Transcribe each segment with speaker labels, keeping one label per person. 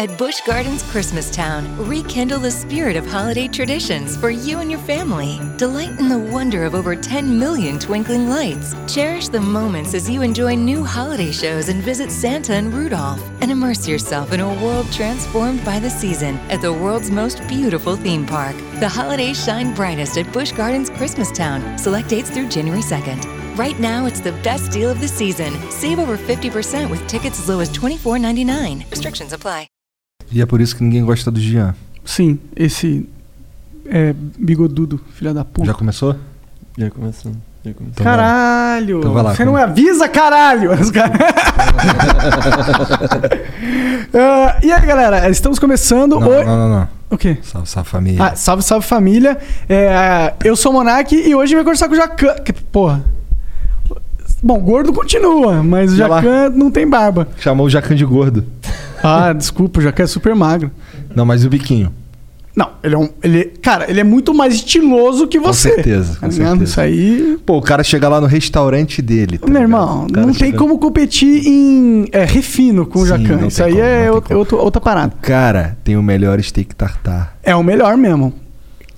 Speaker 1: At Busch Gardens Christmastown, rekindle the spirit of holiday traditions for you and your family. Delight in the wonder of over 10 million twinkling lights. Cherish the moments as you enjoy new holiday shows and visit Santa and Rudolph. And immerse yourself in a world transformed by the season at the world's most beautiful theme park. The holidays shine brightest at Busch Gardens Christmastown. Select dates through January 2nd. Right now, it's the best deal of the season. Save over 50% with tickets as low as $24.99. Restrictions apply.
Speaker 2: E é por isso que ninguém gosta do Jean.
Speaker 3: Sim, esse é, bigodudo, filha da puta.
Speaker 2: Já começou?
Speaker 4: Já começando. Já começando.
Speaker 2: Então vai lá.
Speaker 3: Caralho!
Speaker 2: Então vai lá,
Speaker 3: você não
Speaker 2: come.
Speaker 3: avisa, caralho! Os caras- Ah, e aí, galera? Estamos começando.
Speaker 2: Não,
Speaker 3: o...
Speaker 2: não, não, não.
Speaker 3: o quê?
Speaker 2: Salve, salve família.
Speaker 3: Ah, salve, salve família. É, eu sou o Monark e hoje eu vou conversar com o Jacan. que- Porra. Bom, gordo continua, mas o
Speaker 2: Vai lá.
Speaker 3: Jacan não tem barba.
Speaker 2: Chamou o Jacan de gordo.
Speaker 3: Ah, desculpa, o Jacan é super magro.
Speaker 2: Não, mas e o biquinho?
Speaker 3: Não, ele é um. Ele, cara, ele é muito mais estiloso que você.
Speaker 2: certeza, com
Speaker 3: Tá ligado?
Speaker 2: certeza.
Speaker 3: Isso aí.
Speaker 2: Pô, o cara chega lá no restaurante dele. tá ligado?
Speaker 3: Meu irmão,
Speaker 2: O cara
Speaker 3: não tem
Speaker 2: chega-
Speaker 3: como competir em é, refino com o
Speaker 2: Sim, não
Speaker 3: Jacan.
Speaker 2: tem
Speaker 3: Isso aí
Speaker 2: como, não
Speaker 3: é
Speaker 2: tem
Speaker 3: out-
Speaker 2: como.
Speaker 3: outro- outra parada.
Speaker 2: Cara, tem o melhor steak tartar.
Speaker 3: É o melhor mesmo.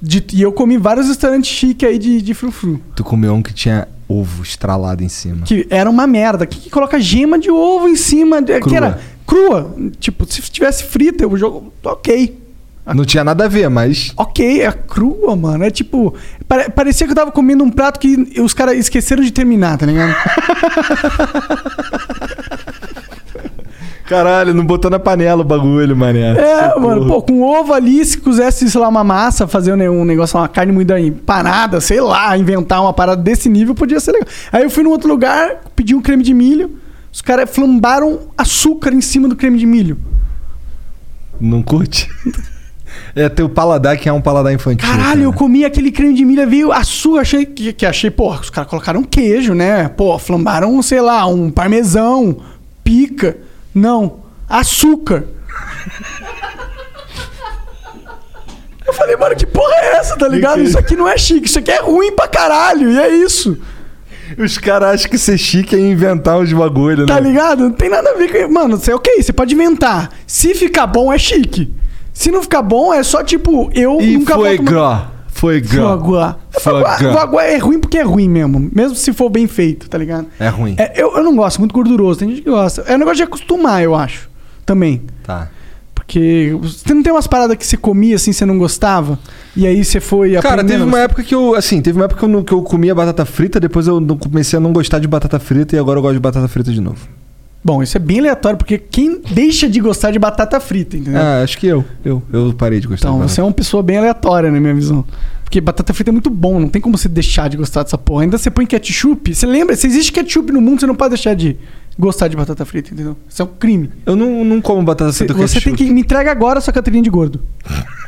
Speaker 3: De- e eu comi vários restaurantes chiques aí de, de frufru.
Speaker 2: Tu comeu um que tinha ovo estralado em cima.
Speaker 3: Que era uma merda. Que, que coloca gema de ovo em cima. de- Que
Speaker 2: Crua.
Speaker 3: era crua. Tipo, se tivesse frita, o jogo. Ok. Ah.
Speaker 2: Não tinha nada a ver, mas.
Speaker 3: Ok, é crua, mano. É tipo. pare- parecia que eu tava comendo um prato que os caras esqueceram de terminar, tá ligado?
Speaker 2: Caralho, não botou na panela o bagulho, mané.
Speaker 3: É, mano, pô, com ovo ali, se quisesse, sei lá, uma massa, fazer né, um negócio, uma carne muito empanada, sei lá, inventar uma parada desse nível, podia ser legal. Aí eu fui num outro lugar, pedi um creme de milho, os caras flambaram açúcar em cima do creme de milho.
Speaker 2: Não curte? é teu paladar que é um paladar infantil.
Speaker 3: Caralho, eu
Speaker 2: cara.
Speaker 3: comi aquele creme de milho, veio açúcar, achei que, que achei, porra, os caras colocaram queijo, né? Pô, flambaram, sei lá, um parmesão, pica. Não, açúcar. Eu falei, mano, que porra é essa, tá ligado? Isso aqui não é chique, isso aqui é ruim pra caralho, e é isso.
Speaker 2: Os caras acham que ser chique é inventar uns bagulho, né?
Speaker 3: Tá ligado? Não tem nada a ver com. Mano, você, ok, você pode inventar. Se ficar bom, é chique. Se não ficar bom, é só tipo, eu
Speaker 2: E
Speaker 3: nunca
Speaker 2: foi
Speaker 3: volto mais-
Speaker 2: gró. Foi gró.
Speaker 3: Foguá.
Speaker 2: Foguá.
Speaker 3: Foguá é ruim porque é ruim mesmo. Mesmo se for bem feito, tá ligado?
Speaker 2: É ruim.
Speaker 3: É, eu, eu não gosto, muito gorduroso. Tem gente que gosta. É um negócio de acostumar, eu acho. Também.
Speaker 2: Tá.
Speaker 3: Porque você não tem umas paradas que você comia assim, você não gostava? E aí você foi
Speaker 2: Cara, teve
Speaker 3: aprendendo?
Speaker 2: uma época que eu, assim, teve uma época que eu, não- que eu comia batata frita, depois eu não- comecei a não gostar de batata frita e agora eu gosto de batata frita de novo.
Speaker 3: Bom, isso é bem aleatório, porque quem deixa de gostar de batata frita, entendeu?
Speaker 2: Ah, tá acho que eu. Eu, eu parei de gostar
Speaker 3: É. então,
Speaker 2: de batata
Speaker 3: você é uma pessoa bem aleatória, na minha visão. Porque batata frita é muito bom, não tem como você deixar de gostar dessa porra. Ainda você põe ketchup, você lembra? Se existe ketchup no mundo, você não pode deixar de gostar de batata frita, entendeu? Isso é um crime.
Speaker 2: Eu não, não como batata
Speaker 3: Cê-
Speaker 2: frita com
Speaker 3: você tem que. Me entrega agora a sua Caterina de gordo.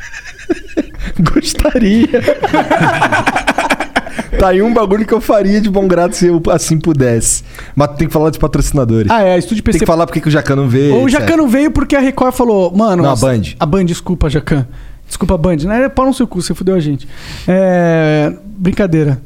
Speaker 2: Gostaria. tá aí um bagulho que eu faria de bom grato se eu assim pudesse. Mas tem que falar dos patrocinadores.
Speaker 3: Ah, é, estúdio
Speaker 2: tem
Speaker 3: PC.
Speaker 2: que falar porque que o Jacan não veio.
Speaker 3: Ou o
Speaker 2: etc.
Speaker 3: Jacan não veio porque a Record falou, mano.
Speaker 2: Não,
Speaker 3: nossa-
Speaker 2: a Band.
Speaker 3: A Band, desculpa, Jacan. Desculpa, Band. Não era pau no seu cu, você fudeu a gente. É. Brincadeira.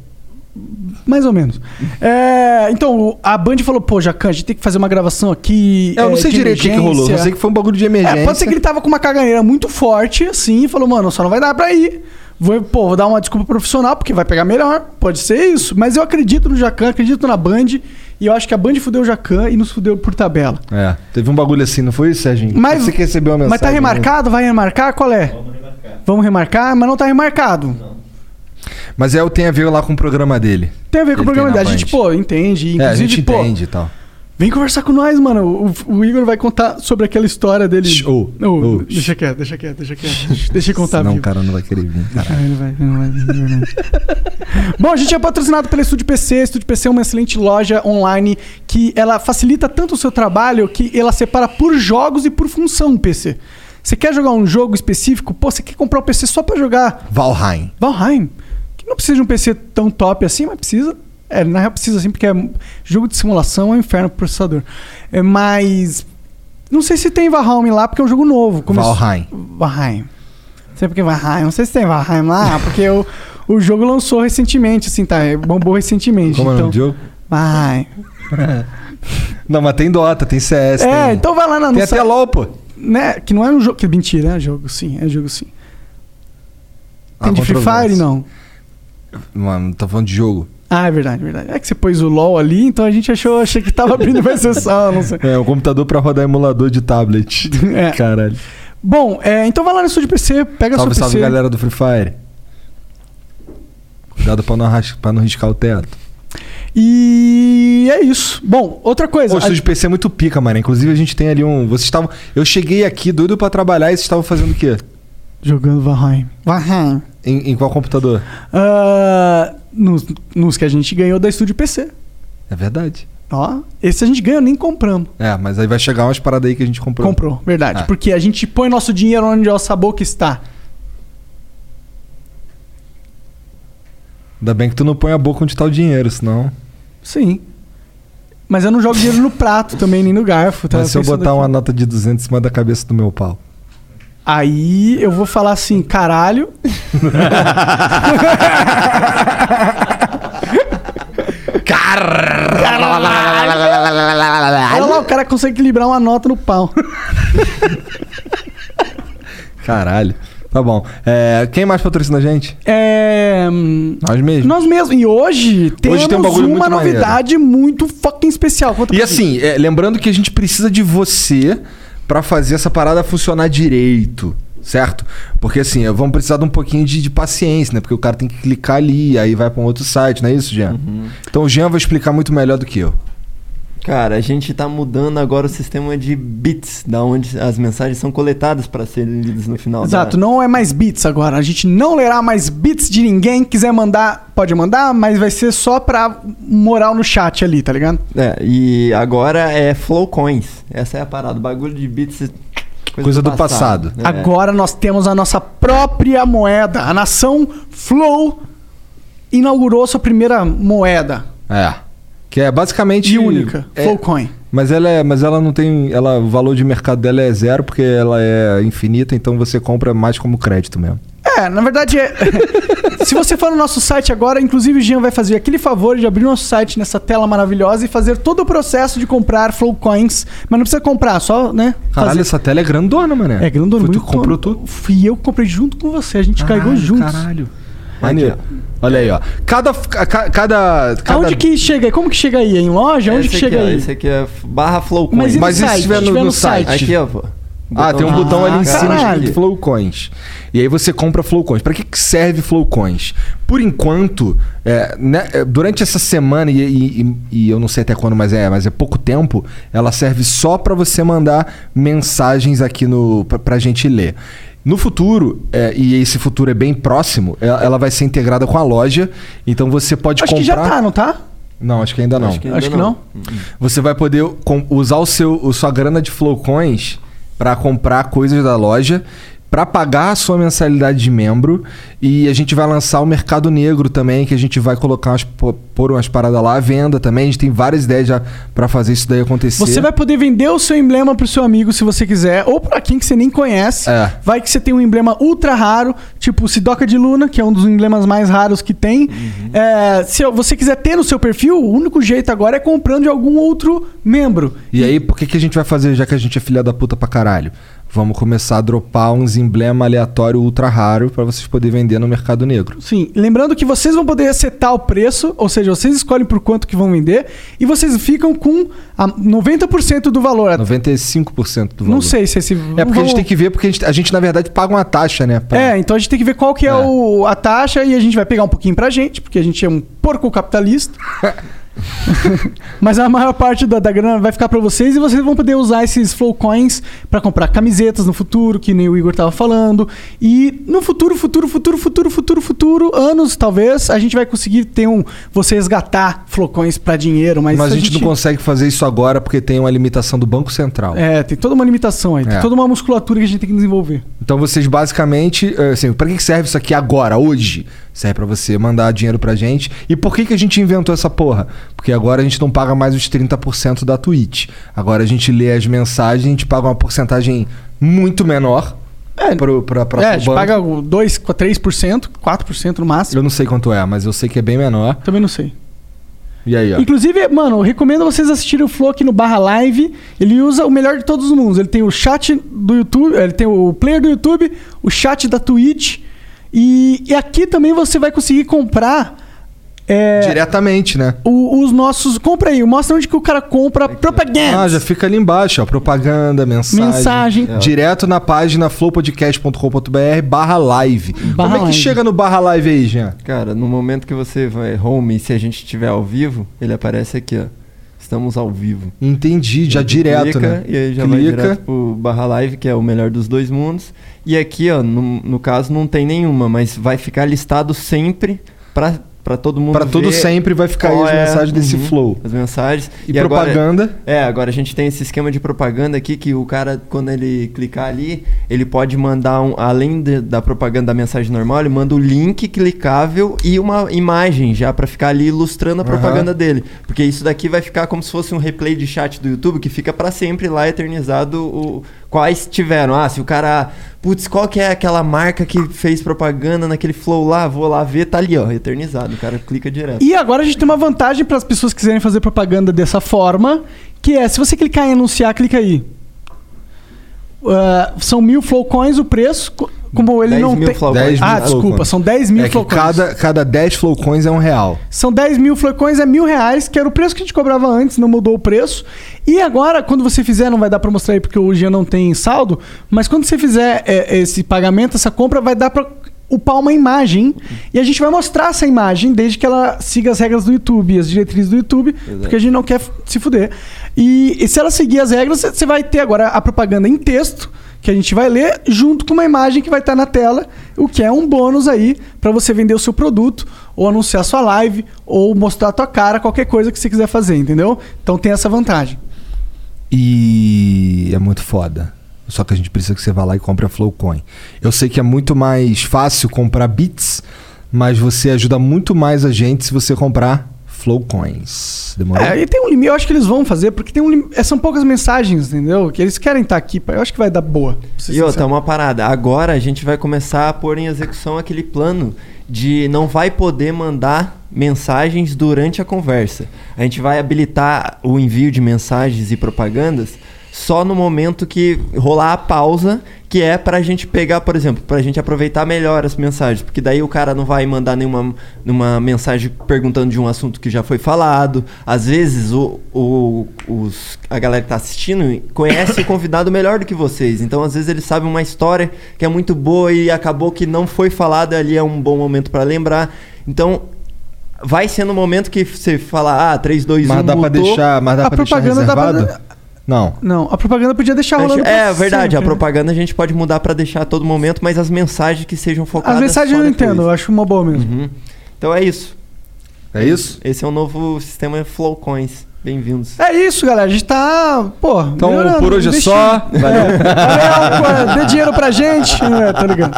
Speaker 3: Mais ou menos. É, então, o- a Band falou, pô, Jacan, a gente tem que fazer uma gravação aqui.
Speaker 2: É, eu não
Speaker 3: é,
Speaker 2: sei
Speaker 3: de
Speaker 2: direito o que, que rolou.
Speaker 3: emergência."
Speaker 2: Eu sei que foi um bagulho de emergência.
Speaker 3: É, pode ser que ele tava com uma caganeira muito forte, assim, e falou, mano, só não vai dar pra ir. Vou, pô, vou dar uma desculpa profissional, porque vai pegar melhor. Pode ser isso. Mas eu acredito no Jacan, acredito na Band. E eu acho que a Band fudeu o Jacan e nos fudeu por tabela.
Speaker 2: É, teve um bagulho assim, não foi, Serginho?
Speaker 3: Mas,
Speaker 2: Você que recebeu uma mensagem.
Speaker 3: mas tá
Speaker 2: né?
Speaker 3: remarcado? Vai remarcar? Qual é? Vamos remarcar. mas não tá remarcado.
Speaker 2: Mas é, tem a ver lá com o programa dele.
Speaker 3: Tem a ver com o
Speaker 2: Ele
Speaker 3: programa
Speaker 2: tem
Speaker 3: dele.
Speaker 2: na
Speaker 3: A gente,
Speaker 2: Band.
Speaker 3: pô, entende. Inclusive,
Speaker 2: é, a gente
Speaker 3: pô,
Speaker 2: entende e tal.
Speaker 3: vem conversar com nós, mano. O, o Igor vai contar sobre aquela história dele.
Speaker 2: Shh, oh,
Speaker 3: Oh,
Speaker 2: oh,
Speaker 3: deixa quieto, deixa quieto, deixa quieto. deixa eu contar,
Speaker 2: Senão o
Speaker 3: viu?
Speaker 2: cara não vai querer vir, cara.
Speaker 3: Ah, ele vai, ele não vai, ele não vai. Bom, a gente é patrocinado pela Estúdio PC. A Estúdio PC é uma excelente loja online que ela facilita tanto o seu trabalho que ela separa por jogos e por função o PC. Você quer jogar um jogo específico? Pô, você quer comprar o PC só pra jogar
Speaker 2: Valheim.
Speaker 3: Valheim? Que não precisa de um PC tão top assim, mas precisa. É, na real precisa sim, porque é jogo de simulação é um inferno pro processador. É, mas não sei se tem Valheim lá, porque é um jogo novo. Começou-
Speaker 2: Valheim.
Speaker 3: Valheim. Não sei porque Valheim. Não sei se tem Valheim lá, porque o, o jogo lançou recentemente, assim, tá? Bombou recentemente.
Speaker 2: Como é o nome do
Speaker 3: então,
Speaker 2: jogo?
Speaker 3: Valheim.
Speaker 2: Não, mas tem Dota, tem CS.
Speaker 3: É,
Speaker 2: tem...
Speaker 3: então vai lá na
Speaker 2: Tem
Speaker 3: no
Speaker 2: até
Speaker 3: site-
Speaker 2: LOL, pô.
Speaker 3: né, que não é um jogo, que mentira, é jogo sim, é jogo sim. Tem
Speaker 2: Há
Speaker 3: de Free Fire
Speaker 2: controvérsias.
Speaker 3: não?
Speaker 2: Mano, tá falando de jogo.
Speaker 3: Ah, é verdade, é verdade. É que você pôs o LoL ali, então a gente achou, achei que tava abrindo uma exceção, não sei.
Speaker 2: É, um computador pra rodar emulador de tablet.
Speaker 3: É.
Speaker 2: Caralho.
Speaker 3: Bom, é, então vai lá no estúdio PC, pega
Speaker 2: salve,
Speaker 3: seu
Speaker 2: salve,
Speaker 3: PC.
Speaker 2: galera do Free Fire. Cuidado pra não, arras- pra não riscar o teto.
Speaker 3: E é isso. Bom, outra coisa.
Speaker 2: Pô, o estúdio PC é muito pica, mano. Inclusive, a gente tem ali um. Vocês estavam. Eu cheguei aqui doido pra trabalhar e vocês estavam fazendo o quê?
Speaker 3: Jogando Valheim. Valheim.
Speaker 2: Em, em qual computador?
Speaker 3: Ah, nos, nos que a gente ganhou da estúdio PC.
Speaker 2: É verdade.
Speaker 3: Ó, esse a gente ganhou, nem compramos.
Speaker 2: É, mas aí vai chegar umas paradas aí que a gente comprou.
Speaker 3: Comprou, verdade.
Speaker 2: Ah.
Speaker 3: Porque a gente põe nosso dinheiro onde é a nossa boca está.
Speaker 2: Ainda bem que tu não põe a boca onde tá o dinheiro, senão.
Speaker 3: Sim. Mas eu não jogo dinheiro no prato também, nem no garfo. Tá?
Speaker 2: mas se eu
Speaker 3: Pensando
Speaker 2: botar
Speaker 3: aqui.
Speaker 2: uma nota de 200 em cima da cabeça do meu pau.
Speaker 3: Aí eu vou falar assim, caralho. Olha lá, o cara consegue equilibrar uma nota no pau.
Speaker 2: Caralho. Tá bom. É, quem mais patrocina a gente?
Speaker 3: É. hum,
Speaker 2: Nós mesmos.
Speaker 3: Nós mesmos. E hoje temos
Speaker 2: tem um bagulho
Speaker 3: uma
Speaker 2: muito maneiro.
Speaker 3: novidade muito fucking especial. Conta
Speaker 2: E
Speaker 3: pra gente.
Speaker 2: assim, é, lembrando que a gente precisa de você pra fazer essa parada funcionar direito, certo? Porque assim, é, vamos precisar de um pouquinho de, de paciência, né? Porque o cara tem que clicar ali, aí vai pra um outro site, não é isso, Jean?
Speaker 3: Uhum.
Speaker 2: Então o Jean vai explicar muito melhor do que eu.
Speaker 4: Cara, a gente tá mudando agora o sistema de bits, da onde as mensagens são coletadas para serem lidas no final. né?
Speaker 3: Exato,
Speaker 4: da...
Speaker 3: não é mais bits agora. A gente não lerá mais bits de ninguém. Quiser mandar, pode mandar, mas vai ser só pra moral no chat ali, tá ligado?
Speaker 4: É, e agora é flow coins. Essa é a parada. O bagulho de bits é
Speaker 2: Coisa do passado.
Speaker 4: né?
Speaker 3: Agora nós temos a nossa própria moeda. A nação Flow inaugurou sua primeira moeda
Speaker 2: É. Que é basicamente.
Speaker 3: e única,
Speaker 2: é,
Speaker 3: Flowcoin.
Speaker 2: mas ela é, mas ela não tem, ela o valor de mercado dela é zero porque ela é infinita, então você compra mais como crédito mesmo.
Speaker 3: É, na verdade é. Se você for no nosso site agora, inclusive o Jean vai fazer aquele favor de abrir nosso site nessa tela maravilhosa e fazer todo o processo de comprar Flow Coins. Mas não precisa comprar, só, né?
Speaker 2: Caralho,
Speaker 3: fazer.
Speaker 2: essa tela é grandona, mané.
Speaker 3: É, grandona,
Speaker 2: Foi tu
Speaker 3: muito.
Speaker 2: que comprou
Speaker 3: grande.
Speaker 2: tudo?
Speaker 3: Fui eu que comprei junto com você, a gente carregou juntos.
Speaker 2: Caralho. Maneiro. Olha aí, ó. Cada. ca- cada, cada
Speaker 3: Aonde que chega? Como que chega aí? Em loja? Onde
Speaker 4: Esse
Speaker 3: que chega
Speaker 4: aqui, ó,
Speaker 3: aí?
Speaker 4: Esse aqui é f- barra flow
Speaker 3: Mas
Speaker 4: coins.
Speaker 3: e no
Speaker 2: Mas e se
Speaker 3: site?
Speaker 2: tiver no- no site?
Speaker 4: Aqui, é ó. pô.
Speaker 2: Ah, tem um
Speaker 4: Botão-
Speaker 2: botão ali em
Speaker 3: Ah,
Speaker 2: cima
Speaker 3: caralho.
Speaker 2: de Flowcoins. E aí você compra Flowcoins. Pra que que serve Flowcoins? Por enquanto, é, né, é, durante essa semana, e, e- e- e eu não sei até quando, mas é, mas é pouco tempo, ela serve só pra você mandar mensagens aqui no, pra, pra gente ler. No futuro, é, e esse futuro é bem próximo, ela, ela vai ser integrada com a loja. Então você pode
Speaker 3: Acho
Speaker 2: comprar.
Speaker 3: que já tá, não tá?
Speaker 2: Não, acho que ainda não.
Speaker 4: Acho que- Ainda
Speaker 3: Acho que
Speaker 4: não.
Speaker 3: não.
Speaker 2: Você vai poder com- usar o seu, o sua grana de flowcoins para comprar coisas da loja, para pagar a sua mensalidade de membro e a gente vai lançar o mercado negro também, que a gente vai colocar umas, pô- pôr umas paradas lá à venda também. A gente tem várias ideias já para fazer isso daí acontecer.
Speaker 3: Você vai poder vender o seu emblema pro seu amigo se você quiser, ou pra quem que você nem conhece.
Speaker 2: É.
Speaker 3: Vai que você tem um emblema ultra raro, tipo o Sidoca de Luna, que é um dos emblemas mais raros que tem.
Speaker 2: Uhum.
Speaker 3: É, se você quiser ter no seu perfil, o único jeito agora é comprando de algum outro membro.
Speaker 2: E aí, por que, que a gente vai fazer, já que a gente é filha da puta pra caralho? Vamos começar a dropar uns emblema aleatório ultra raro para vocês poderem vender no mercado negro.
Speaker 3: Sim, lembrando que vocês vão poder acertar o preço, ou seja, vocês escolhem por quanto que vão vender e vocês ficam com a 90% do valor.
Speaker 2: 95% do valor.
Speaker 3: Não sei se esse
Speaker 2: É porque a gente tem que ver, porque a gente, a gente, na verdade, paga uma taxa, né? pra-
Speaker 3: É, então a gente tem que ver qual que é,
Speaker 2: É.
Speaker 3: o- a taxa e a gente vai pegar um pouquinho pra gente, porque a gente é um porco capitalista. Mas a maior parte da, da grana vai ficar pra vocês e vocês vão poder usar esses flow coins pra comprar camisetas no futuro, que nem o Igor tava falando. E no futuro, futuro, futuro, futuro, futuro, futuro, anos talvez, a gente vai conseguir ter um você resgatar flow coins pra dinheiro, mas,
Speaker 2: Mas, a gente, não consegue fazer isso agora porque tem uma limitação do Banco Central.
Speaker 3: É, tem toda uma limitação aí, tem
Speaker 2: É.
Speaker 3: toda uma musculatura que a gente tem que desenvolver.
Speaker 2: Então vocês basicamente, eh, assim, pra que que serve isso aqui agora, hoje? Serve pra você mandar dinheiro pra gente. E por que que a gente inventou essa porra? Porque agora a gente não paga mais os 30% da Twitch. Agora a gente lê as mensagens, a gente paga uma porcentagem muito menor
Speaker 3: É.
Speaker 2: pro, pra, pra
Speaker 3: é,
Speaker 2: pro
Speaker 3: a gente
Speaker 2: banco.
Speaker 3: paga o 2, 3%, 4% no máximo.
Speaker 2: Eu não sei quanto é, mas eu sei que é bem menor.
Speaker 3: Também não sei.
Speaker 2: E aí, ó.
Speaker 3: Inclusive, mano, eu recomendo vocês assistirem o Flow aqui no Barra Live. Ele usa o melhor de todos os mundos. Ele tem o chat do YouTube, ele tem o player do YouTube, o chat da Twitch. E, e aqui também você vai conseguir comprar. é,
Speaker 2: Diretamente, né?
Speaker 3: o- os nossos. Compra aí, mostra onde que o cara compra propaganda.
Speaker 2: Ah, já fica ali embaixo, ó. Propaganda, mensagem.
Speaker 3: É. Mensagem.
Speaker 2: É. Direto na página flowpodcast.com.br barra live. Como é que
Speaker 3: live.
Speaker 2: chega no barra live aí, Jean?
Speaker 4: Cara, no momento que você vai home e se a gente estiver ao vivo, ele aparece aqui, ó. Estamos ao vivo.
Speaker 2: Entendi, já
Speaker 4: Você
Speaker 2: direto,
Speaker 4: clica,
Speaker 2: né?
Speaker 4: E aí já vai
Speaker 2: clica.
Speaker 4: direto pro barra live, que é o melhor dos dois mundos. E aqui, ó, no, no caso não tem nenhuma, mas vai ficar listado sempre pra, pra todo mundo
Speaker 2: Pra
Speaker 4: ver
Speaker 2: todo sempre vai ficar aí
Speaker 4: qual
Speaker 2: as
Speaker 4: é-
Speaker 2: mensagens desse
Speaker 4: Uhum,
Speaker 2: flow.
Speaker 4: As mensagens.
Speaker 2: E,
Speaker 4: agora-
Speaker 2: propaganda.
Speaker 4: é, agora a gente tem esse esquema de propaganda aqui que o cara, quando ele clicar ali, ele pode mandar, um, além de- da propaganda da mensagem normal, ele manda o link clicável e uma imagem já pra ficar ali ilustrando a
Speaker 2: Aham.
Speaker 4: propaganda dele. Porque isso daqui vai ficar como se fosse um replay de chat do YouTube que fica pra sempre lá eternizado o, quais tiveram. Ah, se o cara. Putz, qual que é aquela marca que fez propaganda naquele flow lá? Vou lá ver, tá ali, ó, eternizado. O cara clica direto.
Speaker 3: E agora a gente tem uma vantagem para as pessoas que quiserem fazer propaganda dessa forma, que é, se você clicar em anunciar, clica aí. Ah, são mil flowcoins o preço, co- como ele
Speaker 4: 10
Speaker 3: não
Speaker 4: mil
Speaker 3: tem...
Speaker 4: Flow
Speaker 2: Dez
Speaker 4: Coins.
Speaker 2: mil
Speaker 3: Ah,
Speaker 2: Flowcoins.
Speaker 3: desculpa, são 10 mil
Speaker 2: É que
Speaker 3: flowcoins.
Speaker 2: cada, cada 10 flowcoins é um real.
Speaker 3: São 10 mil flocões, é mil reais, que era o preço que a gente cobrava antes, não mudou o preço. E agora, quando você fizer, não vai dar pra mostrar aí porque o Jean não tem saldo, mas quando você fizer é, esse pagamento, essa compra, vai dar pra upar uma imagem. E a gente vai mostrar essa imagem, desde que ela siga as regras do YouTube, as diretrizes do YouTube, porque a gente não quer f- se fuder. E, e se ela seguir as regras, você vai ter agora a propaganda em texto, que a gente vai ler, junto com uma imagem que vai estar na tela, o que é um bônus aí pra você vender o seu produto, ou anunciar sua live, ou mostrar a tua cara, qualquer coisa que você quiser fazer, entendeu? Então tem essa vantagem.
Speaker 2: E é muito foda. Só que a gente precisa que você vá lá e compre a Flowcoin. Eu sei que é muito mais fácil comprar bits, mas você ajuda muito mais a gente se você comprar Flowcoins. Demorou?
Speaker 3: É, e tem um limite, eu acho que eles vão fazer, porque tem um lim... é, são poucas mensagens, entendeu? Que eles querem estar aqui, eu acho que vai dar boa. pra ser
Speaker 4: E outra,
Speaker 3: sincero.
Speaker 4: uma parada. Agora a gente vai começar a pôr em execução aquele plano de não vai poder mandar mensagens durante a conversa. A gente vai habilitar o envio de mensagens e propagandas só no momento que rolar a pausa, que é pra gente pegar, por exemplo, pra gente aproveitar melhor as mensagens, porque daí o cara não vai mandar nenhuma numa mensagem perguntando de um assunto que já foi falado. Às vezes o, o- os, a galera que tá assistindo conhece o convidado melhor do que vocês. Então, às vezes, ele sabe uma história que é muito boa e acabou que não foi falada ali, é um bom momento pra lembrar. Então, vai sendo um momento que você fala, ah, 3, 2, 1,
Speaker 2: mas dá pra
Speaker 4: mutou.
Speaker 2: deixar, mas dá
Speaker 3: A
Speaker 2: pra deixar
Speaker 3: propaganda dá pra-
Speaker 2: reservado? Não.
Speaker 3: Não, a propaganda podia deixar
Speaker 4: A gente-
Speaker 3: rolando. Tá pra
Speaker 4: é verdade,
Speaker 3: sempre,
Speaker 4: a
Speaker 3: né?
Speaker 4: propaganda a gente pode mudar pra deixar a todo momento, mas as mensagens que sejam focadas.
Speaker 3: As mensagens
Speaker 4: só
Speaker 3: eu não
Speaker 4: depois.
Speaker 3: entendo, eu acho uma boa mesmo.
Speaker 4: Uhum. Então é isso.
Speaker 2: É isso?
Speaker 4: Esse é o novo sistema Flowcoins. Bem-vindos.
Speaker 3: É isso, galera. A gente tá. Pô.
Speaker 2: Então,
Speaker 3: melhorando,
Speaker 2: por hoje é
Speaker 3: investindo.
Speaker 2: só. Valeu.
Speaker 3: É, valeu, pô, dê dinheiro pra gente. É, tô ligando.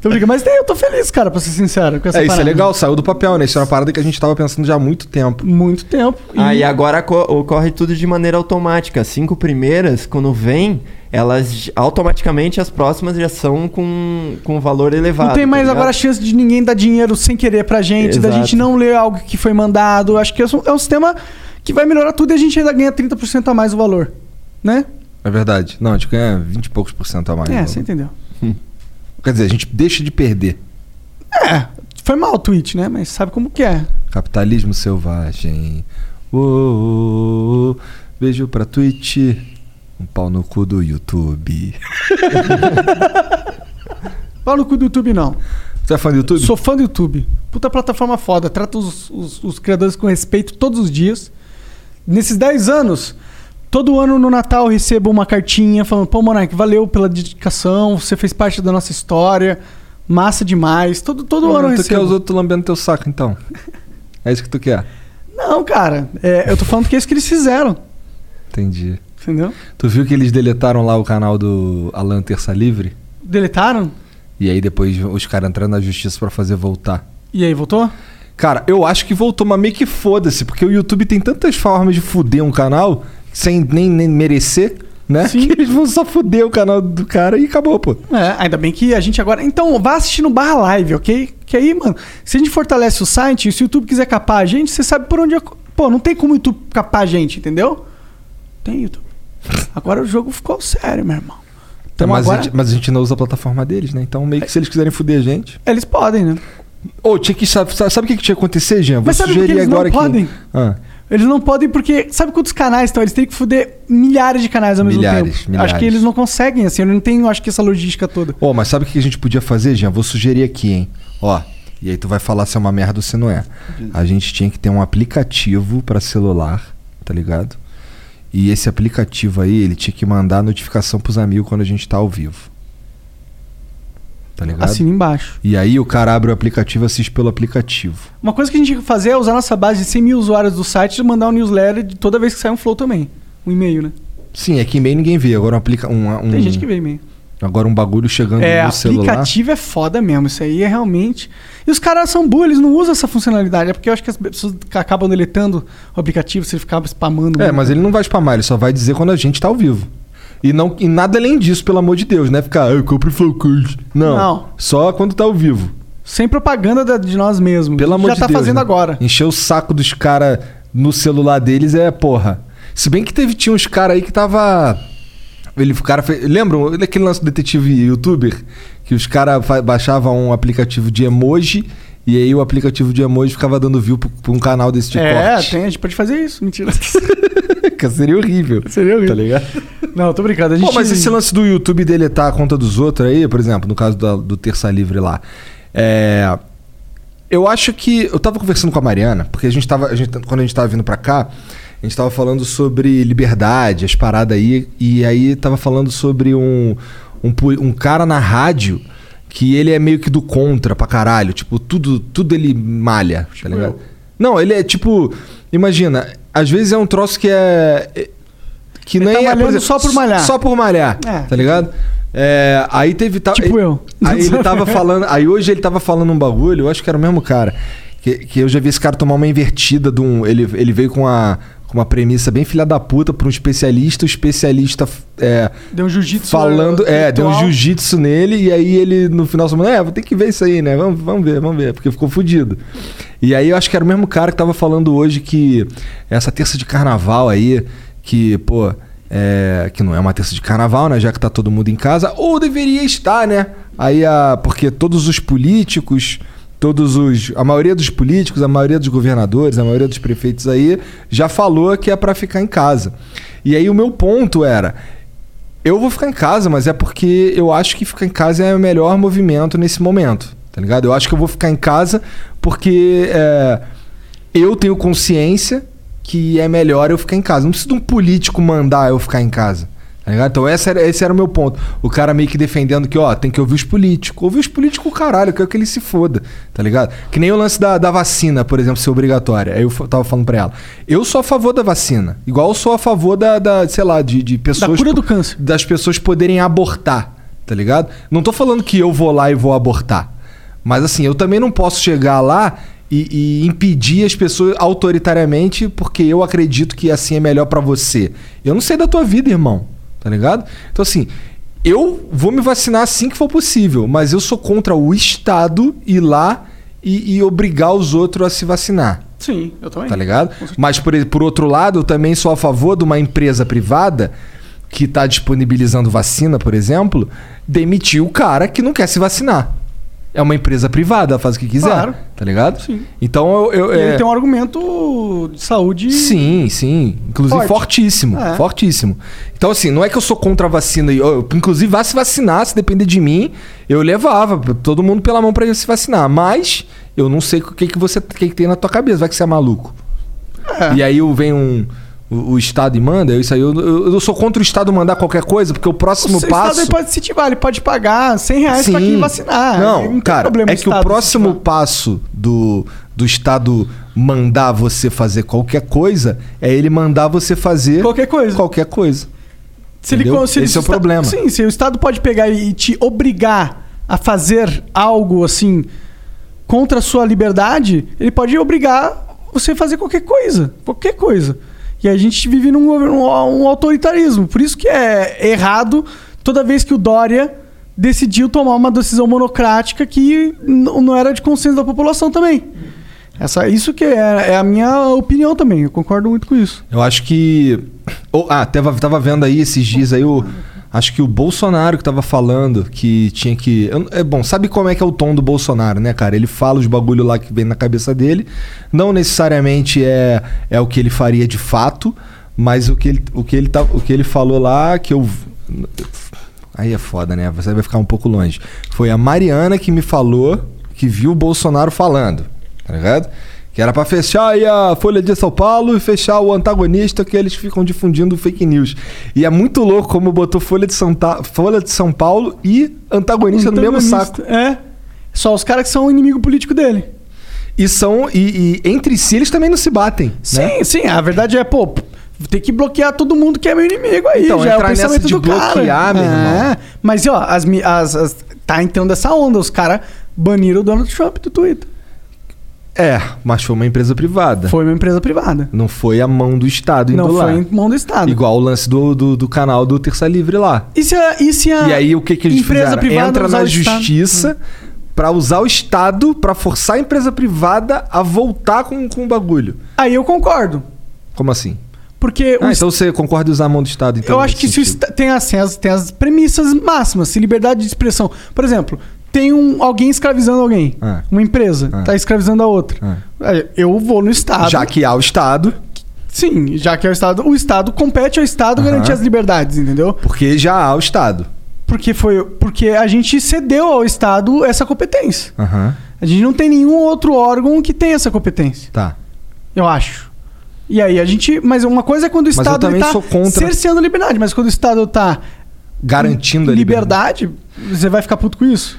Speaker 3: Tô ligando. Mas tem- eu tô feliz, cara, pra ser sincero. Com essa
Speaker 2: É, isso é
Speaker 3: parada.
Speaker 2: legal, saiu do papel, né? Isso é uma parada que a gente tava pensando já há muito tempo.
Speaker 3: Muito tempo.
Speaker 4: Ah, e agora co- ocorre tudo de maneira automática. As cinco primeiras, quando vem, elas j- automaticamente as próximas já são com, com valor elevado.
Speaker 3: Não tem
Speaker 4: tá
Speaker 3: mais
Speaker 4: ligado?
Speaker 3: agora a chance de ninguém dar dinheiro sem querer pra gente, da
Speaker 4: Exato.
Speaker 3: gente não ler algo que foi mandado. Acho que é um, é um sistema que vai melhorar tudo e a gente ainda ganha 30% a mais o valor. Né?
Speaker 2: É verdade. Não, a gente ganha 20 e poucos por cento a mais.
Speaker 3: é,
Speaker 2: né?
Speaker 3: você entendeu.
Speaker 2: Quer dizer, a gente deixa de perder.
Speaker 3: É, foi mal o tweet, né? Mas sabe como que é.
Speaker 2: Capitalismo selvagem. Uou, beijo pra Twitch. Um pau no cu do YouTube.
Speaker 3: Pau no cu do YouTube, não.
Speaker 2: Você é fã do YouTube?
Speaker 3: Sou fã do YouTube. Puta plataforma foda. Trata os, os- os criadores com respeito todos os dias. Nesses 10 anos, todo ano no Natal eu recebo uma cartinha falando: pô, Monark, valeu pela dedicação, você fez parte da nossa história, massa demais. Todo, todo ano eu
Speaker 2: tu quer
Speaker 3: recebo.
Speaker 2: os outros lambendo teu saco, então. É isso que tu quer.
Speaker 3: Não, cara, é, eu tô falando que é isso que eles fizeram,
Speaker 2: Entendi.
Speaker 3: entendeu?
Speaker 2: Tu viu que eles deletaram lá o canal do Alan Terça Livre?
Speaker 3: Deletaram?
Speaker 2: E aí depois os caras entraram na justiça pra fazer voltar.
Speaker 3: E aí, voltou?
Speaker 2: Cara, eu acho que voltou, mas meio que foda-se, porque o YouTube tem tantas formas de fuder um canal sem nem, nem merecer, né?
Speaker 3: Sim.
Speaker 2: Que eles vão só fuder o canal do cara e acabou, pô.
Speaker 3: É, ainda bem que a gente agora. Então, vá assistir no Barra Live, ok? Que aí, mano, se a gente fortalece o site, e se o YouTube quiser capar a gente, você sabe por onde ac- Pô, não tem como o YouTube capar a gente, entendeu? Tem YouTube. Agora o jogo ficou sério, meu irmão. Então
Speaker 2: É, mas,
Speaker 3: agora...
Speaker 2: a gente, mas a gente não usa a plataforma deles, né? Então, meio que se eles quiserem fuder a gente.
Speaker 3: Eles podem, né?
Speaker 2: Ô, tinha que. Sabe, sabe sabe o que, que tinha que acontecer, Jean? Vou
Speaker 3: Mas sabe por que
Speaker 2: sugerir
Speaker 3: eles não
Speaker 2: agora aqui.
Speaker 3: podem?
Speaker 2: Ah,
Speaker 3: Eles não podem porque... Sabe quantos canais estão? Eles têm que foder milhares de canais ao mesmo
Speaker 2: Milhares,
Speaker 3: tempo.
Speaker 2: milhares.
Speaker 3: Acho que eles não conseguem, assim. Eu não tenho, acho que, essa logística toda.
Speaker 2: Ô, mas sabe o que a gente podia fazer, Jean? Vou sugerir aqui, hein? Ó. E aí tu vai falar se é uma merda ou se não é. A gente tinha que ter um aplicativo pra celular, tá ligado? E esse aplicativo aí, ele tinha que mandar notificação pros amigos quando a gente tá ao vivo. Tá ligado?
Speaker 3: Assina embaixo.
Speaker 2: E aí o cara abre o aplicativo e assiste pelo aplicativo.
Speaker 3: Uma coisa que a gente tinha que fazer é usar a nossa base de 100 mil usuários do site e mandar um newsletter de toda vez que sai um flow também. Um e-mail, né?
Speaker 2: Sim, é que e-mail ninguém vê. Agora um aplica um, um-
Speaker 3: Tem gente que vê e-mail.
Speaker 2: Agora um bagulho chegando
Speaker 3: É,
Speaker 2: no celular.
Speaker 3: aplicativo é foda mesmo. Isso aí é realmente. E os caras são burros, eles não usam essa funcionalidade. É porque eu acho que as pessoas acabam deletando o aplicativo se ele ficava spamando.
Speaker 2: É,
Speaker 3: muito.
Speaker 2: mas ele não vai spamar, ele só vai dizer quando a gente tá ao vivo. E, não, e nada além disso, pelo amor de Deus, né? Ficar, "Ah, eu compro Flowcast. Não,
Speaker 3: Não.
Speaker 2: Só quando tá ao vivo.
Speaker 3: Sem propaganda da- de nós mesmos.
Speaker 2: Pelo amor
Speaker 3: Já
Speaker 2: de
Speaker 3: tá
Speaker 2: Deus.
Speaker 3: fazendo
Speaker 2: né?
Speaker 3: agora.
Speaker 2: Encher o saco dos caras no celular deles é porra. Se bem que teve, tinha uns caras aí que tava. Ele, o cara fez, lembram daquele lance do detetive youtuber? Que os caras fa- baixavam um aplicativo de emoji e aí o aplicativo de emoji ficava dando view pra pra um canal desse de
Speaker 3: é,
Speaker 2: corte.
Speaker 3: tem, a gente pode fazer isso. Mentira.
Speaker 2: Que Seria horrível.
Speaker 3: Seria horrível.
Speaker 2: Tá ligado?
Speaker 3: não, tô brincando. A gente...
Speaker 2: Pô, mas esse lance do YouTube deletar a conta dos outros aí, por exemplo, no caso da- do Terça Livre lá. É. Eu acho que. Eu tava conversando com a Mariana, porque a gente tava. a gente- quando a gente tava vindo pra cá, a gente tava falando sobre liberdade, as paradas aí. E aí tava falando sobre um, um, pu- um cara na rádio que ele é meio que do contra pra caralho. Tipo, tudo, tudo ele malha,
Speaker 3: Tipo
Speaker 2: tá ligado? Não, ele é tipo. Imagina, às vezes é um troço que é. é- Que
Speaker 3: Ele
Speaker 2: nem
Speaker 3: tá
Speaker 2: é, por
Speaker 3: malhando só por malhar.
Speaker 2: Só por malhar.
Speaker 3: É.
Speaker 2: Tá ligado? É, aí teve. tal-
Speaker 3: Tipo
Speaker 2: aí-
Speaker 3: eu.
Speaker 2: Aí ele tava falando. Aí hoje ele tava falando um bagulho, eu acho que era o mesmo cara. Que, que eu já vi esse cara tomar uma invertida de um. Ele, ele veio com uma, com uma premissa bem filha da puta pra um especialista, o especialista. é,
Speaker 3: Deu um jiu-jitsu.
Speaker 2: falando. É, deu um
Speaker 3: virtual.
Speaker 2: jiu-jitsu nele, e aí ele no final falou: É, vou ter que ver isso aí, né? Vamos, vamos ver, vamos ver, porque ficou fudido. E aí eu acho que era o mesmo cara que tava falando hoje que essa terça de carnaval aí, que, pô, é, que não é uma terça de carnaval, né? Já que tá todo mundo em casa, ou deveria estar, né? Aí a. Porque todos os políticos. Todos os. A maioria dos políticos, a maioria dos governadores, a maioria dos prefeitos aí já falou que é pra ficar em casa. E aí o meu ponto era: eu vou ficar em casa, mas é porque eu acho que ficar em casa é o melhor movimento nesse momento, tá ligado? Eu acho que eu vou ficar em casa porque é, eu tenho consciência que é melhor eu ficar em casa. Não preciso de um político mandar eu ficar em casa. Tá ligado? Então essa era- esse era o meu ponto. O cara meio que defendendo que, ó, tem que ouvir os políticos. Ouvir os políticos, caralho, eu quero que ele se foda, tá ligado? Que nem o lance da, da vacina, por exemplo, ser obrigatória. Aí eu fa- tava falando pra ela. Eu sou a favor da vacina. Igual eu sou a favor da, da, sei lá, de, de pessoas.
Speaker 3: cura do câncer.
Speaker 2: Das pessoas poderem abortar, tá ligado? Não tô falando que eu vou lá e vou abortar. Mas assim, eu também não posso chegar lá e, e impedir as pessoas autoritariamente porque eu acredito que assim é melhor pra você. Eu não sei da tua vida, irmão, tá ligado? Então assim, eu vou me vacinar assim que for possível, mas eu sou contra o Estado ir lá e- e obrigar os outros a se vacinar
Speaker 3: Sim, eu também.
Speaker 2: tá ligado? Mas por, por outro lado, eu também sou a favor de uma empresa privada que tá disponibilizando vacina, por exemplo, demitir o cara que não quer se vacinar. É uma empresa privada, ela faz o que quiser,
Speaker 3: Claro.
Speaker 2: tá ligado?
Speaker 3: Sim.
Speaker 2: Então eu, eu-
Speaker 3: E
Speaker 2: é-
Speaker 3: ele tem um argumento de saúde.
Speaker 2: Sim, sim. Inclusive
Speaker 3: Forte.
Speaker 2: fortíssimo.
Speaker 3: É.
Speaker 2: Fortíssimo. Então, assim, não é que eu sou contra a vacina. Eu, inclusive, vá se vacinar, se depender de mim, eu levava p- todo mundo pela mão pra se vacinar. Mas eu não sei o que, que você o que, que tem na tua cabeça. Vai que você é maluco.
Speaker 3: é,
Speaker 2: E aí eu- vem um. O, o Estado e manda, isso aí eu, eu, eu sou contra o Estado mandar qualquer coisa, porque o próximo
Speaker 3: O seu
Speaker 2: passo.
Speaker 3: Estado ele pode incentivar, ele pode pagar 100 reais pra quem vacinar.
Speaker 2: Não,
Speaker 3: tem
Speaker 2: cara,
Speaker 3: problema
Speaker 2: é que o
Speaker 3: Estado
Speaker 2: próximo
Speaker 3: incentivar.
Speaker 2: passo do, do Estado mandar você fazer qualquer coisa é ele mandar você fazer
Speaker 3: Qualquer coisa.
Speaker 2: Qualquer coisa.
Speaker 3: Se ele,
Speaker 2: Entendeu?
Speaker 3: con- se ele-
Speaker 2: Esse é o
Speaker 3: se o Esta-
Speaker 2: problema.
Speaker 3: Sim, se o Estado pode pegar e te obrigar a fazer algo assim contra a sua liberdade, ele pode obrigar você a fazer qualquer coisa. Qualquer coisa. E a gente vive num governo, um autoritarismo. Por isso que é errado toda vez que o Dória decidiu tomar uma decisão monocrática que n- não era de consenso da população também. Essa, isso que é, é a minha opinião também. Eu concordo muito com isso.
Speaker 2: Eu acho que. Oh, ah, tava, tava vendo aí esses dias aí o. Acho que o Bolsonaro que tava falando que tinha que. eu- É bom, sabe como é que é o tom do Bolsonaro, né, cara? Ele fala os bagulho lá que vem na cabeça dele. Não necessariamente é, é o que ele faria de fato, mas o que ele, o que ele, tá, o que ele falou lá que eu. Aí é foda, né? Você vai ficar um pouco longe. Foi a Mariana que me falou que viu o Bolsonaro falando, tá ligado? Que era pra fechar aí a Folha de São Paulo e fechar o antagonista que eles ficam difundindo fake news. E é muito louco como botou Folha de São, Ta- Folha de São Paulo e antagonista no mesmo saco.
Speaker 3: Antagonista, É. Só os caras que são inimigo político dele.
Speaker 2: E são. E, e entre si eles também não se batem.
Speaker 3: Sim,
Speaker 2: né?
Speaker 3: sim. A verdade é, pô, tem que bloquear todo mundo que é meu inimigo aí.
Speaker 2: Então,
Speaker 3: já é o
Speaker 2: entrar nessa
Speaker 3: pensamento
Speaker 2: de
Speaker 3: do cara.
Speaker 2: bloquear, meu irmão.
Speaker 3: É. Mas, ó, as, mi- as, as- tá entrando essa onda. Os caras baniram o Donald Trump do Twitter.
Speaker 2: É, mas foi uma empresa privada.
Speaker 3: Foi uma empresa privada.
Speaker 2: Não foi a mão do Estado indo
Speaker 3: Não
Speaker 2: lá.
Speaker 3: foi em mão do Estado.
Speaker 2: Igual o lance do, do, do canal do Terça Livre lá.
Speaker 3: E se a, e se a
Speaker 2: E aí o que, que eles
Speaker 3: empresa
Speaker 2: fizeram?
Speaker 3: privada
Speaker 2: Entra
Speaker 3: usar
Speaker 2: na
Speaker 3: o Estado?
Speaker 2: justiça pra usar o Estado pra forçar a empresa privada a voltar com, com o bagulho.
Speaker 3: Aí eu concordo.
Speaker 2: Como assim?
Speaker 3: Porque o
Speaker 2: Ah, então você concorda em usar a mão do Estado? Então,
Speaker 3: Eu acho que
Speaker 2: nesse
Speaker 3: se o
Speaker 2: sentido?
Speaker 3: esta- tem, assim, as, tem as premissas máximas, se liberdade de expressão. Por exemplo, tem um, alguém escravizando alguém.
Speaker 2: Ah.
Speaker 3: Uma empresa
Speaker 2: Ah.
Speaker 3: está escravizando a outra. Aí, Eu vou no Estado.
Speaker 2: Já que há o Estado,
Speaker 3: Sim, já que é o Estado. O Estado compete ao Estado
Speaker 2: Aham.
Speaker 3: garantir as liberdades, entendeu?
Speaker 2: porque já há o Estado.
Speaker 3: Porque foi. Porque a gente cedeu ao Estado essa competência.
Speaker 2: Aham.
Speaker 3: A gente não tem nenhum outro órgão que tenha essa competência.
Speaker 2: Tá.
Speaker 3: Eu acho. E aí a gente. Mas uma coisa é quando o
Speaker 2: eu
Speaker 3: Estado
Speaker 2: também
Speaker 3: ele tá
Speaker 2: sou contra-
Speaker 3: cerceando a liberdade, mas quando o Estado tá
Speaker 2: Garantindo a liberdade.
Speaker 3: liberdade, você vai ficar puto com isso?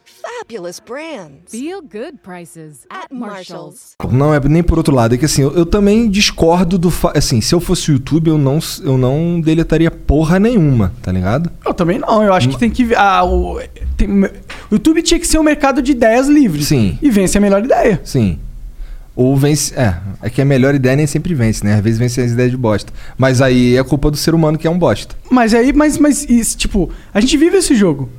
Speaker 5: Fabulous brands.
Speaker 6: Feel good prices at Marshall's.
Speaker 2: Não é nem por outro lado, é que assim, eu, eu também discordo do. fa- Assim, se eu fosse o YouTube, eu não, eu não deletaria porra nenhuma, tá ligado?
Speaker 3: Eu também não. Eu acho que tem que. Ah, o, tem- o YouTube tinha que ser um mercado de ideias livres.
Speaker 2: Sim.
Speaker 3: E vence a melhor ideia.
Speaker 2: Sim. Ou vence. É, é que a melhor ideia nem sempre vence, né? Às vezes vence as ideias de bosta. Mas aí é culpa do ser humano que é um bosta.
Speaker 3: Mas aí, mas, mas isso, tipo, a gente vive esse jogo.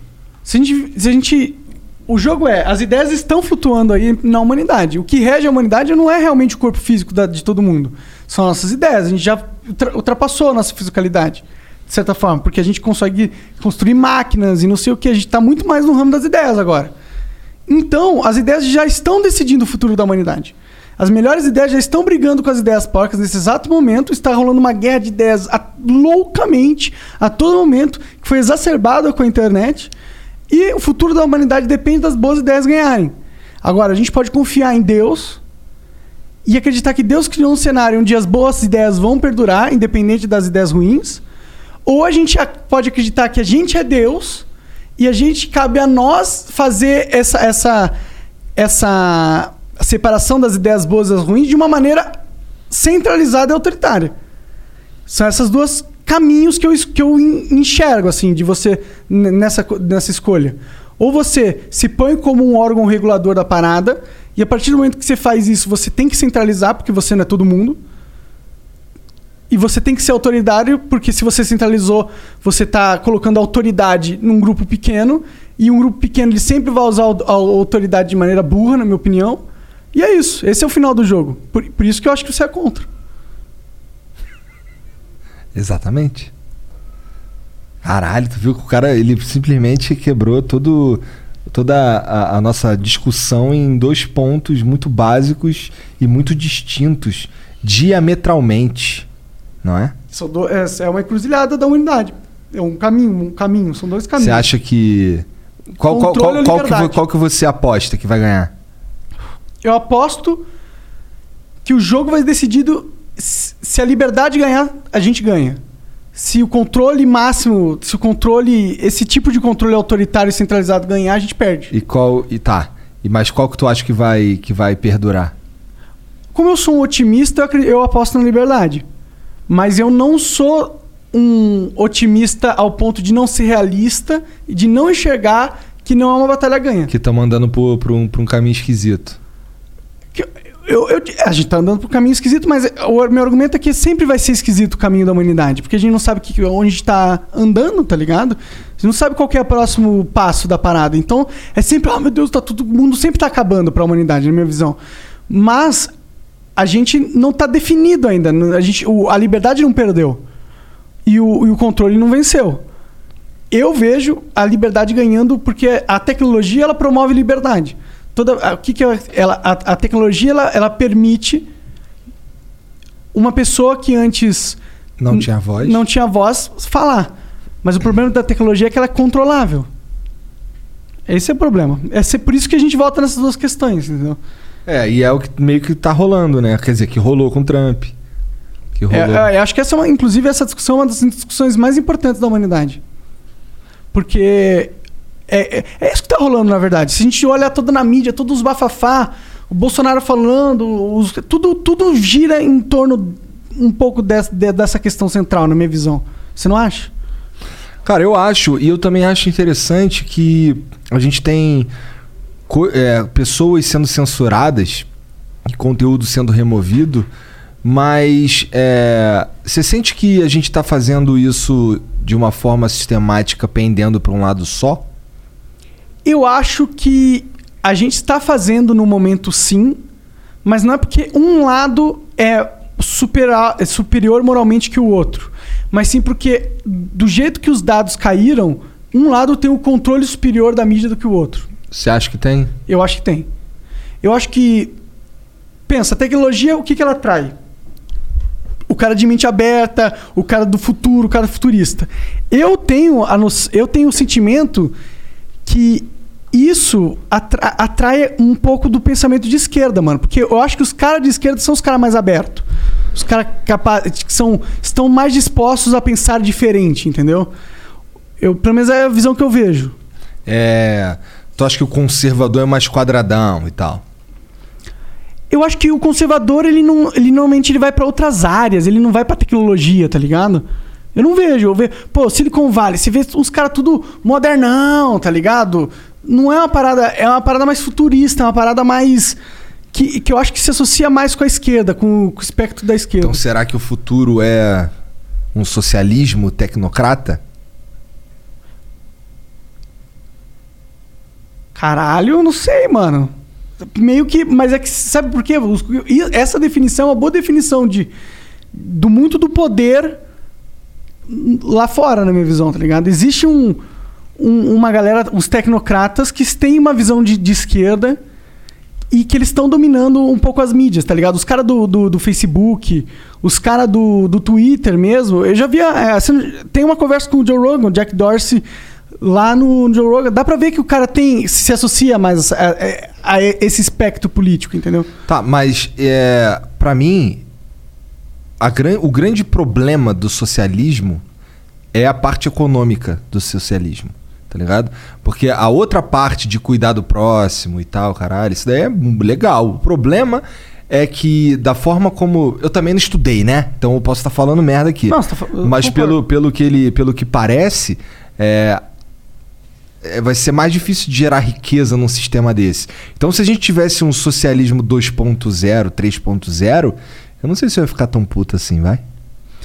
Speaker 3: Se a gente. Se a gente o jogo é, as ideias estão flutuando aí na humanidade. O que rege a humanidade não é realmente o corpo físico da- de todo mundo. São nossas ideias. A gente já ultra- ultrapassou a nossa fisicalidade, de certa forma. Porque a gente consegue construir máquinas e não sei o que. A gente está muito mais no ramo das ideias agora. Então, as ideias já estão decidindo o futuro da humanidade. As melhores ideias já estão brigando com as ideias porcas nesse exato momento. Está rolando uma guerra de ideias a- loucamente a todo momento, que foi exacerbada com a internet. E o futuro da humanidade depende das boas ideias ganharem. Agora, a gente pode confiar em Deus e acreditar que Deus criou um cenário onde as boas ideias vão perdurar, independente das ideias ruins, ou a gente ac- pode acreditar que a gente é Deus e a gente cabe a nós fazer essa essa essa separação das ideias boas e das ruins de uma maneira centralizada e autoritária. São essas duas caminhos que eu, es- que eu en- enxergo, assim, de você n- nessa, co- nessa escolha. Ou você se põe como um órgão regulador da parada, e a partir do momento que você faz isso, você tem que centralizar, porque você não é todo mundo. E você tem que ser autoritário, porque se você centralizou, você está colocando autoridade num grupo pequeno. E um grupo pequeno ele sempre vai usar au- a autoridade de maneira burra, na minha opinião. E é isso. Esse é o final do jogo. Por, por isso que eu acho que você é contra.
Speaker 2: Exatamente. Caralho, tu viu que o cara, ele simplesmente quebrou todo, toda a, a nossa discussão em dois pontos muito básicos e muito distintos, diametralmente, não é?
Speaker 3: São do- é, é uma encruzilhada da humanidade. É um caminho, um caminho. São dois caminhos.
Speaker 2: Você acha que... Qual, qual,
Speaker 3: Controle
Speaker 2: qual,
Speaker 3: ou
Speaker 2: qual que,
Speaker 3: liberdade?
Speaker 2: vo- qual que você aposta que vai ganhar?
Speaker 3: Eu aposto que o jogo vai ser decidido se se a liberdade ganhar, a gente ganha. Se o controle máximo, se o controle, esse tipo de controle autoritário e centralizado ganhar, a gente perde.
Speaker 2: E qual... E tá. E, mas qual que tu acha que vai, que vai perdurar?
Speaker 3: Como eu sou um otimista, eu acre- eu aposto na liberdade. Mas eu não sou um otimista ao ponto de não ser realista e de não enxergar que não é uma batalha ganha.
Speaker 2: Que tá mandando pro, pro um, pra um caminho esquisito.
Speaker 3: Que eu- eu- eu- a gente tá andando por um caminho esquisito, mas o meu argumento é que sempre vai ser esquisito o caminho da humanidade, porque a gente não sabe que, onde a gente tá andando, tá ligado? A gente não sabe qual que é o próximo passo da parada. Então, é sempre, ah, meu Deus, tá todo mundo sempre tá acabando pra humanidade, na minha visão. Mas a gente não tá definido ainda. A, gente, o- a liberdade não perdeu. E o- e o controle não venceu. Eu vejo a liberdade ganhando porque a tecnologia ela promove liberdade. Toda a- o que que ela, ela- a, a tecnologia ela, ela permite uma pessoa que antes
Speaker 2: Não
Speaker 3: n-
Speaker 2: tinha voz.
Speaker 3: não tinha voz falar. Mas o problema da tecnologia é que ela é controlável. Esse é o problema. É ser- por isso que a gente volta nessas duas questões, entendeu?
Speaker 2: É, e é o que meio que tá rolando, né? Quer dizer, que rolou com o Trump. Que rolou.
Speaker 3: É, é, eu acho que essa é uma, inclusive essa discussão é uma das discussões mais importantes da humanidade. Porque é, é- é isso que tá rolando, na verdade. Se a gente olhar toda na mídia, todos os bafafá, o Bolsonaro falando, os- tudo, tudo gira em torno um pouco des- de- dessa questão central, na minha visão. Você não acha?
Speaker 2: Cara, eu acho, e eu também acho interessante que a gente tem co- é, pessoas sendo censuradas, conteúdo sendo removido, mas é, você sente que a gente está fazendo isso de uma forma sistemática, pendendo para um lado só?
Speaker 3: Eu acho que a gente está fazendo no momento sim, mas não é porque um lado é, supera- é superior moralmente que o outro. Mas sim porque, do jeito que os dados caíram, um lado tem o controle superior da mídia do que o outro.
Speaker 2: Você acha que tem?
Speaker 3: Eu acho que tem. Eu acho que. Pensa, a tecnologia, o que, que ela atrai? O cara de mente aberta, o cara do futuro, o cara futurista. Eu tenho, a no- eu tenho o sentimento que isso atra- atrai um pouco do pensamento de esquerda, mano. Porque eu acho que os caras de esquerda são os caras mais abertos. Os caras capazes que são, estão mais dispostos a pensar diferente, entendeu? Eu, pelo menos é a visão que eu vejo.
Speaker 2: É, tu acha que o conservador é mais quadradão e tal?
Speaker 3: Eu acho que o conservador, ele, não, ele normalmente ele vai pra outras áreas, ele não vai pra tecnologia, tá ligado? Eu não vejo, eu vejo, pô, Silicon Valley, você vê uns caras tudo modernão, tá ligado? Não é uma parada, é uma parada mais futurista, é uma parada mais que, que eu acho que se associa mais com a esquerda, com, o- com o espectro da esquerda.
Speaker 2: Então será que o futuro é um socialismo tecnocrata?
Speaker 3: Caralho, eu não sei, mano. Meio que. Mas é que. Sabe por quê? Os- e Essa definição é uma boa definição de. Do muito do poder lá fora, na minha visão, tá ligado? Existe um, um- uma galera, os tecnocratas, que têm uma visão de, de esquerda e que eles estão dominando um pouco as mídias, tá ligado? Os caras do, do, do Facebook, os caras do, do Twitter mesmo. Eu já vi. é, assim, tem uma conversa com o Joe Rogan, o Jack Dorsey, lá no, Joe Rogan. Dá pra ver que o cara tem se associa mais a, a- a esse espectro político, entendeu?
Speaker 2: Tá, mas é, para mim, a gran- o grande problema do socialismo é a parte econômica do socialismo, tá ligado? Porque a outra parte de cuidar do próximo e tal, caralho, isso daí é legal. O problema é que da forma como eu também não estudei, né? Então eu posso estar falando merda aqui.
Speaker 3: Não, você tá fa- eu
Speaker 2: mas
Speaker 3: concordo.
Speaker 2: pelo, pelo que ele, pelo que parece, é, é, vai ser mais difícil de gerar riqueza num sistema desse. Então, se a gente tivesse um socialismo 2.0, 3.0, eu não sei se eu ia ficar tão puto assim, vai?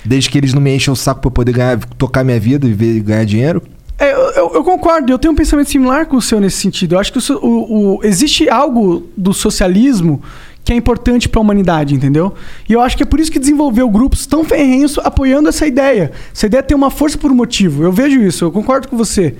Speaker 2: Desde que eles não me enchem o saco pra eu poder ganhar, tocar minha vida e ver- ganhar dinheiro.
Speaker 3: É, eu, eu- eu concordo, eu tenho um pensamento similar com o seu nesse sentido. Eu acho que o so- o- o- existe algo do socialismo que é importante para a humanidade, entendeu? E eu acho que é por isso que desenvolveu grupos tão ferrenhos apoiando essa ideia. Essa ideia tem uma força por um motivo. Eu vejo isso, eu concordo com você.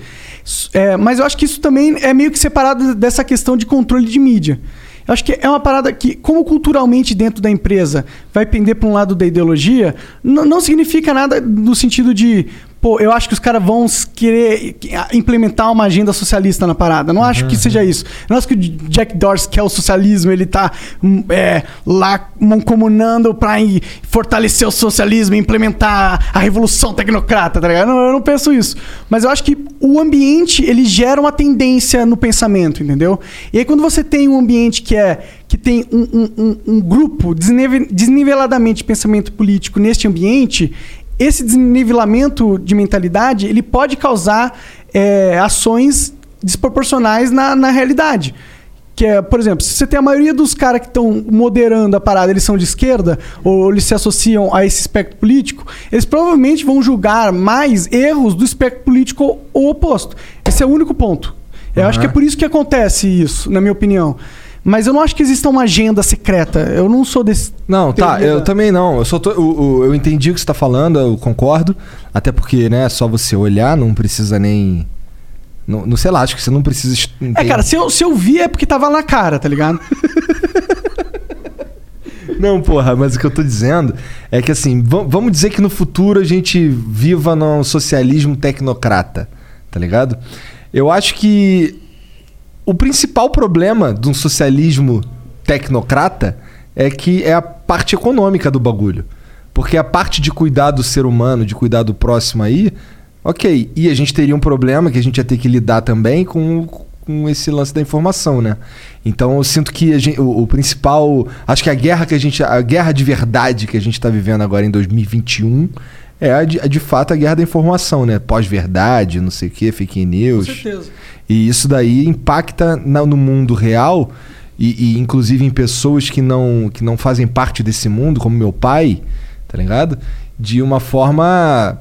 Speaker 3: S- é, mas eu acho que isso também é meio que separado dessa questão de controle de mídia. Eu acho que é uma parada que, como culturalmente dentro da empresa vai pender para um lado da ideologia, n- não significa nada no sentido de, Pô, eu acho que os caras vão s- querer implementar uma agenda socialista na parada. Não acho que seja isso. Eu Não acho que o Jack Dorsey quer o socialismo, ele tá hum, é, lá mancomunando pra em- fortalecer o socialismo e implementar a revolução tecnocrata, tá ligado? Não, eu não penso isso. Mas eu acho que o ambiente, ele gera uma tendência no pensamento, entendeu? E aí quando você tem um ambiente que é que tem um, um- um- um grupo desnive- desniveladamente de pensamento político neste ambiente, esse desnivelamento de mentalidade ele pode causar é, ações desproporcionais na, na realidade. Que é, por exemplo, se você tem a maioria dos caras que estão moderando a parada, eles são de esquerda, ou eles se associam a esse espectro político, eles provavelmente vão julgar mais erros do espectro político o oposto. Esse é o único ponto. Eu acho que é por isso que acontece isso, na minha opinião. Mas eu não acho que exista uma agenda secreta. Eu não sou desse.
Speaker 2: Não, tá,
Speaker 3: teoria
Speaker 2: eu
Speaker 3: da-
Speaker 2: também não. Eu, só tô- o- o- eu entendi o que você tá falando, eu concordo. Até porque, né, é só você olhar, não precisa nem. Não, não sei lá, acho que você não precisa. est-
Speaker 3: É, cara, se eu, se eu vi é porque tava na cara, tá ligado?
Speaker 2: Não, porra, mas o que eu tô dizendo é que assim, va- vamos dizer que no futuro a gente viva num socialismo tecnocrata, tá ligado? Eu acho que o principal problema de um socialismo tecnocrata é que é a parte econômica do bagulho. Porque a parte de cuidar do ser humano, de cuidar do próximo aí, ok. E a gente teria um problema que a gente ia ter que lidar também com, com esse lance da informação, né? Então eu sinto que a gente- o, o principal. Acho que a guerra que a gente. A guerra de verdade que a gente está vivendo agora em 2021 é a de, a de fato a guerra da informação, né? Pós-verdade, não sei o que, fake news. E isso daí impacta na- no mundo real e, e, inclusive em pessoas que não, que não fazem parte desse mundo, como meu pai, tá ligado? De uma forma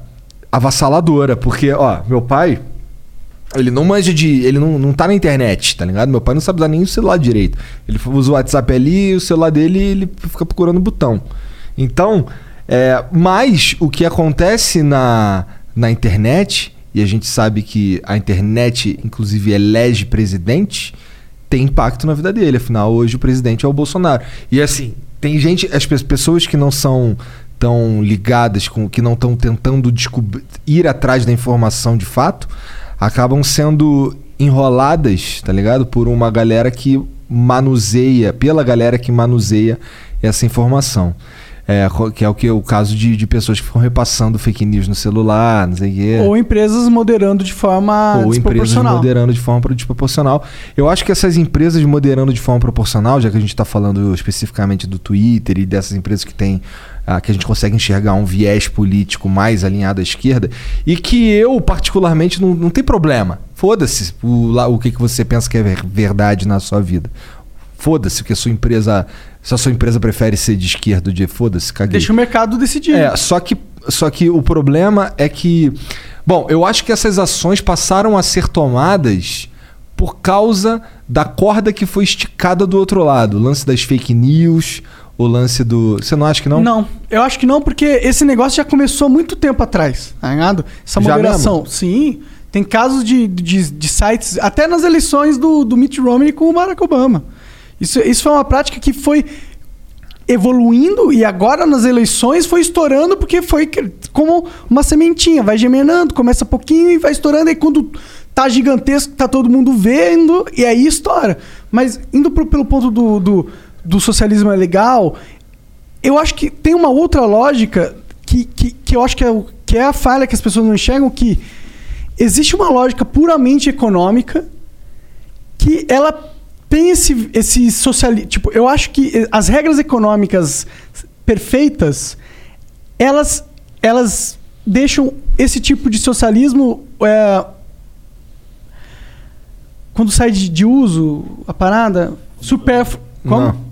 Speaker 2: avassaladora. Porque, ó, meu pai, ele não manja de. Ele não, não tá na internet, tá ligado? Meu pai não sabe usar nem o celular direito. Ele usa o WhatsApp ali, o celular dele, ele fica procurando o botão. Então, é, mas o que acontece na, na internet, e a gente sabe que a internet, inclusive, elege presidente, tem impacto na vida dele. Afinal, hoje o presidente é o Bolsonaro. E assim, tem gente, as pe- pessoas que não são tão ligadas, com, que não estão tentando descobrir, ir atrás da informação de fato, acabam sendo enroladas, tá ligado? Por uma galera que manuseia, pela galera que manuseia essa informação. É, co- que é o que o caso de, de pessoas que ficam repassando fake news no celular, não sei o quê
Speaker 3: Ou empresas moderando de forma
Speaker 2: É. ou empresas
Speaker 3: desproporcional.
Speaker 2: moderando de forma pro- desproporcional. Eu acho que essas empresas moderando de forma proporcional, já que a gente está falando especificamente do Twitter e dessas empresas que tem ah, que a gente consegue enxergar um viés político mais alinhado à esquerda e que eu particularmente não, não tem problema. Foda-se o, lá- o que, que você pensa que é ver- verdade na sua vida. Foda-se o que a sua empresa se a sua empresa prefere ser de esquerda ou de foda-se, caguei.
Speaker 3: Deixa o mercado decidir.
Speaker 2: É, só que, só que o problema é que. Bom, eu acho que essas ações passaram a ser tomadas por causa da corda que foi esticada do outro lado. O lance das fake news, o lance do. Você não acha que não?
Speaker 3: Não, eu acho que não, porque esse negócio já começou há muito tempo atrás, tá ligado? Essa
Speaker 2: Já
Speaker 3: moderação. Sim. Tem casos de, de, de sites, até nas eleições do, do Mitt Romney com o Barack Obama. Isso, isso foi uma prática que foi evoluindo e agora nas eleições foi estourando porque foi cri- como uma sementinha, vai geminando, começa pouquinho e vai estourando e quando tá gigantesco, tá todo mundo vendo e aí estoura. Mas indo pro- pelo ponto do, do, do socialismo é legal, eu acho que tem uma outra lógica que, que, que eu acho que é, o- que é a falha que as pessoas não enxergam, que existe uma lógica puramente econômica que ela tem esse, esse socialismo. Tipo, eu acho que as regras econômicas perfeitas, elas, elas deixam esse tipo de socialismo. é, quando sai de, de uso a parada, supérfluo. Como?
Speaker 2: Não.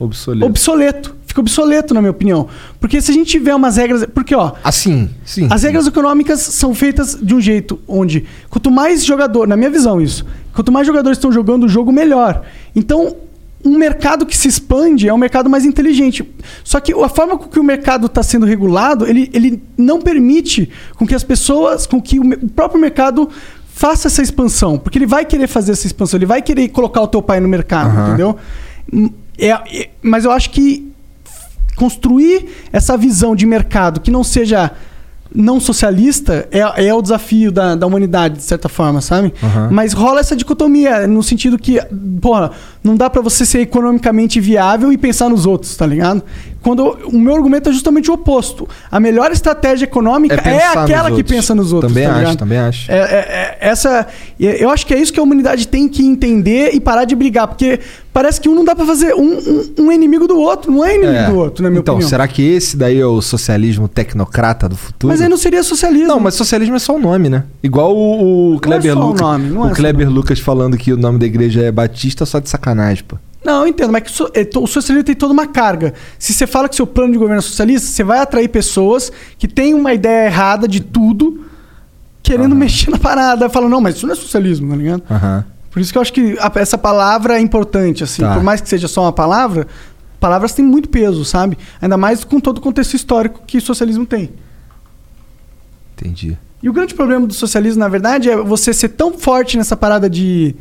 Speaker 2: Obsoleto.
Speaker 3: obsoleto. Fica obsoleto, na minha opinião. Porque se a gente tiver umas regras. Porque, ó,
Speaker 2: Assim, sim.
Speaker 3: as regras econômicas são feitas de um jeito onde quanto mais jogador, na minha visão isso, quanto mais jogadores estão jogando o jogo, melhor. Então, um mercado que se expande é um mercado mais inteligente. Só que a forma com que o mercado está sendo regulado, ele, ele não permite com que as pessoas, com que o, me- o próprio mercado faça essa expansão. Porque ele vai querer fazer essa expansão, ele vai querer colocar o teu pai no mercado,
Speaker 2: Aham.
Speaker 3: entendeu? Hum, é- é- mas eu acho que construir essa visão de mercado que não seja não socialista é, é o desafio da, da humanidade, de certa forma, sabe? Mas rola essa dicotomia, no sentido que, porra, não dá pra você ser economicamente viável e pensar nos outros, tá ligado? Quando eu- o meu argumento é justamente o oposto. A melhor estratégia econômica é,
Speaker 2: pensar nos
Speaker 3: aquela que
Speaker 2: outros.
Speaker 3: pensa nos outros.
Speaker 2: Também
Speaker 3: tá
Speaker 2: acho,
Speaker 3: ligado?
Speaker 2: também acho.
Speaker 3: É, é, é, essa, eu acho que é isso que a humanidade tem que entender e parar de brigar, porque parece que um não dá pra fazer um, um, um é inimigo do outro, não é inimigo
Speaker 2: É.
Speaker 3: do outro, na minha
Speaker 2: então,
Speaker 3: opinião.
Speaker 2: será que esse daí é o socialismo tecnocrata do futuro?
Speaker 3: Mas aí não seria socialismo.
Speaker 2: Não, mas socialismo é só o nome, né? Igual o, o Kleber
Speaker 3: é só o
Speaker 2: Lucas.
Speaker 3: nome, não é
Speaker 2: o
Speaker 3: só
Speaker 2: Kleber Lucas falando que o nome da igreja é Batista só de sacanagem, pô.
Speaker 3: Não, eu entendo, mas que o so- é, to- o socialismo tem toda uma carga. Se você fala que seu plano de governo é socialista, você vai atrair pessoas que têm uma ideia errada de tudo, querendo mexer na parada, falando, não, mas isso não é socialismo, tá ligado?
Speaker 2: Aham.
Speaker 3: Por isso que eu acho que a- essa palavra é importante, assim.
Speaker 2: Tá.
Speaker 3: Por mais que seja só uma palavra, palavras têm muito peso, sabe? Ainda mais com todo o contexto histórico que o socialismo tem.
Speaker 2: Entendi.
Speaker 3: E o grande problema do socialismo, na verdade, é você ser tão forte nessa parada de,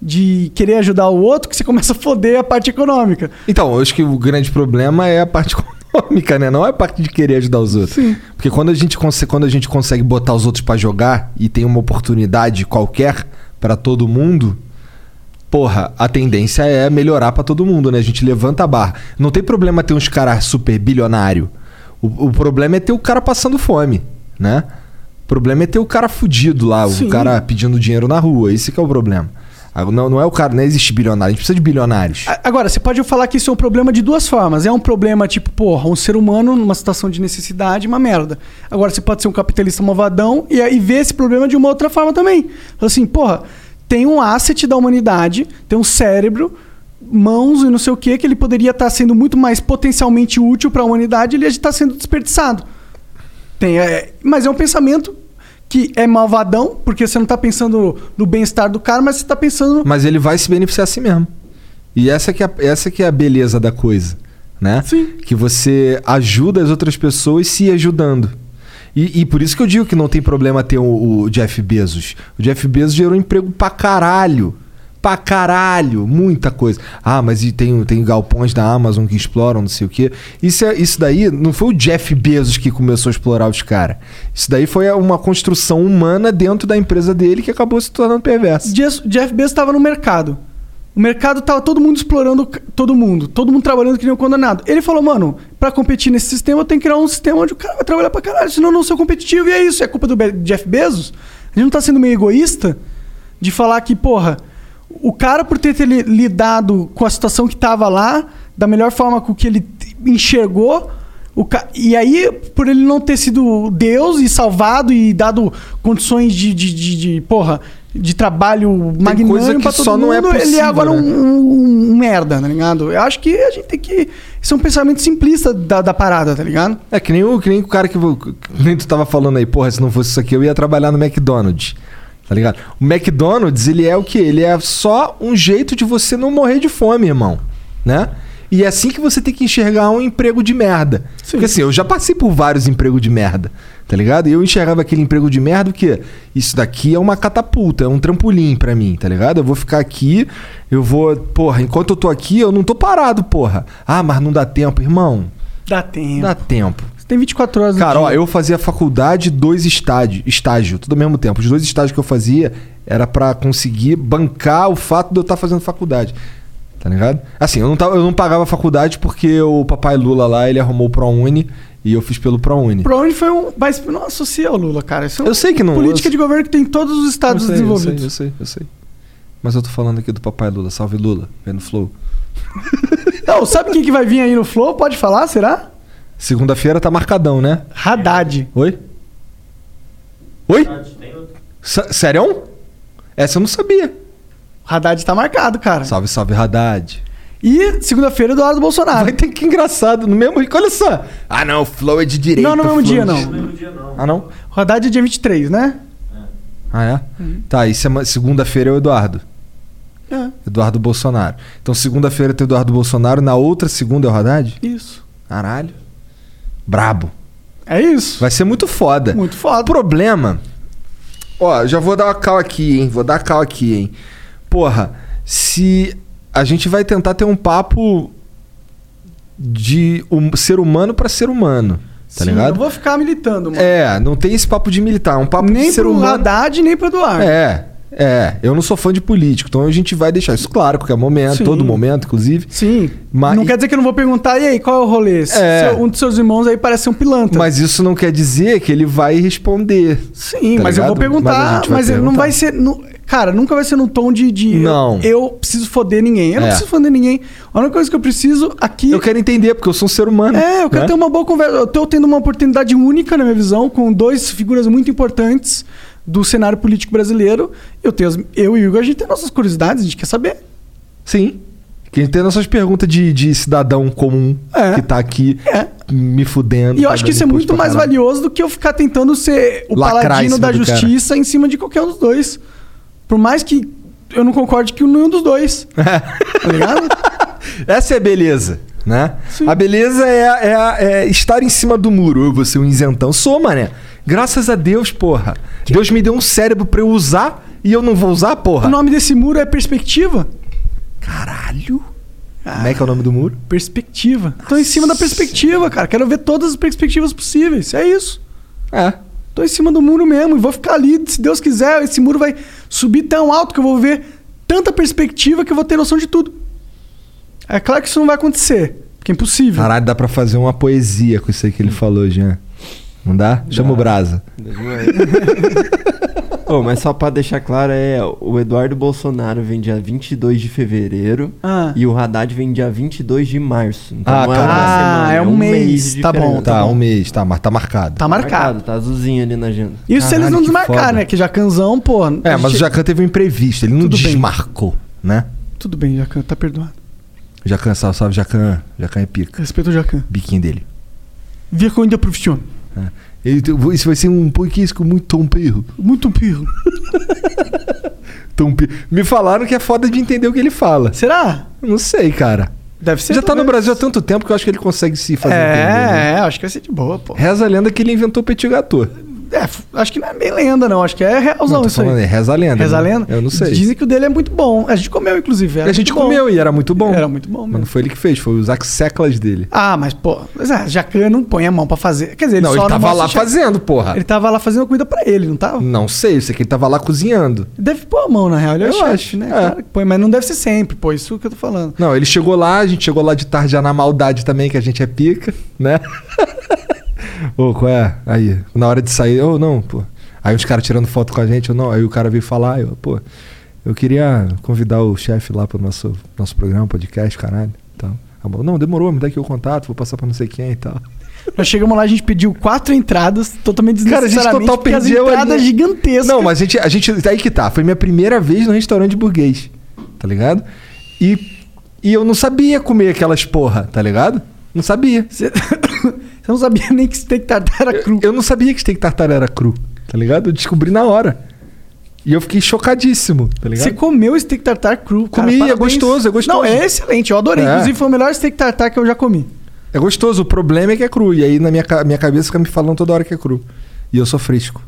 Speaker 3: de querer ajudar o outro que você começa a foder a parte econômica.
Speaker 2: Então, eu acho que o grande problema é a parte econômica, né? Não é a parte de querer ajudar os outros. Porque quando a gente consegue, quando a gente consegue botar os outros pra jogar e tem uma oportunidade qualquer pra todo mundo, porra, a tendência é melhorar pra todo mundo, né? A gente levanta a barra. Não tem problema ter uns caras super bilionário. O, o problema é ter o cara passando fome, né? O problema é ter o cara fudido lá,
Speaker 3: Sim.
Speaker 2: o cara pedindo dinheiro na rua. Esse que é o problema. Ah, Não, não é o cara, não existe bilionário. A gente precisa de bilionários.
Speaker 3: A- Agora, você pode falar que isso é um problema de duas formas. É um problema, tipo, porra, um ser humano numa situação de necessidade, uma merda. Agora, você pode ser um capitalista malvadão e, e ver esse problema de uma outra forma também. Fala Assim, porra, tem um asset da humanidade, tem um cérebro, mãos e não sei o que, que ele poderia estar sendo muito mais potencialmente útil para a humanidade, ele está sendo desperdiçado. Tem, é, mas é um pensamento que é malvadão, porque você não está pensando no bem-estar do cara, mas você está pensando
Speaker 2: Mas ele vai se beneficiar a si mesmo. E essa que é, essa que é a beleza da coisa, né?
Speaker 3: Sim.
Speaker 2: Que você ajuda as outras pessoas se ajudando. E, e por isso que eu digo que não tem problema ter o, o Jeff Bezos. O Jeff Bezos gerou emprego pra caralho. Pra caralho, muita coisa. Ah, mas e tem, tem galpões da Amazon que exploram, não sei o quê. Isso, é- isso daí não foi o Jeff Bezos que começou a explorar os caras. Isso daí foi uma construção humana dentro da empresa dele que acabou se tornando perversa.
Speaker 3: Jeff Jeff Bezos estava no mercado. O mercado tava todo mundo explorando c- todo mundo, todo mundo trabalhando que nem um condenado. Ele falou, mano, pra competir nesse sistema eu tenho que criar um sistema onde o cara vai trabalhar pra caralho, senão eu não sou competitivo. E é isso, é culpa do Be- Jeff Bezos. A gente não tá sendo meio egoísta de falar que, porra, o cara por ter, ter li- lidado com a situação que tava lá, da melhor forma com que ele t- enxergou, o ca- E aí, por ele não ter sido Deus e salvado e dado condições de, de, de, de, porra, de trabalho
Speaker 2: coisa
Speaker 3: magnânimo
Speaker 2: que
Speaker 3: pra todo
Speaker 2: só
Speaker 3: mundo,
Speaker 2: não é
Speaker 3: ele é
Speaker 2: possível,
Speaker 3: agora um,
Speaker 2: né?
Speaker 3: um- um merda, tá ligado? Eu acho que a gente tem que... Isso é um pensamento simplista da, da parada, tá ligado?
Speaker 2: É que nem o, que nem o cara que, vo- que nem tu tava falando aí, porra, se não fosse isso aqui eu ia trabalhar no McDonald's. Tá ligado? O McDonald's, ele é o quê? Ele é só um jeito de você não morrer de fome, irmão, né? E é assim que você tem que enxergar um emprego de merda. Porque assim, eu já passei por vários empregos de merda, tá ligado? E eu enxergava aquele emprego de merda porque isso daqui é uma catapulta, é um trampolim pra mim, tá ligado? Eu vou ficar aqui, eu vou, porra, enquanto eu tô aqui, eu não tô parado, porra. Ah, mas não dá tempo, irmão.
Speaker 3: Dá tempo.
Speaker 2: Dá tempo.
Speaker 3: Você tem 24 horas
Speaker 2: Cara,
Speaker 3: no
Speaker 2: ó,
Speaker 3: dia.
Speaker 2: eu fazia faculdade dois estágio, estágio, tudo ao mesmo tempo. Os dois estágios que eu fazia era pra conseguir bancar o fato de eu estar fazendo faculdade. Tá ligado? Assim, eu não, tava, eu não pagava faculdade porque o papai Lula lá, ele arrumou o ProUni e eu fiz pelo ProUni.
Speaker 3: Pra onde foi um... Mas não associa o Lula, cara. Isso é
Speaker 2: Eu sei que não-
Speaker 3: Política
Speaker 2: eu-
Speaker 3: de governo que tem em todos os
Speaker 2: Eu
Speaker 3: estados
Speaker 2: sei, eu sei,
Speaker 3: desenvolvidos.
Speaker 2: eu sei, eu sei. Mas eu tô falando aqui do papai Lula. Salve Lula, vendo Flow.
Speaker 3: Não, sabe quem que vai vir aí no Flow? Pode falar, será?
Speaker 2: Segunda-feira tá marcadão, né?
Speaker 3: Haddad.
Speaker 2: Oi? Oi? Sé- Sério? Essa eu não sabia.
Speaker 3: Haddad tá marcado, cara.
Speaker 2: Salve, salve Haddad.
Speaker 3: E segunda-feira, Eduardo Bolsonaro.
Speaker 2: Vai ter Ah, que engraçado no mesmo. Olha só. Ah, não, o Flow é de direita.
Speaker 3: Não, no mesmo
Speaker 2: Flow
Speaker 3: dia,
Speaker 2: é de-
Speaker 3: não.
Speaker 2: Ah, não?
Speaker 3: O Haddad é dia 23, né?
Speaker 2: Ah, é? Tá, e sema- segunda-feira é o Eduardo.
Speaker 3: É,
Speaker 2: Eduardo Bolsonaro. Então, segunda-feira tem o Eduardo Bolsonaro, na outra segunda é o Haddad?
Speaker 3: isso.
Speaker 2: Caralho. Brabo.
Speaker 3: É isso.
Speaker 2: Vai ser muito foda.
Speaker 3: Muito
Speaker 2: O
Speaker 3: foda.
Speaker 2: problema. Ó, já vou dar uma cal aqui, hein? Vou dar cal aqui, hein? Porra, se a gente vai tentar ter um papo de um ser humano pra ser humano. Tá
Speaker 3: Sim,
Speaker 2: ligado?
Speaker 3: Não vou ficar militando, mano.
Speaker 2: É, não tem esse papo de militar, é um papo
Speaker 3: nem
Speaker 2: de ser
Speaker 3: pro
Speaker 2: humano.
Speaker 3: Haddad, nem pro Eduardo.
Speaker 2: É, é. Eu não sou fã de político, então a gente vai deixar isso claro, a qualquer momento,
Speaker 3: Sim.
Speaker 2: todo momento, inclusive.
Speaker 3: Sim.
Speaker 2: Mas-
Speaker 3: Não quer dizer que eu não vou perguntar, e aí, qual é o rolê?
Speaker 2: É.
Speaker 3: Seu- um dos seus irmãos aí parece ser um pilantra.
Speaker 2: Mas isso não quer dizer que ele vai responder.
Speaker 3: Sim,
Speaker 2: Tá
Speaker 3: mas eu vou
Speaker 2: ligado? Mas a
Speaker 3: perguntar,
Speaker 2: gente
Speaker 3: mas,
Speaker 2: vai
Speaker 3: ele não
Speaker 2: perguntar.
Speaker 3: vai ser. nu- cara, nunca vai ser num tom de. de
Speaker 2: Não.
Speaker 3: Eu, eu preciso foder ninguém. Eu não
Speaker 2: É.
Speaker 3: preciso foder ninguém. A única coisa que eu preciso aqui.
Speaker 2: Eu quero entender, porque eu sou um ser humano.
Speaker 3: É, eu quero
Speaker 2: né?
Speaker 3: ter uma boa conversa. Eu tô tendo uma oportunidade única, na minha visão, com dois figuras muito importantes do cenário político brasileiro. Eu, tenho as- eu e o Igor, a gente tem nossas curiosidades, a gente quer saber.
Speaker 2: Sim. Quem tem nossas perguntas de, de cidadão comum
Speaker 3: É.
Speaker 2: que tá aqui
Speaker 3: É.
Speaker 2: me fudendo.
Speaker 3: E eu
Speaker 2: tá
Speaker 3: acho que
Speaker 2: dando
Speaker 3: isso é
Speaker 2: imposto
Speaker 3: muito
Speaker 2: pra
Speaker 3: mais
Speaker 2: caralho.
Speaker 3: valioso do que eu ficar tentando ser o
Speaker 2: Lacrar em
Speaker 3: paladino
Speaker 2: cima
Speaker 3: da
Speaker 2: do cara.
Speaker 3: justiça em cima de qualquer um dos dois. Por mais que eu não concorde que nenhum dos dois. tá ligado?
Speaker 2: Essa é a beleza, né? A beleza é, é- é estar em cima do muro. Eu vou ser um isentão. Sou, mané. Graças a Deus, porra. Deus me deu um cérebro pra eu usar e eu não vou usar, porra.
Speaker 3: O nome desse muro é perspectiva.
Speaker 2: Caralho.
Speaker 3: Ah.
Speaker 2: Como é que é o nome do muro?
Speaker 3: Perspectiva. Tô em cima da perspectiva, cara. Quero ver todas as perspectivas possíveis. É isso.
Speaker 2: É.
Speaker 3: Tô em cima do muro mesmo e vou ficar ali. Se Deus quiser, esse muro vai subir tão alto que eu vou ver tanta perspectiva que eu vou ter noção de tudo. É claro que isso não vai acontecer, porque é impossível.
Speaker 2: Caralho, dá pra fazer uma poesia com isso aí que ele falou, Jean. Não dá? Chama o Brasa.
Speaker 4: Ô, mas só pra deixar claro, é o Eduardo Bolsonaro vem dia 22 de fevereiro
Speaker 3: Ah.
Speaker 4: e o Haddad vem dia 22 de março. Então
Speaker 2: Ah,
Speaker 4: não é
Speaker 2: caralho.
Speaker 4: uma
Speaker 3: Ah,
Speaker 4: semana,
Speaker 3: é um mês.
Speaker 4: de
Speaker 3: Tá bom,
Speaker 4: diferença.
Speaker 2: tá, um mês, tá, mas tá marcado.
Speaker 3: Tá marcado.
Speaker 4: Tá azulzinho ali na agenda.
Speaker 3: Isso se eles não
Speaker 2: Caralho, que foda.
Speaker 3: desmarcar, né? Que Jacanzão, pô.
Speaker 2: É, mas o Jacan teve um imprevisto, ele não
Speaker 3: Tudo bem.
Speaker 2: desmarcou, né?
Speaker 3: Tudo bem, Jacan, tá perdoado.
Speaker 2: Jacan, salve, salve, Jacan. Jacan é pica.
Speaker 3: Respeito o Jacan.
Speaker 2: Biquinho dele.
Speaker 3: Via com ainda profissional.
Speaker 2: né? Ele tem- isso vai ser um podcast muito tão perro.
Speaker 3: Muito pirro.
Speaker 2: Tão perro. Me falaram que é foda de entender o que ele fala.
Speaker 3: Será?
Speaker 2: Eu Não sei, cara.
Speaker 3: Deve ser.
Speaker 2: Já tá no
Speaker 3: talvez.
Speaker 2: Brasil há tanto tempo que eu acho que ele consegue se fazer entender. né?
Speaker 3: É, é, acho que vai ser de boa, pô.
Speaker 2: Reza a lenda que ele inventou o petit gâteau.
Speaker 3: É, f- acho que não é bem lenda, não. Acho que é realzão
Speaker 2: Não, tô
Speaker 3: isso aí.
Speaker 2: falando, é reza a lenda.
Speaker 3: Reza a
Speaker 2: né?
Speaker 3: lenda?
Speaker 2: Eu não sei.
Speaker 3: Dizem que o dele é muito bom. A gente comeu, inclusive.
Speaker 2: E a gente comeu e era muito bom.
Speaker 3: Era muito bom
Speaker 2: Mas não
Speaker 3: mesmo.
Speaker 2: foi ele que fez, foi os seclas dele.
Speaker 3: Ah, mas, pô, mas, ah, Jacan não põe a mão pra fazer. Quer dizer, ele
Speaker 2: não,
Speaker 3: só
Speaker 2: ele tava
Speaker 3: mostra
Speaker 2: lá
Speaker 3: o chefe.
Speaker 2: fazendo, porra.
Speaker 3: Ele tava lá fazendo comida pra ele, não tava?
Speaker 2: Não sei, eu sei que ele tava lá cozinhando.
Speaker 3: Deve pôr a mão, na real. Ele é
Speaker 2: Eu
Speaker 3: o chefe,
Speaker 2: acho,
Speaker 3: né?
Speaker 2: é.
Speaker 3: Claro que põe, mas não deve ser sempre, pô. Isso que eu tô falando.
Speaker 2: Não, ele chegou lá, a gente chegou lá de tarde já na maldade também, que a gente é pica, né? Ô, qual é? Aí, na hora de sair, ô, não, pô. Aí os caras tirando foto com a gente, ou não. Aí o cara veio falar, eu, pô, eu queria convidar o chefe lá pro nosso, nosso programa, podcast, caralho. Então, a mo- não, demorou, me dá aqui o contato, vou passar pra não sei quem e tal.
Speaker 3: Nós chegamos lá, a gente pediu quatro entradas, totalmente
Speaker 2: Cara, a gente
Speaker 3: desnecessariamente,
Speaker 2: total
Speaker 3: porque as
Speaker 2: perdeu a
Speaker 3: entradas
Speaker 2: linha.
Speaker 3: gigantescas.
Speaker 2: Não, mas a gente, a gente. Aí que tá. Foi minha primeira vez no restaurante burguês. Tá ligado? E, e eu não sabia comer aquelas porra, tá ligado? Não sabia.
Speaker 3: Você, Você não sabia nem que steak tartar era cru.
Speaker 2: Eu não sabia que steak tartar era cru, tá ligado? Eu descobri na hora. E eu fiquei chocadíssimo, tá ligado?
Speaker 3: Você comeu steak tartar cru. cara,
Speaker 2: Comi, é
Speaker 3: parabéns.
Speaker 2: gostoso, é gostoso.
Speaker 3: Não, é excelente, eu adorei.
Speaker 2: É.
Speaker 3: Inclusive, foi o melhor steak tartar que eu já comi.
Speaker 2: É gostoso, o problema é que é cru. E aí na minha, ca- minha cabeça fica me falando toda hora que é cru. E eu sou fresco.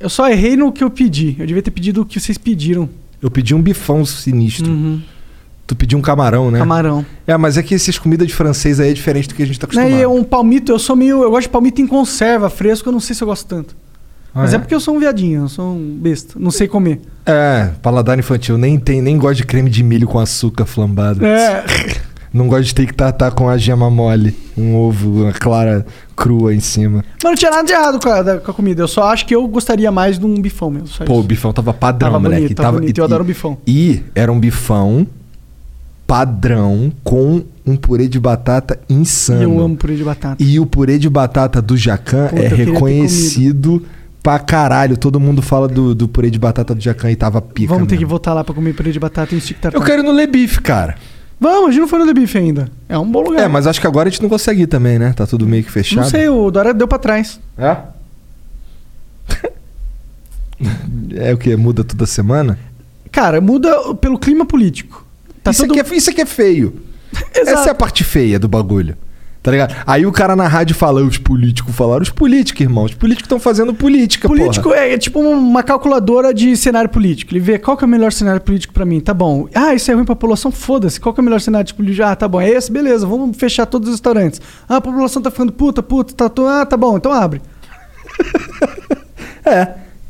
Speaker 3: Eu só errei no que eu pedi. Eu devia ter pedido o que vocês pediram.
Speaker 2: Eu pedi um bifão sinistro.
Speaker 3: Uhum.
Speaker 2: Tu pediu um camarão, né?
Speaker 3: Camarão.
Speaker 2: É, mas é que essas comidas de francês aí é diferente do que a gente tá acostumado.
Speaker 3: Né, e um palmito, eu sou meio. Eu gosto de palmito em conserva, fresco, eu não sei se eu gosto tanto.
Speaker 2: Ah,
Speaker 3: Mas é?
Speaker 2: é?
Speaker 3: porque eu sou um viadinho, eu sou um besta. Não sei comer.
Speaker 2: É, paladar infantil. Nem tem, nem gosto de creme de milho com açúcar flambado.
Speaker 3: É.
Speaker 2: Não gosto de ter que tartar com a gema mole. Um ovo, uma clara crua em cima.
Speaker 3: Mas não tinha nada de errado com a, da- com a comida. Eu só acho que eu gostaria mais de um bifão mesmo. só
Speaker 2: Pô, o
Speaker 3: isso.
Speaker 2: bifão tava padrão,
Speaker 3: Tava
Speaker 2: moleque.
Speaker 3: bonito, tava bonito. Eu adoro um bifão.
Speaker 2: E era um bifão padrão com um purê de batata insano.
Speaker 3: E eu amo purê de batata.
Speaker 2: E o purê de batata do Jacan
Speaker 3: Puta,
Speaker 2: é
Speaker 3: eu queria ter
Speaker 2: reconhecido pra caralho. Todo mundo fala do, do purê de batata do Jacan e tava pica.
Speaker 3: Vamos ter que
Speaker 2: mano.
Speaker 3: voltar lá pra comer purê de batata e um stick tartar.
Speaker 2: Eu quero ir no Lebif, cara.
Speaker 3: Vamos, a gente não foi no The Beef ainda. É um bom lugar.
Speaker 2: É, mas acho que agora a gente não consegue ir também, né? Tá tudo meio que fechado.
Speaker 3: Não sei, o Dora deu pra trás.
Speaker 2: É? é o quê? Muda toda semana?
Speaker 3: Cara, muda pelo clima político. Tá
Speaker 2: isso,
Speaker 3: todo...
Speaker 2: aqui é, isso aqui é feio.
Speaker 3: Exato.
Speaker 2: Essa é a parte feia do bagulho. Tá ligado? Aí o cara na rádio fala, os políticos falaram, os políticos, irmão. Os políticos estão fazendo política,
Speaker 3: Político
Speaker 2: porra.
Speaker 3: é, é tipo uma calculadora de cenário político. Ele vê qual que é o melhor cenário político pra mim. Tá bom. Ah, isso é ruim pra população? Foda-se. Qual que é o melhor cenário político? Ah, tá bom. É esse? Beleza. Vamos fechar todos os restaurantes. Ah, a população tá ficando puta, puta, tá... tu- Ah, tá bom. Então abre.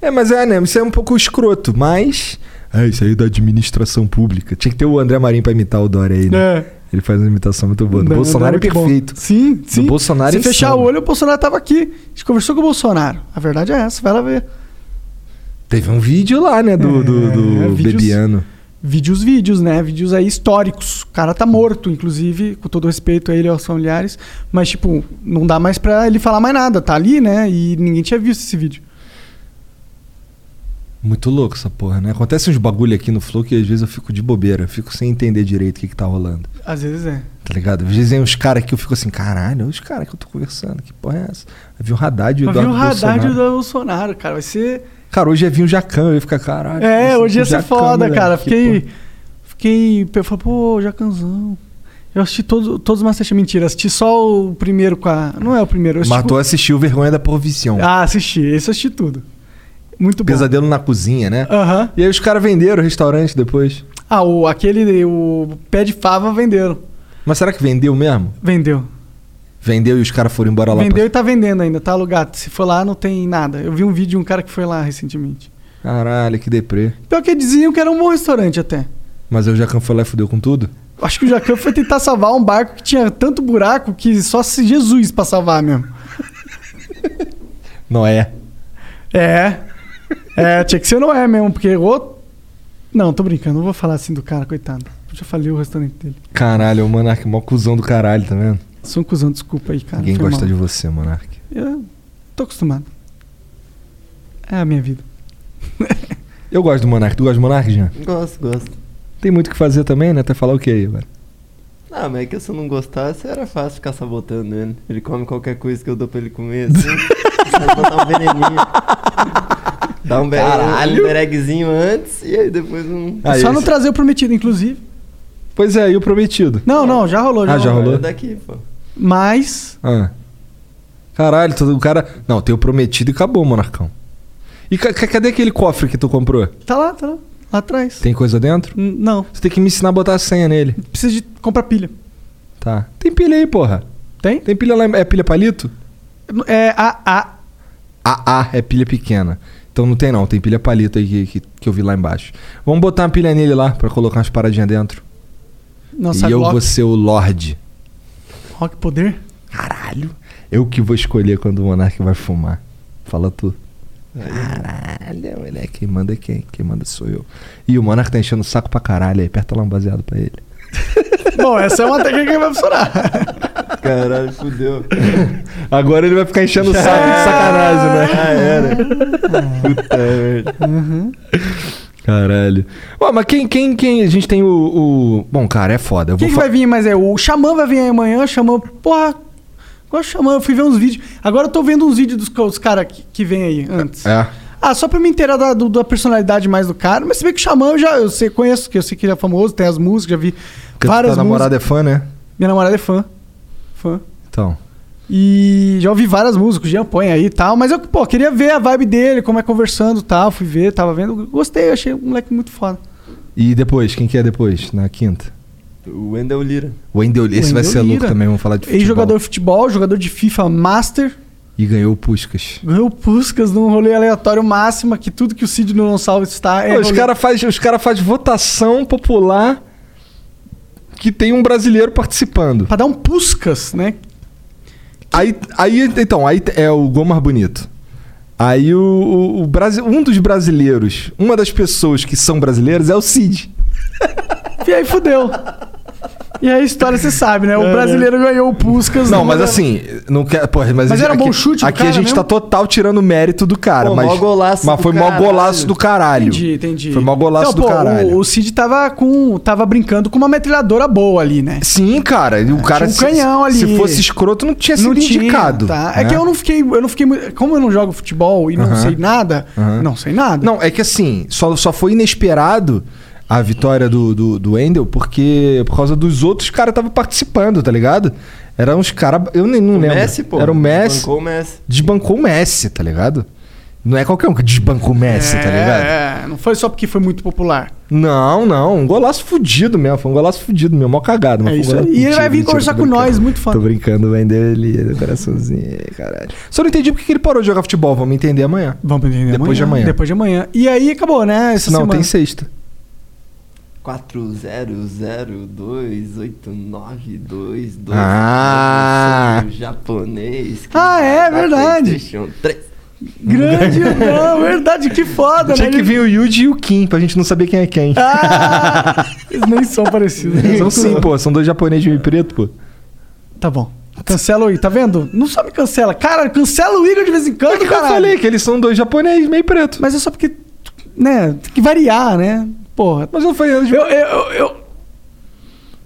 Speaker 2: É, mas é, né? Isso é um pouco escroto, mas. É, isso aí é da administração pública. Tinha que ter o André Marinho pra imitar o Dória aí, né?
Speaker 3: É.
Speaker 2: Ele faz uma imitação muito boa. Do
Speaker 3: Não,
Speaker 2: Bolsonaro
Speaker 3: não
Speaker 2: é
Speaker 3: muito bom.
Speaker 2: perfeito.
Speaker 3: Sim, sim.
Speaker 2: Bolsonaro
Speaker 3: Se
Speaker 2: é
Speaker 3: fechar
Speaker 2: insano.
Speaker 3: o olho, o Bolsonaro tava aqui. A gente conversou com o Bolsonaro. A verdade é essa. Vai lá ver.
Speaker 2: Teve um vídeo lá, né? Do, do, do
Speaker 3: É, vídeos-
Speaker 2: Bebiano.
Speaker 3: Vídeos, vídeos, né? Vídeos aí históricos. O cara tá morto, inclusive, com todo respeito a ele e aos familiares. Mas, tipo, não dá mais pra ele falar mais nada. Tá ali, né? E ninguém tinha visto esse vídeo.
Speaker 2: Muito louco essa porra, né? Acontece uns bagulho aqui no Flow que às vezes eu fico de bobeira. eu Fico sem entender direito o que, que tá rolando.
Speaker 3: Às vezes é.
Speaker 2: Tá ligado? Às vezes vem uns caras que eu fico assim, caralho, olha os caras que eu tô conversando. Que porra é essa? Aí vi o Haddad e o
Speaker 3: Mas viu
Speaker 2: Eduardo
Speaker 3: o radar
Speaker 2: Bolsonaro.
Speaker 3: do Bolsonaro, cara. Vai ser.
Speaker 2: Cara, hoje ia vir o Jacan, eu ia ficar, caralho.
Speaker 3: É,
Speaker 2: nossa,
Speaker 3: hoje ia
Speaker 2: o
Speaker 3: ser
Speaker 2: Jacquin,
Speaker 3: foda,
Speaker 2: moleque,
Speaker 3: cara.
Speaker 2: que
Speaker 3: Fiquei.
Speaker 2: porra.
Speaker 3: Fiquei. Eu falei, pô, Jacanzão. Eu assisti todo, todos os Masterchef. Mentira, assisti só o primeiro com a. Não é o primeiro. Eu assisti
Speaker 2: Matou
Speaker 3: com-
Speaker 2: assistiu Vergonha da Provisão.
Speaker 3: Ah, assisti. Esse eu assisti tudo. Muito bom.
Speaker 2: Pesadelo na cozinha, né?
Speaker 3: Aham.
Speaker 2: E aí os caras venderam o restaurante depois.
Speaker 3: Ah, o, aquele. O pé de fava venderam.
Speaker 2: Mas será que vendeu mesmo?
Speaker 3: Vendeu.
Speaker 2: Vendeu e os caras foram embora lá.
Speaker 3: vendeu e tá vendendo ainda, tá alugado. Se for lá, não tem nada. Eu vi um vídeo de um cara que foi lá recentemente.
Speaker 2: Pra... Caralho, que deprê.
Speaker 3: Pior que diziam que era um bom restaurante até.
Speaker 2: Mas aí o Jacan foi lá e fudeu com tudo?
Speaker 3: Acho que o Jacan foi tentar salvar um barco que tinha tanto buraco que só se Jesus pra salvar mesmo.
Speaker 2: Não é.
Speaker 3: É. É, tinha que ser não é mesmo, porque o. Não, tô brincando, não vou falar assim do cara, coitado. Eu já falei o restaurante dele.
Speaker 2: Caralho, é o Monark, mó cuzão do caralho, tá vendo?
Speaker 3: Sou um cuzão, desculpa aí, cara.
Speaker 2: Ninguém
Speaker 3: foi
Speaker 2: gosta de
Speaker 3: mal.
Speaker 2: você, Monark.
Speaker 3: Eu tô acostumado. É a minha vida.
Speaker 2: Eu gosto do Monark. Tu gosta do Monark, Jean?
Speaker 4: Gosto, gosto.
Speaker 2: Tem muito o que fazer também, né? Até falar o que aí, velho?
Speaker 4: Ah, mas é que se eu não gostasse, era fácil ficar sabotando ele. Ele come qualquer coisa que eu dou pra ele comer, assim. Só botar um veneninho. Dá um, be- um bereguezinho antes e aí depois um...
Speaker 2: Ah,
Speaker 3: Só
Speaker 2: esse-
Speaker 3: não trazer o prometido, inclusive.
Speaker 2: Pois é, e o prometido?
Speaker 3: Não, não, já rolou.
Speaker 2: Ah, já
Speaker 3: rolou.
Speaker 2: rolou.
Speaker 4: Olha é daqui, pô.
Speaker 3: Mas.
Speaker 2: Ah. Caralho, todo o cara. Não, tem o prometido e acabou, Monarcão. E ca- ca- cadê aquele cofre que tu comprou?
Speaker 3: Tá lá, tá lá. Lá atrás.
Speaker 2: Tem coisa dentro?
Speaker 3: N- Não,
Speaker 2: Você tem que me ensinar a botar a senha nele.
Speaker 3: precisa de comprar pilha.
Speaker 2: Tá. Tem pilha aí, porra.
Speaker 3: Tem?
Speaker 2: Tem pilha lá. em- É pilha palito?
Speaker 3: É a. a
Speaker 2: AA é pilha pequena. Então não tem não, tem pilha palito aí que, que, que eu vi lá embaixo. Vamos botar uma pilha nele lá pra colocar umas paradinhas dentro.
Speaker 3: nossa,
Speaker 2: e eu
Speaker 3: Glock.
Speaker 2: vou ser o Lorde.
Speaker 3: Rock Poder.
Speaker 2: Caralho. Eu que vou escolher quando o Monark vai fumar. Fala tu. Caralho, moleque. Quem manda é quem? Quem manda sou eu. E o Monark tá enchendo o saco pra caralho aí. Aperta lá um baseado pra ele.
Speaker 3: Bom, essa é uma técnica que vai funcionar.
Speaker 4: Caralho, fudeu.
Speaker 2: Agora ele vai ficar enchendo o saco de sacanagem, né?
Speaker 4: Ah, era. Puta merda.
Speaker 3: Uhum.
Speaker 2: Caralho. Ó, mas quem, quem, quem? A gente tem o. o- Bom, cara, é foda. Eu
Speaker 3: Quem
Speaker 2: vou
Speaker 3: que
Speaker 2: fa-
Speaker 3: vai vir mais é? O Xamã vai vir aí amanhã, o Xamã. Porra. Qual é o Xamã? Eu fui ver uns vídeos. Agora eu tô vendo uns vídeos dos, co- os caras que, que vem aí antes.
Speaker 2: É.
Speaker 3: Ah, só pra me inteirar da, do- da personalidade mais do cara. Mas se bem que o Xamã eu já eu sei, conheço, que eu sei que ele é famoso, tem as músicas, já vi
Speaker 2: Porque
Speaker 3: várias
Speaker 2: tua
Speaker 3: músicas.
Speaker 2: namorada é fã, né?
Speaker 3: Minha namorada é fã. Fã.
Speaker 2: Então.
Speaker 3: E já ouvi várias músicas, o Jean põe aí e tal, mas eu, pô, queria ver a vibe dele, como é conversando e tal, fui ver, tava vendo, gostei, achei um moleque muito foda.
Speaker 2: E depois, quem que é depois? Na quinta?
Speaker 4: O Wendel Lira.
Speaker 2: O Wendel, esse
Speaker 3: Wendel
Speaker 2: vai ser louco
Speaker 3: Lira.
Speaker 2: também, vamos falar de futebol.
Speaker 3: Ex-jogador de futebol, jogador de FIFA Master,
Speaker 2: E ganhou o Puskas.
Speaker 3: ganhou o Puskas num rolê aleatório máxima, que tudo que o Cid não salva está é
Speaker 2: os
Speaker 3: rolê-
Speaker 2: caras fazem cara faz votação popular que tem um brasileiro participando.
Speaker 3: Pra dar um Puskas, né?
Speaker 2: Aí, aí, então, aí é o gol mais bonito. Aí o, o, o Brasi- um dos brasileiros, uma das pessoas que são brasileiras é o Cid.
Speaker 3: E aí fudeu. E aí a história você sabe, né? O brasileiro ganhou o Puskas.
Speaker 2: É, Não,
Speaker 3: num
Speaker 2: mas
Speaker 3: rolê-
Speaker 2: assim, não quer, porra, mas,
Speaker 3: Mas
Speaker 2: a gente-
Speaker 3: era um
Speaker 2: aqui,
Speaker 3: bom chute do
Speaker 2: Aqui
Speaker 3: cara
Speaker 2: a gente tá
Speaker 3: mesmo?
Speaker 2: total tirando o mérito do cara,
Speaker 4: Pô,
Speaker 2: mas
Speaker 4: mó golaço
Speaker 2: mas
Speaker 4: do
Speaker 2: foi mó
Speaker 4: caralho.
Speaker 2: golaço do caralho.
Speaker 3: Entendi, entendi.
Speaker 2: Foi mó golaço
Speaker 3: Então,
Speaker 2: do
Speaker 3: pô,
Speaker 2: caralho.
Speaker 3: O, o Cid tava com. tava brincando com uma metralhadora boa ali, né?
Speaker 2: Sim, cara. e o cara
Speaker 3: um
Speaker 2: se-
Speaker 3: canhão ali.
Speaker 2: Se fosse escroto, não tinha É sido
Speaker 3: não tinha,
Speaker 2: indicado.
Speaker 3: tá? É
Speaker 2: né?
Speaker 3: que eu não fiquei, eu não fiquei, muito- como eu não jogo futebol e não
Speaker 2: Aham.
Speaker 3: sei nada,
Speaker 2: Aham.
Speaker 3: não sei nada.
Speaker 2: Não, é que assim, só, só foi inesperado a vitória do, do, do Wendel porque por causa dos outros caras estavam participando, tá ligado? Eram uns caras. Eu nem não
Speaker 4: O
Speaker 2: lembro.
Speaker 4: Messi, pô.
Speaker 2: Era o Messi.
Speaker 4: Bancou o Messi.
Speaker 2: Desbancou o Messi, tá ligado? Não é qualquer um que desbancou o Messi, tá ligado?
Speaker 3: É, não foi só porque foi muito popular.
Speaker 2: Não, não. Um golaço fudido mesmo. Foi um golaço fudido mesmo. Mó cagado. mas
Speaker 3: É
Speaker 2: foi um
Speaker 3: isso
Speaker 2: golaço
Speaker 3: aí. E ele
Speaker 2: fudido,
Speaker 3: vai vir
Speaker 2: mentira,
Speaker 3: conversar
Speaker 2: tô
Speaker 3: com
Speaker 2: brincando.
Speaker 3: nós, muito foda.
Speaker 2: Tô brincando, vendeu ele do né, coraçãozinho. Caralho. Só não entendi porque que ele parou de jogar futebol. Vamos entender amanhã.
Speaker 3: Vamos entender
Speaker 2: Depois de amanhã.
Speaker 3: Depois de amanhã. E aí acabou, né? Essa
Speaker 2: não,
Speaker 3: semana.
Speaker 2: tem sexta.
Speaker 4: 40028922
Speaker 2: Ah!
Speaker 4: um japonês. que
Speaker 3: Ah, é
Speaker 4: vai dar
Speaker 3: verdade.
Speaker 4: PlayStation 3.
Speaker 3: Grande, não, verdade, que foda,
Speaker 2: Tinha
Speaker 3: né?
Speaker 2: que vir o Yuji e o Kim pra gente não saber quem é quem.
Speaker 3: Ah, eles nem são parecidos. né?
Speaker 2: São sim, pô. São dois japoneses de meio preto, pô.
Speaker 3: Tá bom. Cancela aí, tá vendo? Não só me cancela. Cara, cancela o Igor de vez em quando,
Speaker 2: É que eu
Speaker 3: caralho.
Speaker 2: falei que eles são dois japoneses meio preto.
Speaker 3: Mas é só porque, né, tem que variar, né? Porra.
Speaker 2: Mas eu falei... eles-
Speaker 3: Eu, eu, eu, eu-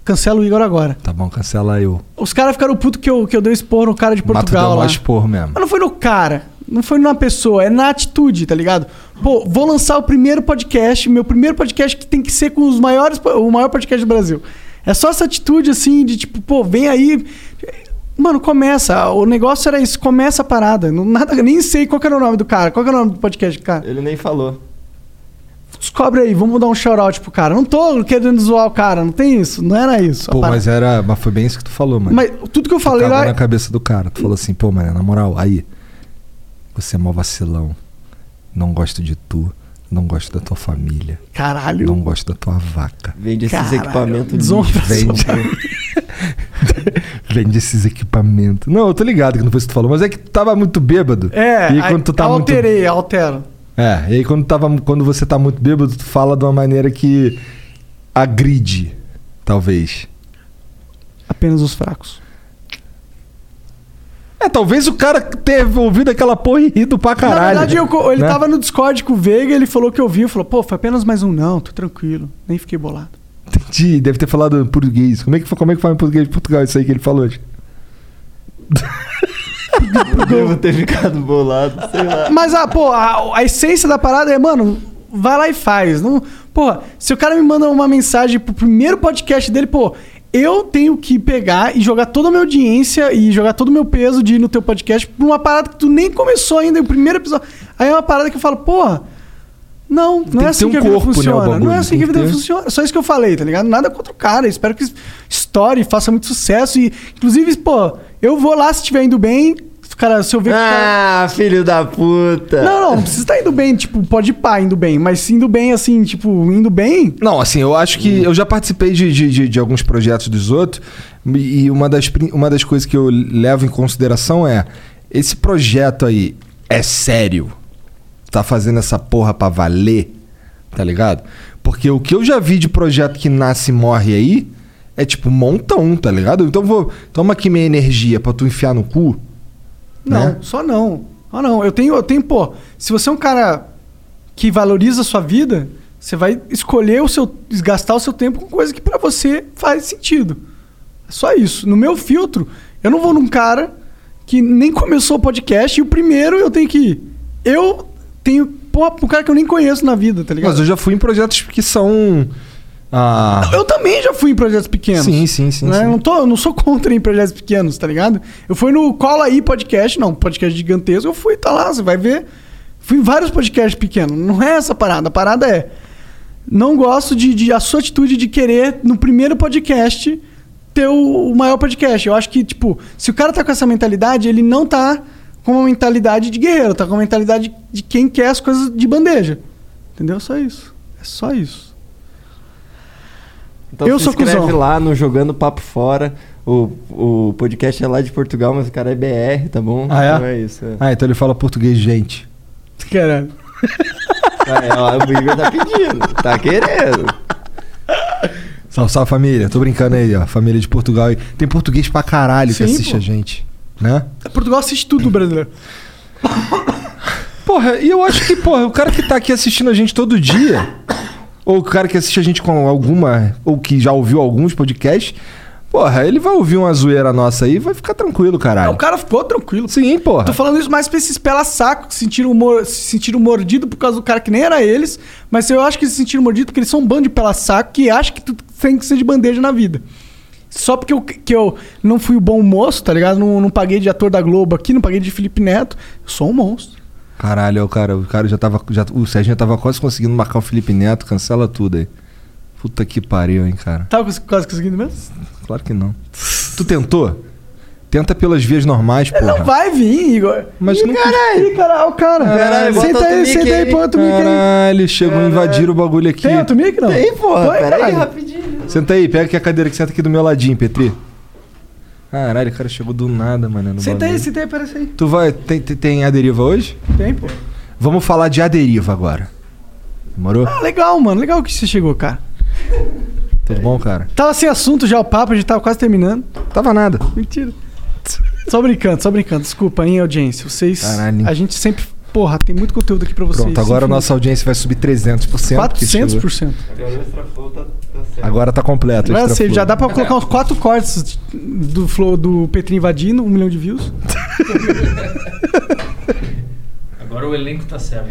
Speaker 3: Cancela o Igor agora.
Speaker 2: Tá bom, cancela eu.
Speaker 3: Os caras ficaram putos que eu, que eu dei expor no cara de
Speaker 2: Mato tipo,
Speaker 3: Portugal
Speaker 2: deu
Speaker 3: lá. Tá
Speaker 2: mais porro mesmo.
Speaker 3: Mas não foi no cara. Não foi na pessoa, é na atitude, tá ligado? Pô, vou lançar o primeiro podcast, meu primeiro podcast que tem que ser com os maiores, o maior podcast do Brasil. É só essa atitude assim de tipo, pô, vem aí. Mano, começa. O negócio era isso, começa a parada. Não, nada, nem sei qual que era o nome do cara, qual que era o nome do podcast, do cara.
Speaker 4: Ele nem falou.
Speaker 3: Descobre aí, vamos dar um shout-out pro cara. Não tô querendo zoar o cara, não tem isso, não era isso. a
Speaker 2: Pô,
Speaker 3: parada.
Speaker 2: mas era... Mas foi bem isso que tu falou, mano.
Speaker 3: Mas tudo que eu
Speaker 2: Tu
Speaker 3: falei
Speaker 2: cagou
Speaker 3: lá. é
Speaker 2: na cabeça do cara. Tu falou assim, pô, mano, na moral, aí. Você é mó vacilão. Não gosto de tu. Não gosto da tua família.
Speaker 3: Caralho.
Speaker 2: Não gosto da tua vaca.
Speaker 4: Vende esses
Speaker 3: Caralho,
Speaker 4: equipamentos
Speaker 3: desonra
Speaker 4: lixo.
Speaker 3: essa
Speaker 2: Vende. Vende esses equipamentos. Não, eu tô ligado que não foi isso que tu falou, mas é que tu tava muito bêbado.
Speaker 3: É,
Speaker 2: e aí, quando tu tá muito.
Speaker 3: alterei, altero.
Speaker 2: É, e aí quando, tava, quando você tá muito bêbado, tu fala de uma maneira que agride, talvez.
Speaker 3: Apenas os fracos.
Speaker 2: É, talvez o cara tenha ouvido aquela porra e rido pra caralho.
Speaker 3: Na verdade, eu co- ele
Speaker 2: né?
Speaker 3: tava no Discord com o Veiga, ele falou que eu vi, falou, pô, foi apenas mais um não, tô tranquilo, nem fiquei bolado.
Speaker 2: Entendi, deve ter falado em português. Como é que, fa- como é que fala em português de Portugal isso aí que ele falou hoje?
Speaker 4: Eu devo ter ficado bolado, sei lá.
Speaker 3: Mas, ah, pô, a, a essência da parada é, mano, vai lá e faz. Não, porra, se o cara me manda uma mensagem pro primeiro podcast dele, pô, eu tenho que pegar e jogar toda a minha audiência e jogar todo o meu peso de ir no teu podcast pra uma parada que tu nem começou ainda, é o primeiro episódio. Aí é uma parada que eu falo, porra, não, não
Speaker 2: que
Speaker 3: é
Speaker 2: ter
Speaker 3: assim
Speaker 2: um
Speaker 3: que a vida
Speaker 2: corpo, né, o
Speaker 3: funciona.
Speaker 2: bagulho,
Speaker 3: Não é assim
Speaker 2: tem
Speaker 3: que a
Speaker 2: que
Speaker 3: vida
Speaker 2: ter.
Speaker 3: funciona. Só isso que eu falei, tá ligado? Nada contra o cara. Espero que estoure, faça muito sucesso. E, inclusive, pô, eu vou lá se estiver indo bem. Cara, se eu ver que o cara-
Speaker 4: Ah, filho da puta.
Speaker 3: não, não, não precisa estar indo bem, tipo, pode ir pá, indo bem, mas se indo bem, assim, tipo, indo bem.
Speaker 2: Não, assim, eu acho que eu já participei de, de, de- de alguns projetos dos outros e uma das, prin- uma das coisas que eu levo em consideração é esse projeto aí é sério? Tá fazendo essa porra pra valer? Tá ligado? Porque o que eu já vi de projeto que nasce e morre aí é tipo montão, tá ligado? Então vou toma aqui minha energia pra tu enfiar no cu.
Speaker 3: Não,
Speaker 2: né?
Speaker 3: só não. Só não. Eu tenho, eu tenho, pô, se você é um cara que valoriza a sua vida, você vai escolher o seu. gastar o seu tempo com coisa que pra você faz sentido. É só isso. No meu filtro, eu não vou num cara que nem começou o podcast e o primeiro eu tenho que ir. Eu tenho, pô, um cara que eu nem conheço na vida, tá ligado?
Speaker 2: Mas eu já fui em projetos que são ah,
Speaker 3: Eu também já fui em projetos pequenos.
Speaker 2: Sim, sim, sim,
Speaker 3: Né?
Speaker 2: sim.
Speaker 3: Eu, não tô, eu não sou contra em projetos pequenos, tá ligado? Eu fui no Cola Aí podcast, não, podcast gigantesco, eu fui, tá lá, você vai ver. Fui em vários podcasts pequenos. Não é essa parada. A parada é. Não gosto de, de- a sua atitude de querer, no primeiro podcast, ter o, o maior podcast. Eu acho que, tipo, se o cara tá com essa mentalidade, ele não tá com uma mentalidade de guerreiro, tá com uma mentalidade de quem quer as coisas de bandeja. Entendeu? Só isso. É só isso.
Speaker 4: Então
Speaker 3: Eu
Speaker 4: se
Speaker 3: sou
Speaker 4: inscreve
Speaker 3: cuzão.
Speaker 4: lá no Jogando Papo Fora. O, o podcast é lá de Portugal, mas o cara é BR, tá bom?
Speaker 2: Ah, é?
Speaker 4: Então é isso. É.
Speaker 2: Ah, então ele fala português, gente.
Speaker 3: Caralho.
Speaker 4: Ah, é, ó, o Igor tá pedindo, tá querendo.
Speaker 2: Salve, salve família. Tô brincando aí, ó. Família de Portugal. aí. Tem português pra caralho que
Speaker 3: Sim,
Speaker 2: assiste
Speaker 3: pô.
Speaker 2: a gente. Né?
Speaker 3: Portugal assiste tudo brasileiro.
Speaker 2: Porra, e eu acho que, porra, o cara que tá aqui assistindo a gente todo dia, ou o cara que assiste a gente com alguma, ou que já ouviu alguns podcasts, Porra, ele vai ouvir uma zoeira nossa aí e vai ficar tranquilo,
Speaker 3: Ah,
Speaker 2: caralho.
Speaker 3: o cara ficou
Speaker 2: É.
Speaker 3: tranquilo.
Speaker 2: Sim, porra.
Speaker 3: Tô falando isso mais pra esses pela saco que se sentiram, mor- se sentiram mordido por causa do cara que nem era eles, mas eu acho que eles se sentiram mordido porque eles são um bando de pela saco que acha que tu tem que ser de bandeja na vida. Só porque eu, que eu não fui o bom moço, tá ligado? Não, não paguei de ator da Globo aqui, não paguei de Felipe Neto. Eu sou um monstro.
Speaker 2: Caralho, é o cara, o cara já tava. Já, o Serginho já tava quase conseguindo marcar o Felipe Neto, cancela tudo aí. Puta que pariu, hein, cara.
Speaker 3: Tava cons- quase conseguindo mesmo?
Speaker 2: Claro que não. Tu tentou? Tenta pelas vias normais, porra.
Speaker 3: Não vai vir, Igor.
Speaker 2: Mas
Speaker 3: Ih,
Speaker 2: não-
Speaker 3: caralho. Ih, caralho, cara.
Speaker 4: Caralho, bota
Speaker 3: senta
Speaker 4: outro
Speaker 3: aí,
Speaker 4: mic
Speaker 3: senta aí,
Speaker 4: aí.
Speaker 3: põe outro mic aí.
Speaker 2: Caralho, chegou a invadir o bagulho aqui.
Speaker 3: Tem outro mic, não?
Speaker 4: Tem, porra.
Speaker 3: Põe,
Speaker 4: Pera aí,
Speaker 3: caralho.
Speaker 4: rapidinho.
Speaker 2: Senta aí, pega aqui a cadeira que senta aqui do meu ladinho, Petri. Caralho, o cara chegou do nada, mano. no
Speaker 3: Senta
Speaker 2: bagulho.
Speaker 3: aí, senta aí, parece aí.
Speaker 2: Tu vai. Tem, tem, tem a deriva hoje?
Speaker 3: Tem, pô.
Speaker 2: Vamos falar de a deriva agora. Demorou?
Speaker 3: Ah, legal, mano. Legal que você chegou, cara.
Speaker 2: Tudo bom, cara?
Speaker 3: Tava sem assunto já o papo, a gente tava quase terminando.
Speaker 2: Tava nada.
Speaker 3: Mentira. Só brincando, só brincando. Desculpa, hein, audiência. Vocês.
Speaker 2: Caralho.
Speaker 3: A gente sempre. Porra, tem muito conteúdo aqui pra vocês.
Speaker 2: Pronto, agora a
Speaker 3: Enfim,
Speaker 2: nossa audiência vai subir 300%. porque chegou.
Speaker 3: 400%.
Speaker 4: Agora o extra flow tá, tá certo.
Speaker 2: Agora tá completo.
Speaker 3: Agora
Speaker 2: extra
Speaker 3: sei,
Speaker 2: flow.
Speaker 3: já dá pra colocar uns quatro cortes do flow do Petrinho invadindo, um milhão de views.
Speaker 7: Agora o elenco tá certo.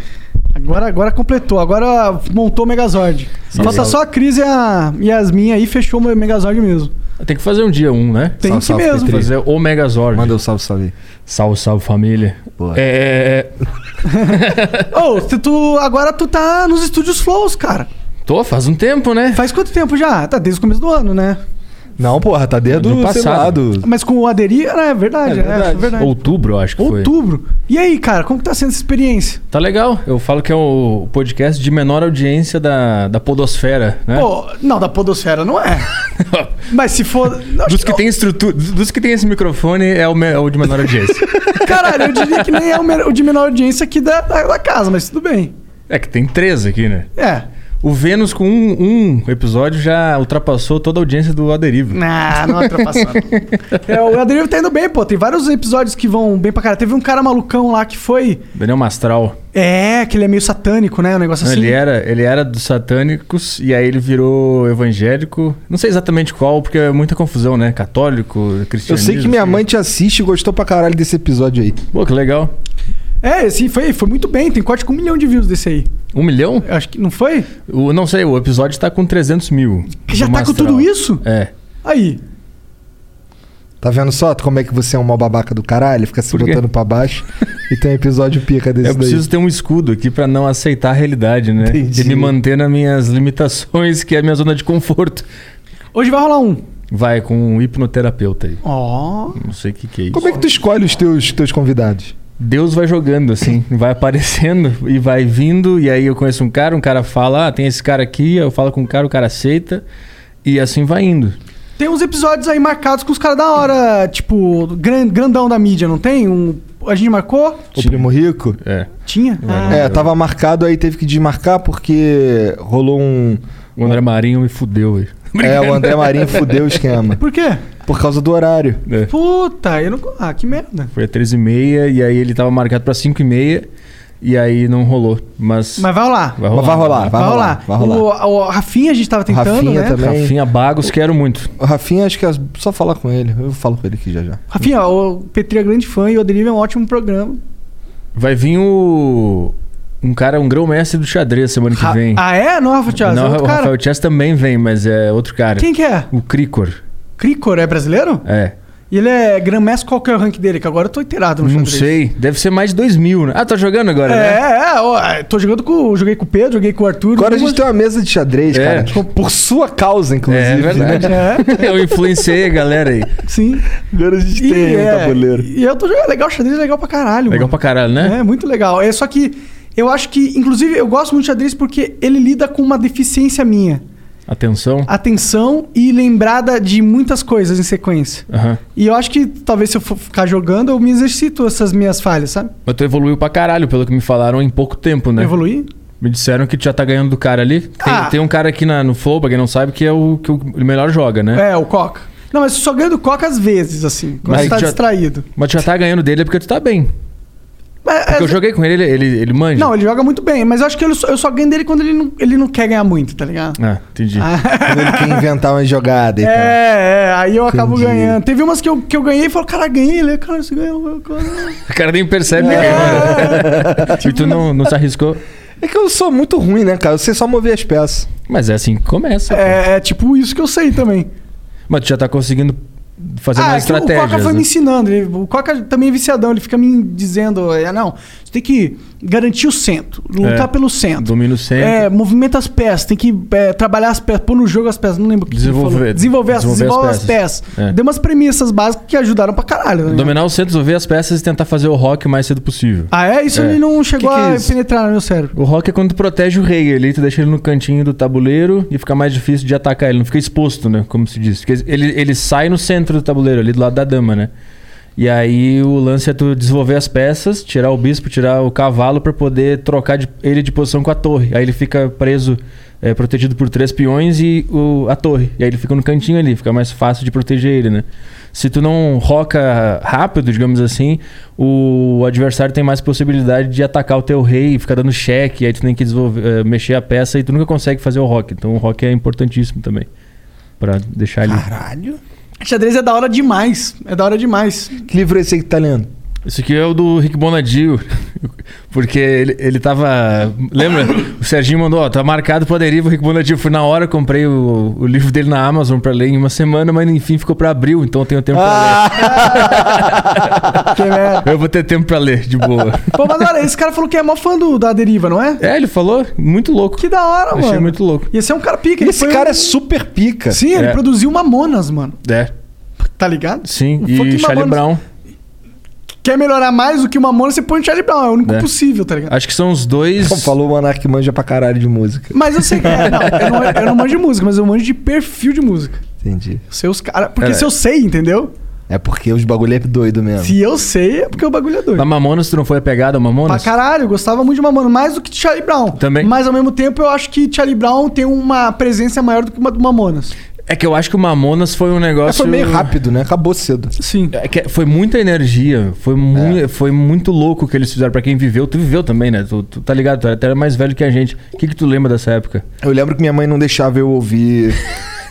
Speaker 3: Agora, agora completou, agora montou o Megazord. Falta só a Cris e a Yasmin aí, fechou o Megazord mesmo.
Speaker 7: Tem que fazer um dia um, né?
Speaker 3: Tem
Speaker 2: Salve,
Speaker 3: que
Speaker 2: salve,
Speaker 3: mesmo.
Speaker 2: Petri.
Speaker 7: Fazer o Megazord.
Speaker 2: Manda o salve, salve aí.
Speaker 7: Salve, salve família.
Speaker 2: Boa.
Speaker 7: É, é, é.
Speaker 3: Ô, se tu, agora tu tá nos estúdios Flows, cara.
Speaker 7: Tô, faz um tempo, né?
Speaker 3: Faz quanto tempo já? Tá desde o começo do ano, né?
Speaker 2: Não, porra, tá desde
Speaker 7: Do
Speaker 2: o
Speaker 7: passado.
Speaker 2: passado.
Speaker 3: Mas com o Aderir, né? é verdade, é verdade. É, verdade.
Speaker 7: Outubro, eu acho que foi.
Speaker 3: Outubro. E aí, cara, como que tá sendo essa experiência?
Speaker 7: Tá legal. Eu falo que é o podcast de menor audiência da, da podosfera, né?
Speaker 3: Pô, não, da Podosfera não é. Mas se for. Não,
Speaker 7: Dos que tem estrutura, dos que tem esse microfone é o, me- é o de menor audiência.
Speaker 3: Caralho, eu diria que nem é o men- o de menor audiência aqui da, da, da casa, mas tudo bem.
Speaker 7: é que tem três aqui, né?
Speaker 3: É.
Speaker 7: O Vênus com um, um episódio já ultrapassou toda a audiência do Aderivo.
Speaker 3: Ah, não ultrapassaram. é, o Adriano tá indo bem, pô. Tem vários episódios que vão bem pra caralho. Teve um cara malucão lá que foi.
Speaker 7: Daniel Mastral.
Speaker 3: É, que ele é meio satânico, né? Um negócio assim.
Speaker 7: Ele, era, ele era dos satânicos e aí ele virou evangélico. Não sei exatamente qual, porque é muita confusão, né? Católico,
Speaker 2: Eu
Speaker 7: cristianismo.
Speaker 2: sei que minha
Speaker 7: assim.
Speaker 2: mãe te assiste e gostou pra caralho desse episódio aí.
Speaker 7: Pô, que legal.
Speaker 3: É, esse foi, foi muito bem. Tem corte com um milhão de views desse aí.
Speaker 7: Um milhão?
Speaker 3: Eu Acho que não foi?
Speaker 7: O, não sei, o episódio tá com 300 mil.
Speaker 3: Já
Speaker 7: do
Speaker 3: tá com
Speaker 7: Mastral.
Speaker 3: tudo isso?
Speaker 7: É.
Speaker 3: Aí.
Speaker 2: Tá vendo só como é que você é um mau babaca do caralho? Fica se
Speaker 7: Por quê?
Speaker 2: botando pra baixo e tem um episódio pica desse
Speaker 7: Eu preciso ter um escudo aqui pra não aceitar a realidade, né?
Speaker 2: Entendi.
Speaker 7: E me manter nas minhas limitações, que é a minha zona de conforto.
Speaker 3: Hoje vai rolar um.
Speaker 7: Vai com um hipnoterapeuta aí.
Speaker 3: Ó.
Speaker 7: Não sei o que, que é isso.
Speaker 2: daí. Como é que tu escolhe os teus, teus convidados?
Speaker 7: Deus vai jogando, assim, vai aparecendo e vai vindo, e aí eu conheço um cara, um cara fala, ah, tem esse cara aqui, eu falo com o cara, o cara aceita, e assim vai indo.
Speaker 3: Tem uns episódios aí marcados com os caras da hora, tipo, gran- grandão da mídia, não tem? Um, a gente marcou?
Speaker 2: O Primo Rico?
Speaker 7: É.
Speaker 3: Tinha? Ah,
Speaker 2: É, tava marcado aí, teve que desmarcar porque rolou um.
Speaker 7: O André Marinho me fudeu, velho.
Speaker 2: É, o André Marinho fudeu o esquema.
Speaker 3: Por quê?
Speaker 2: Por causa do horário.
Speaker 7: É.
Speaker 3: Puta, eu não. Ah, que merda.
Speaker 7: Foi às 13h30, e aí ele tava marcado pra 5h30, e aí não rolou, mas...
Speaker 3: Mas vai rolar.
Speaker 7: vai
Speaker 2: Mas vai rolar, vai, rolar, Vai rolar.
Speaker 3: O, o Rafinha a gente tava tentando,
Speaker 2: Rafinha
Speaker 3: né?
Speaker 2: também.
Speaker 7: Rafinha Bagos, quero muito.
Speaker 2: O Rafinha, acho que é só falar com ele. Eu falo com ele aqui já já.
Speaker 3: Rafinha, o Petri é grande fã e o Adelive é um ótimo programa.
Speaker 7: Vai vir o... um cara, um grão-mestre do xadrez semana que
Speaker 3: Ra-
Speaker 7: vem.
Speaker 3: Ah, é? Não, Rafa Thiago, é
Speaker 7: não,
Speaker 3: outro
Speaker 7: o
Speaker 3: cara.
Speaker 7: Rafael Chess também vem, mas é outro cara.
Speaker 3: Quem que é?
Speaker 7: O Cricor,
Speaker 3: Cricor, é brasileiro?
Speaker 7: é.
Speaker 3: E ele é Grandmaster, qual que é o rank dele? Que agora eu tô inteirado no
Speaker 7: Não
Speaker 3: xadrez.
Speaker 7: sei. Deve ser mais de 2 mil, né? Ah, tá jogando agora, né?
Speaker 3: É, é, ó, tô jogando com. Joguei com o Pedro, joguei com o Arthur.
Speaker 2: Agora a
Speaker 3: joguei
Speaker 2: gente tem uma mesa de xadrez,
Speaker 7: É.
Speaker 2: cara. Tipo, por sua causa, inclusive.
Speaker 7: É
Speaker 2: Né?
Speaker 7: verdade. Eu influenciei a galera aí.
Speaker 3: com- Sim.
Speaker 2: Agora a gente
Speaker 3: E
Speaker 2: tem um
Speaker 3: é-
Speaker 2: tabuleiro.
Speaker 3: E eu tô jogando. Legal, xadrez é legal pra caralho.
Speaker 7: Legal pra caralho, né?
Speaker 3: É, muito legal. É só que eu acho que, inclusive, eu gosto muito de xadrez porque ele lida com uma deficiência minha.
Speaker 7: Atenção.
Speaker 3: Atenção e lembrada de muitas coisas em sequência.
Speaker 7: Aham.
Speaker 3: E eu acho que talvez se eu for ficar jogando, eu me exercito essas minhas falhas, sabe?
Speaker 7: Mas tu evoluiu pra caralho, pelo que me falaram, em pouco tempo, né?
Speaker 3: Evoluir.
Speaker 7: Me disseram que tu já tá ganhando do cara ali. Tem,
Speaker 3: Ah.
Speaker 7: tem um cara aqui na- no Flow, pra quem não sabe, que é o que o melhor joga, né?
Speaker 3: É, o Coca. Não, mas eu só ganho do Coca às vezes, assim, quando
Speaker 7: Mas
Speaker 3: você tá
Speaker 7: já-
Speaker 3: distraído.
Speaker 7: Mas tu já tá ganhando dele é porque tu tá bem.
Speaker 3: Mas-
Speaker 7: Porque eu joguei com ele, ele, ele, ele manja.
Speaker 3: Não, ele joga muito bem, mas eu acho que ele só- eu só ganho dele quando ele não, ele não quer ganhar muito, tá ligado?
Speaker 7: Ah, entendi.
Speaker 2: Quando ele quer inventar uma jogada então. e tal.
Speaker 3: É, é, aí eu acabo
Speaker 2: Entendi.
Speaker 3: ganhando. Teve umas que eu, que eu ganhei e falou, cara, ganhei. Ele, cara, você ganhou. Cara.
Speaker 7: O cara nem percebe.
Speaker 3: Ah.
Speaker 7: que- e tu não, não se arriscou.
Speaker 2: É que eu sou muito ruim, né, cara? Eu sei só mover as peças.
Speaker 7: Mas é assim que começa. pô.
Speaker 3: É, é tipo isso que eu sei também.
Speaker 7: Mas tu já tá conseguindo fazer mais
Speaker 3: é que
Speaker 7: estratégias.
Speaker 3: O Coca foi
Speaker 7: né?
Speaker 3: me ensinando. ele- o Coca também é viciadão, ele fica me dizendo: é, não, você tem que garantir o centro, lutar
Speaker 7: É,
Speaker 3: pelo centro.
Speaker 7: domina o centro.
Speaker 3: É, movimenta as peças, tem que é, trabalhar as peças, pôr no jogo as peças, não lembro o que que ele
Speaker 7: Desenvolver-
Speaker 3: falou. Desenvolver, as,
Speaker 7: desenvolver as
Speaker 3: desenvolve as peças.
Speaker 7: peças. É.
Speaker 3: Deu umas premissas básicas que ajudaram pra caralho. né?
Speaker 7: Dominar o centro, resolver as peças e tentar fazer o rock o mais cedo possível.
Speaker 3: Ah, é? Isso
Speaker 7: É.
Speaker 3: ele não chegou
Speaker 7: Que que é
Speaker 3: a
Speaker 7: isso?
Speaker 3: penetrar no meu cérebro.
Speaker 7: O rock é quando tu protege o rei ali, tu deixa ele no cantinho do tabuleiro e fica mais difícil de atacar ele, não fica exposto, né? Como se diz. Porque ele, ele sai no centro do tabuleiro, ali do lado da dama, né? E aí o lance é tu desenvolver as peças, tirar o bispo, tirar o cavalo pra poder trocar de- ele de posição com a torre. Aí ele fica preso, é, protegido por três peões e o- a torre. E aí ele fica no cantinho ali, fica mais fácil de proteger ele, né? Se tu não roca rápido, digamos assim, o adversário tem mais possibilidade de atacar o teu rei e ficar dando cheque, aí tu tem que desenvolver, eh, mexer a peça e tu nunca consegue fazer o rock. Então o rock é importantíssimo também. Pra deixar ele.
Speaker 2: Caralho.
Speaker 3: Xadrez é da hora demais. É da hora demais.
Speaker 2: Que livro é esse aí que tá lendo?
Speaker 7: Isso aqui é o do Rick Bonadio. Porque ele, ele tava. Lembra? O Serginho mandou, ó, tá marcado pra deriva. O Rick Bonadio foi na hora, comprei o, o livro dele na Amazon pra ler em uma semana, mas enfim ficou pra abril, então eu tenho tempo
Speaker 3: Ah! Que merda.
Speaker 7: pra ler. Eu vou ter tempo pra ler, de boa.
Speaker 3: Pô, mas olha, esse cara falou que é mó fã do, da deriva, não é?
Speaker 7: é, ele falou, muito louco.
Speaker 3: Que da hora,
Speaker 7: Achei
Speaker 3: mano.
Speaker 7: muito louco.
Speaker 3: E esse é um cara pica. ele
Speaker 2: Esse
Speaker 3: foi
Speaker 2: cara
Speaker 3: um-
Speaker 2: é super pica.
Speaker 3: Sim, ele
Speaker 7: É.
Speaker 3: produziu Mamonas, mano.
Speaker 7: É,
Speaker 3: Tá ligado?
Speaker 7: sim.
Speaker 3: O fucking
Speaker 7: E Charlie
Speaker 3: Mamonas.
Speaker 7: Brown.
Speaker 3: Quer melhorar mais do que o Mamonas, você põe o Charlie Brown. É o único
Speaker 7: É.
Speaker 3: possível, tá ligado?
Speaker 7: Acho que são os dois.
Speaker 2: Pô, falou o Monark que manja pra caralho de música.
Speaker 3: Mas eu sei que. É, não, eu, não, eu não manjo de música, mas eu manjo de perfil de música.
Speaker 2: Entendi.
Speaker 3: Eu sei os caras. Porque
Speaker 7: É.
Speaker 3: se eu sei, entendeu?
Speaker 2: É porque os bagulho é doido mesmo.
Speaker 3: Se eu sei, é porque o bagulho é doido.
Speaker 7: Na Mamonas, tu não foi a pegada ao
Speaker 3: Pra
Speaker 7: Mamonas?
Speaker 3: caralho, eu gostava muito de Mamonas, mais do que de Charlie Brown.
Speaker 7: Também.
Speaker 3: Mas ao mesmo tempo, eu acho que Charlie Brown tem uma presença maior do que uma do Mamonas.
Speaker 7: É que eu acho que o Mamonas
Speaker 3: É,
Speaker 7: foi um
Speaker 2: Mas
Speaker 7: negócio.
Speaker 2: foi meio rápido, né? Acabou cedo.
Speaker 3: Sim.
Speaker 7: É que foi muita energia, foi, mu- foi muito louco o que eles fizeram. Pra quem viveu, tu viveu também, né? Tu, tu tá ligado? Tu era até mais velho que a gente. O que, que tu lembra dessa época?
Speaker 2: Eu lembro que minha mãe não deixava eu ouvir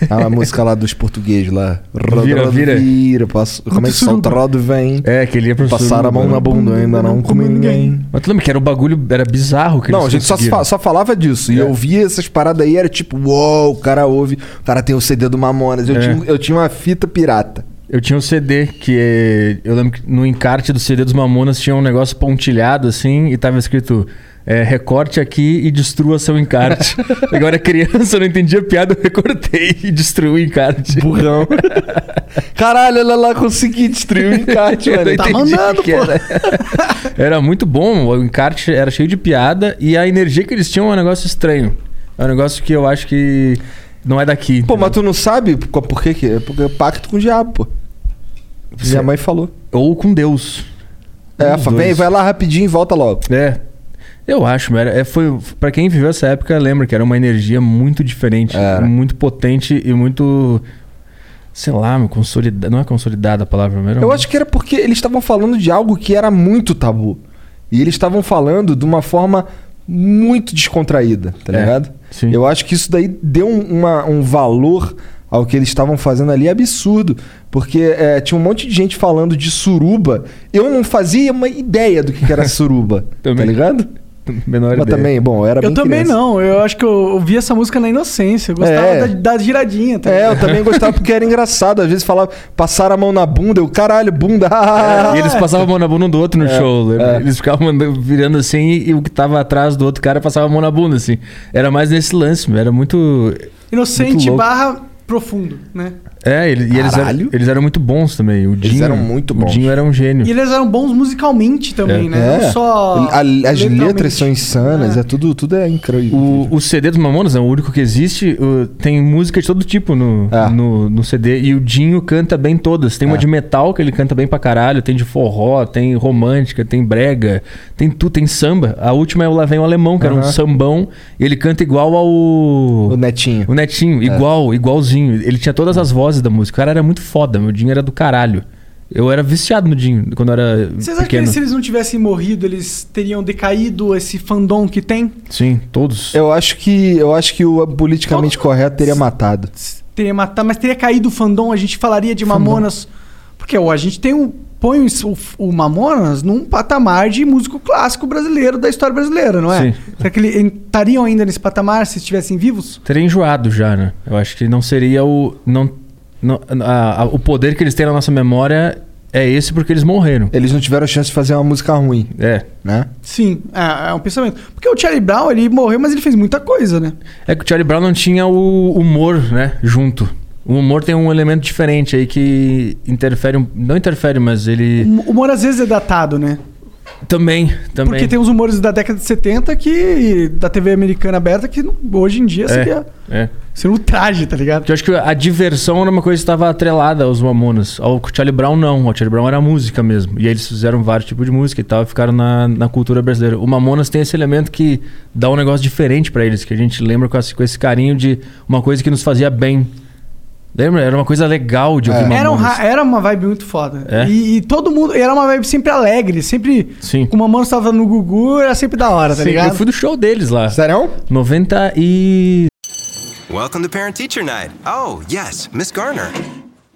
Speaker 2: a música lá dos portugueses lá. Rodo,
Speaker 7: Vira,
Speaker 2: rodo,
Speaker 7: vira.
Speaker 2: vira. passo- Como é que solta rodo vem?
Speaker 7: É, que ele ia pro né?
Speaker 2: Passar a mão na bunda ainda não comi ninguém.
Speaker 7: Mas tu lembra que era o bagulho, era bizarro que
Speaker 2: Não,
Speaker 7: eles
Speaker 2: a gente só,
Speaker 7: conseguiram.
Speaker 2: fa- só falava disso. E
Speaker 7: É.
Speaker 2: eu via essas paradas aí, era tipo, uou, o cara ouve, o cara tem o CD do Mamonas. Eu,
Speaker 7: É.
Speaker 2: tinha, eu tinha uma fita pirata.
Speaker 7: Eu tinha um CD que é- eu lembro que no encarte do CD dos Mamonas tinha um negócio pontilhado assim e tava escrito é, recorte aqui e destrua seu encarte. Agora criança, eu não entendia a piada, eu recortei e destruí o encarte.
Speaker 2: Burrão. Caralho, olha lá, consegui destruir o encarte,
Speaker 7: Eu não
Speaker 2: mano.
Speaker 3: Tá
Speaker 7: entendi o
Speaker 2: mandando,
Speaker 7: que era. Era muito bom, o encarte era cheio de piada e a energia que eles tinham é um negócio estranho. É um negócio que eu acho que não é daqui.
Speaker 2: Pô, mas tu não sabe por por que que é? Porque é pacto com o diabo, pô. Minha mãe falou.
Speaker 7: Ou com Deus.
Speaker 2: É,
Speaker 7: Um
Speaker 2: ela
Speaker 7: dos
Speaker 2: fala, vem,
Speaker 7: dois.
Speaker 2: vai lá rapidinho e volta logo.
Speaker 7: É. Eu acho, era, é, foi para quem viveu essa época, lembra que era uma energia muito diferente,
Speaker 2: Era.
Speaker 7: muito potente e muito sei lá, meu, consolidada, não é consolidada a palavra, mas era
Speaker 2: Eu
Speaker 7: um-
Speaker 2: acho que era porque eles estavam falando de algo que era muito tabu. E eles estavam falando de uma forma muito descontraída, tá
Speaker 7: É,
Speaker 2: ligado?
Speaker 7: sim.
Speaker 2: Eu acho que isso daí deu um, uma- um valor ao que eles estavam fazendo ali absurdo. Porque é, tinha um monte de gente falando de suruba. Eu não fazia uma ideia do que que era suruba, tá
Speaker 7: Também.
Speaker 2: ligado?
Speaker 7: menor
Speaker 2: Mas
Speaker 7: ideia.
Speaker 2: também, bom, eu era
Speaker 3: Eu
Speaker 2: bem
Speaker 3: também
Speaker 2: criança.
Speaker 3: não, eu acho que eu ouvi essa música na inocência. Eu gostava
Speaker 2: É.
Speaker 3: da, da giradinha, tá
Speaker 2: É,
Speaker 3: ligado?
Speaker 2: eu também gostava porque era engraçado. Às vezes falava, passaram a mão na bunda, eu, caralho, bunda. ah,
Speaker 7: É,
Speaker 2: É.
Speaker 7: E eles passavam a mão na bunda um do outro no show, lembra? Eles ficavam andando- virando assim e, e o que tava atrás do outro cara passava a mão na bunda, assim. Era mais nesse lance, meu, era muito... Muito
Speaker 3: Inocente
Speaker 7: louco.
Speaker 3: barra profundo, né?
Speaker 7: É, ele- e eles eram,
Speaker 2: Caralho.
Speaker 7: eles eram muito bons também. O Dinho,
Speaker 2: eram muito
Speaker 7: O
Speaker 2: bons.
Speaker 7: Dinho era um gênio.
Speaker 3: E eles eram bons musicalmente também,
Speaker 7: É.
Speaker 3: né? Não
Speaker 2: É.
Speaker 3: só.
Speaker 2: A- as letras
Speaker 3: letralmente.
Speaker 2: são insanas,
Speaker 3: É.
Speaker 2: é, tudo, tudo é incrível.
Speaker 7: O, o CD dos Mamonas é o único que existe. o- tem música de todo tipo no,
Speaker 2: Ah.
Speaker 7: no, no CD. E o Dinho canta bem todas. Tem uma
Speaker 2: É.
Speaker 7: de metal que ele canta bem pra caralho. Tem de forró, tem romântica, tem brega. Tem tudo, tem samba. A última é o Lá Vem o Alemão, que era um
Speaker 2: Aham.
Speaker 7: sambão. E ele canta igual ao...
Speaker 2: O É. netinho.
Speaker 7: O Netinho, igual, igualzinho. Ele tinha todas as vozes da música. O cara era muito foda, meu dinheiro era do caralho. Eu era viciado no Dinho quando eu era
Speaker 3: Vocês acham que
Speaker 7: pequeno.
Speaker 3: eles, se eles não tivessem morrido, eles teriam decaído esse fandom que tem?
Speaker 7: Sim, todos.
Speaker 2: Eu acho que eu acho que o politicamente correto teria matado.
Speaker 3: Teria matado, mas teria caído o fandom, a gente falaria de Mamonas. Porque ó, a gente tem o. Põe o, o Mamonas num patamar de músico clássico brasileiro da história brasileira, não é?
Speaker 7: Sim.
Speaker 3: Será que eles estariam ainda nesse patamar se estivessem vivos?
Speaker 7: Teria enjoado já, né? Eu acho que não seria o. Não, não- a- a- o poder que eles têm na nossa memória é esse porque eles morreram.
Speaker 2: Eles não tiveram a chance de fazer uma música ruim,
Speaker 7: É.
Speaker 2: né?
Speaker 3: Sim, é, é um pensamento. Porque o Charlie Brown, ele morreu, mas ele fez muita coisa, né?
Speaker 7: É que o Charlie Brown não tinha o humor, né? Junto. O humor tem um elemento diferente aí que interfere. um- Não interfere, mas ele.
Speaker 3: O humor às vezes é datado, né?
Speaker 7: Também, também.
Speaker 3: Porque tem um os humores da década de 70 que. da TV americana aberta que não- hoje em dia seria,
Speaker 7: É, é.
Speaker 3: seria um traje, tá ligado?
Speaker 7: Porque eu acho que a diversão era uma coisa que estava atrelada aos Mamonas. Ao Charlie Brown, não. O Charlie Brown era música mesmo. E aí eles fizeram vários tipos de música e tal, e ficaram na, na cultura brasileira. O Mamonas tem esse elemento que dá um negócio diferente pra eles, que a gente lembra com, esse- com esse carinho de uma coisa que nos fazia bem. Lembra? Era uma coisa legal de ouvir Mamonas.
Speaker 3: Era, um ra- era uma vibe muito foda.
Speaker 7: É?
Speaker 3: E, e todo mundo. Era uma vibe sempre alegre, sempre.
Speaker 7: Sim.
Speaker 3: Com uma mão estava no Gugu, era sempre da hora, tá
Speaker 7: Sim,
Speaker 3: ligado?
Speaker 7: Eu fui do show deles lá.
Speaker 2: Sério?
Speaker 7: 90 e...
Speaker 8: Welcome to Parent Teacher Night. Oh, yes, Miss Garner.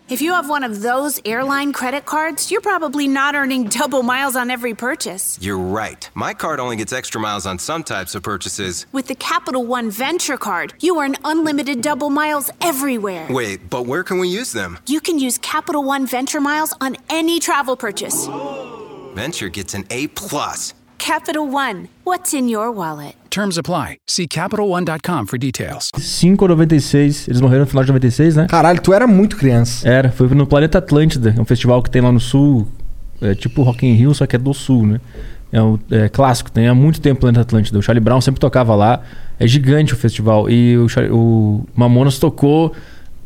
Speaker 9: If you have one of those airline credit cards, you're probably not earning double miles on every purchase.
Speaker 8: You're right. My card only gets extra miles on some types of purchases.
Speaker 9: With the Capital One Venture Card, you earn unlimited double miles everywhere.
Speaker 8: Wait, but where can we use them?
Speaker 9: You can use Capital One Venture Miles on any travel purchase.
Speaker 8: Venture gets an A plus.
Speaker 9: Capital One, what's in your wallet?
Speaker 10: Terms apply. See CapitalOne.com for details.
Speaker 7: 5 ou 96. Eles morreram no final de 96, né?
Speaker 2: Caralho, tu era muito criança.
Speaker 7: Era, foi no Planeta Atlântida, é um festival que tem lá no sul, é tipo Rock in Rio, só que é do sul, né? É um é clássico, tem há muito tempo o Planeta Atlântida. O Charlie Brown sempre tocava lá, é gigante o festival. E o, Charlie- o Mamonas tocou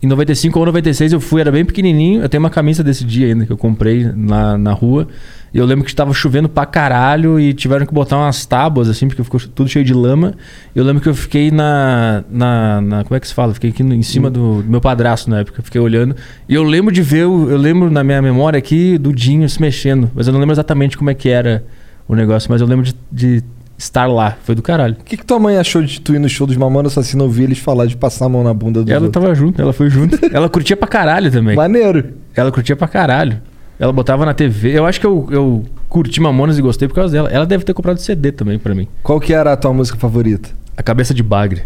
Speaker 7: em 95 ou 96, eu fui, era bem pequenininho. Eu tenho uma camisa desse dia ainda que eu comprei na, na rua. E eu lembro que estava chovendo pra caralho e tiveram que botar umas tábuas assim, porque ficou tudo cheio de lama. Eu lembro que eu fiquei na. na, na- como é que se fala? Eu Fiquei aqui no- em cima do, do meu padrasto na época, eu fiquei olhando. E eu lembro de ver, o- eu lembro na minha memória aqui do Dinho se mexendo, mas eu não lembro exatamente como é que era o negócio, mas eu lembro de, de estar lá. Foi do caralho.
Speaker 2: O que, que tua mãe achou de tu ir no show dos Mamonas Assassina ouvir eles falar de passar a mão na bunda do
Speaker 7: Ela tava junto, ela foi junto. ela curtia pra caralho também.
Speaker 2: Maneiro.
Speaker 7: Ela curtia pra caralho. Ela botava na TV. Eu acho que eu, eu curti Mamonas e gostei por causa dela. Ela deve ter comprado CD também pra mim.
Speaker 2: Qual que era a tua música favorita?
Speaker 7: A cabeça de bagre.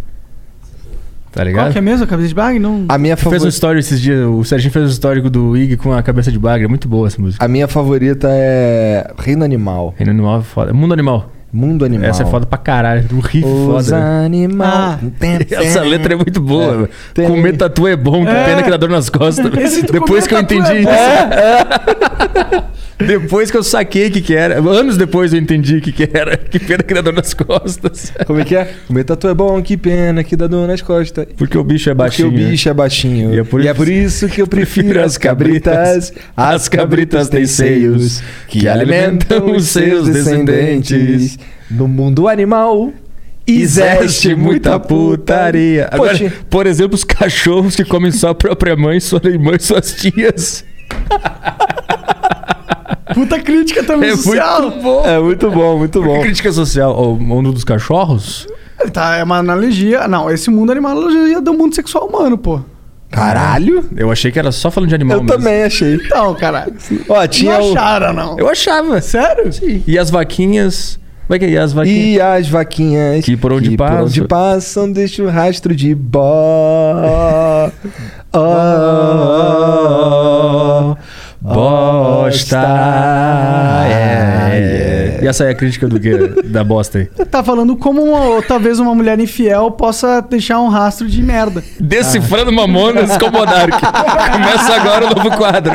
Speaker 7: Tá ligado?
Speaker 3: Qual que é mesmo a cabeça de bag? Não.
Speaker 2: A minha
Speaker 7: Fez um
Speaker 2: favorita.
Speaker 7: story esses dias, o Serginho fez um histórico do Ig com a cabeça de bagre. É muito boa essa música.
Speaker 2: A minha favorita é Reino Animal.
Speaker 7: Reino Animal é foda. Mundo Animal.
Speaker 2: Mundo Animal.
Speaker 7: Essa é foda pra caralho. Um riff
Speaker 2: Os
Speaker 7: foda. né?
Speaker 2: animal.
Speaker 3: Ah,
Speaker 7: Essa letra é muito boa.
Speaker 2: Tem-
Speaker 7: velho. Comer tatu é bom, que pena que dá dor nas costas. velho.
Speaker 3: Esse tu
Speaker 7: Depois
Speaker 3: comer
Speaker 7: que eu
Speaker 3: tatu é
Speaker 7: entendi
Speaker 3: bom.
Speaker 7: isso. Depois que eu saquei o que, que era. Anos depois eu entendi o que, que era. Que pena que dá dor nas costas.
Speaker 2: Como é que é? Comer tatu é bom, que pena, que dá dor nas costas.
Speaker 7: Porque o bicho é
Speaker 2: Porque
Speaker 7: baixinho.
Speaker 2: o bicho é baixinho.
Speaker 7: E é por isso-
Speaker 2: isso que eu prefiro as cabritas. As cabritas têm seios que alimentam os seus descendentes. No mundo animal existe muita putaria.
Speaker 7: Agora,
Speaker 2: Poxa,
Speaker 7: por exemplo, os cachorros que comem só a própria mãe, sua irmã e suas tias. Ah,
Speaker 3: Puta crítica também
Speaker 7: É
Speaker 3: social.
Speaker 7: muito bom.
Speaker 2: é muito bom, muito
Speaker 7: Que
Speaker 2: bom.
Speaker 7: Crítica social ao mundo dos cachorros?
Speaker 3: Tá, é uma analogia. Não, esse mundo animal é uma analogia do mundo sexual humano, pô.
Speaker 2: Caralho.
Speaker 7: Eu achei que era só falando de animal
Speaker 2: Eu
Speaker 7: mesmo.
Speaker 2: também achei.
Speaker 3: Então, caralho.
Speaker 2: Ó, tinha
Speaker 3: não
Speaker 2: o...
Speaker 3: acharam, não.
Speaker 7: Eu achava.
Speaker 3: Sério?
Speaker 7: E as vaquinhas. Como é que é? E as vaquinhas?
Speaker 2: E as vaquinhas
Speaker 7: Que por onde passam.
Speaker 2: passam, deixa o rastro de bó. Ó, ó, ó, ó.
Speaker 7: Bosta. É, é. Ah, E essa é a crítica do quê? Da bosta aí.
Speaker 2: Ah.
Speaker 3: Tá falando como uma- ou talvez uma mulher infiel possa deixar um rastro de merda.
Speaker 7: Decifrando Mamonas com Monark. Começa agora o novo quadro.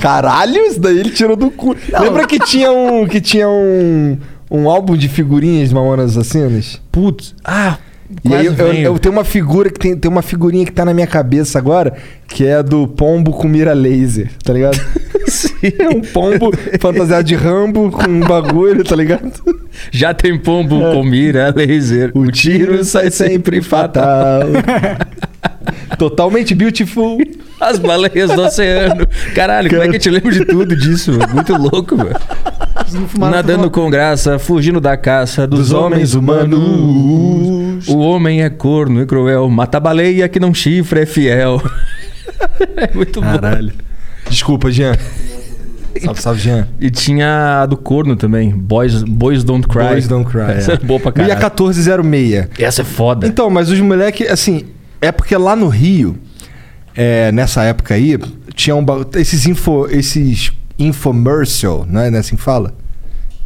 Speaker 2: Caralho, isso daí ele tirou do cu. Lembra que tinha um que tinha um, um álbum de figurinhas de Mamonas Assassinas?
Speaker 7: Putz. Ah,
Speaker 2: E aí
Speaker 7: quase
Speaker 2: eu, eu-
Speaker 7: venho.
Speaker 2: eu tenho uma figura que tem, tem uma figurinha que tá na minha cabeça agora, que é do pombo com mira laser, tá ligado? É um pombo fantasiado de Rambo com um bagulho, tá ligado?
Speaker 7: Já tem pombo com mira, laser.
Speaker 2: O tiro sai sempre fatal. Totalmente beautiful.
Speaker 7: As baleias do oceano. Caralho, como é que eu te lembro de tudo disso? velho? Muito louco, velho. Nadando com graça, fugindo da caça dos, homens, humanos. O homem é corno e cruel, mata a baleia que não chifra, é fiel. é muito
Speaker 2: Caralho. Desculpa, Jean. Salve, salve, Jean.
Speaker 7: E tinha a do corno também, Boys, Boys Don't Cry.
Speaker 2: Boys Don't Cry.
Speaker 7: Essa é boa pra caralho.
Speaker 2: E a 1406.
Speaker 7: Essa é foda.
Speaker 2: Então, mas os moleques, assim, é porque lá no Rio, é, nessa época aí, tinha um ba- esses info, esses infomercial, né, né, assim que fala,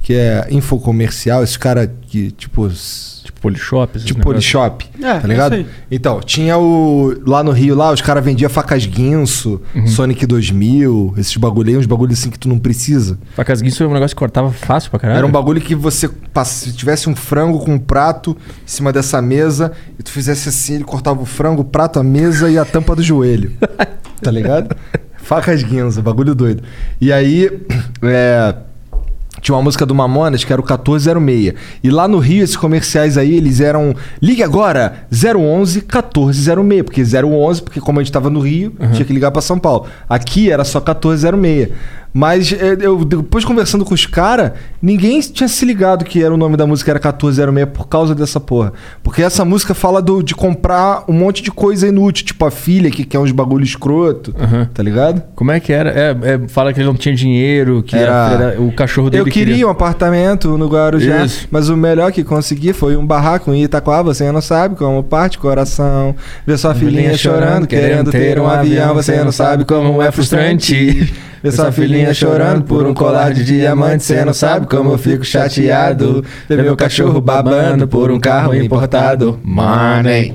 Speaker 2: que é infocomercial, esse cara que tipo s-
Speaker 7: Tipo Polishop. esses
Speaker 2: tipo
Speaker 7: negócios.
Speaker 2: polishop,
Speaker 3: É,
Speaker 2: tá
Speaker 3: é
Speaker 2: ligado?
Speaker 3: isso aí.
Speaker 2: Então, tinha o lá no Rio lá, os caras vendiam facas Guinso,
Speaker 7: Uhum.
Speaker 2: Sonic 2000, esses bagulho aí, uns bagulho assim que tu não precisa.
Speaker 7: Facas Guinso era um negócio que cortava fácil pra caralho.
Speaker 2: Era um bagulho que você pass- se tivesse um frango com um prato em cima dessa mesa e tu fizesse assim, ele cortava o frango, o prato, a mesa e a tampa do joelho. tá ligado? Facas Guinza, bagulho doido. E aí, é, tinha uma música do Mamonas que era o 1406. E lá no Rio, esses comerciais aí, eles eram. Ligue agora! 011 1406. Porque 011, porque como a gente tava no Rio, tinha que ligar pra São Paulo. Aqui era só 1406. Mas é, eu, depois conversando com os caras, ninguém tinha se ligado que era o nome da música era 1406 por causa dessa porra. Porque essa música fala do- de comprar um monte de coisa inútil, tipo a filha que quer uns bagulho escroto, tá ligado?
Speaker 7: Como é que era? É, é, fala que ele não tinha dinheiro, que a
Speaker 2: Era-
Speaker 7: freira- o cachorro dele
Speaker 2: Eu queria, um apartamento no Guarujá,
Speaker 7: Isso.
Speaker 2: mas o melhor que consegui foi um barraco em Itaquá. Você não sabe como parte o coração. Ver sua filhinha chorando, querendo ter um avião. Você não sabe como é frustrante. Ver sua filhinha chorando por um colar de diamante. Você não sabe como eu fico chateado. Ver meu cachorro babando por um carro importado.
Speaker 7: Money.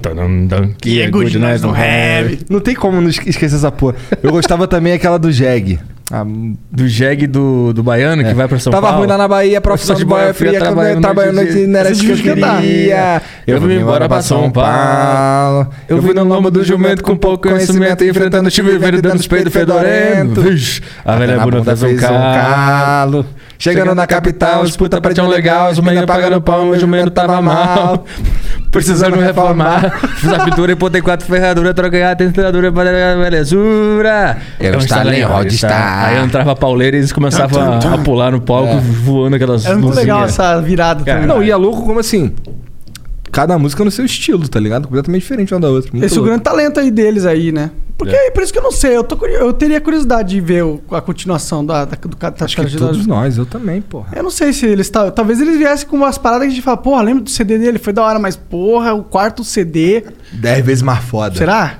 Speaker 7: Que é good, nós não have.
Speaker 2: Não tem como não esque- esquecer essa porra. Eu gostava também aquela do Jeg. Ah,
Speaker 7: Do jegue do, do baiano que vai pra São
Speaker 2: É. Tava
Speaker 7: Paulo.
Speaker 2: ruim lá na Bahia, profissão
Speaker 7: Profissão
Speaker 2: de
Speaker 7: de
Speaker 2: boia
Speaker 7: boia
Speaker 2: fria,
Speaker 7: fria,
Speaker 2: trabalhando,
Speaker 7: trabalhando
Speaker 2: trabalhando
Speaker 7: noite
Speaker 2: aqui, não era
Speaker 7: de-
Speaker 2: isso que eu
Speaker 7: de-
Speaker 2: queria. Eu vim embora pra São Paulo.
Speaker 7: Eu vim no lombo do jumento com pouco conhecimento, enfrentando o time vivendo dando os peitos fedorento. Vixe, A velha bunda fez um carro.
Speaker 2: Chegando na capital, os puta pretão legal, os meninos pagando pão, o jumento tava mal.
Speaker 7: Precisando reformar. Fiz a pintura e botei quatro ferraduras, troquei a tenturadura para a belezura. Então,
Speaker 2: Eu instalei o Rodstar.
Speaker 7: Aí entrava a pauleira e eles começavam a- a pular no palco, voando aquelas
Speaker 3: É muito legal
Speaker 7: luzinhas.
Speaker 3: essa virada
Speaker 7: Cara,
Speaker 3: também.
Speaker 2: Não, e é louco como assim. Cada música no seu estilo, tá ligado? Completamente diferente uma da outra. Muito
Speaker 3: Esse é o
Speaker 2: louco.
Speaker 3: grande talento aí deles aí, né? Porque é. por isso que eu não sei, eu, tô curi- eu teria curiosidade de ver o- a continuação da, da, do cara.
Speaker 2: Acho que todos nós, eu também, porra.
Speaker 3: Eu não sei se eles. ta- Talvez eles viessem com umas paradas que a gente fala, porra, lembra do CD dele? Foi da hora, mas porra, é o quarto CD.
Speaker 2: Dez vezes mais foda.
Speaker 3: Será?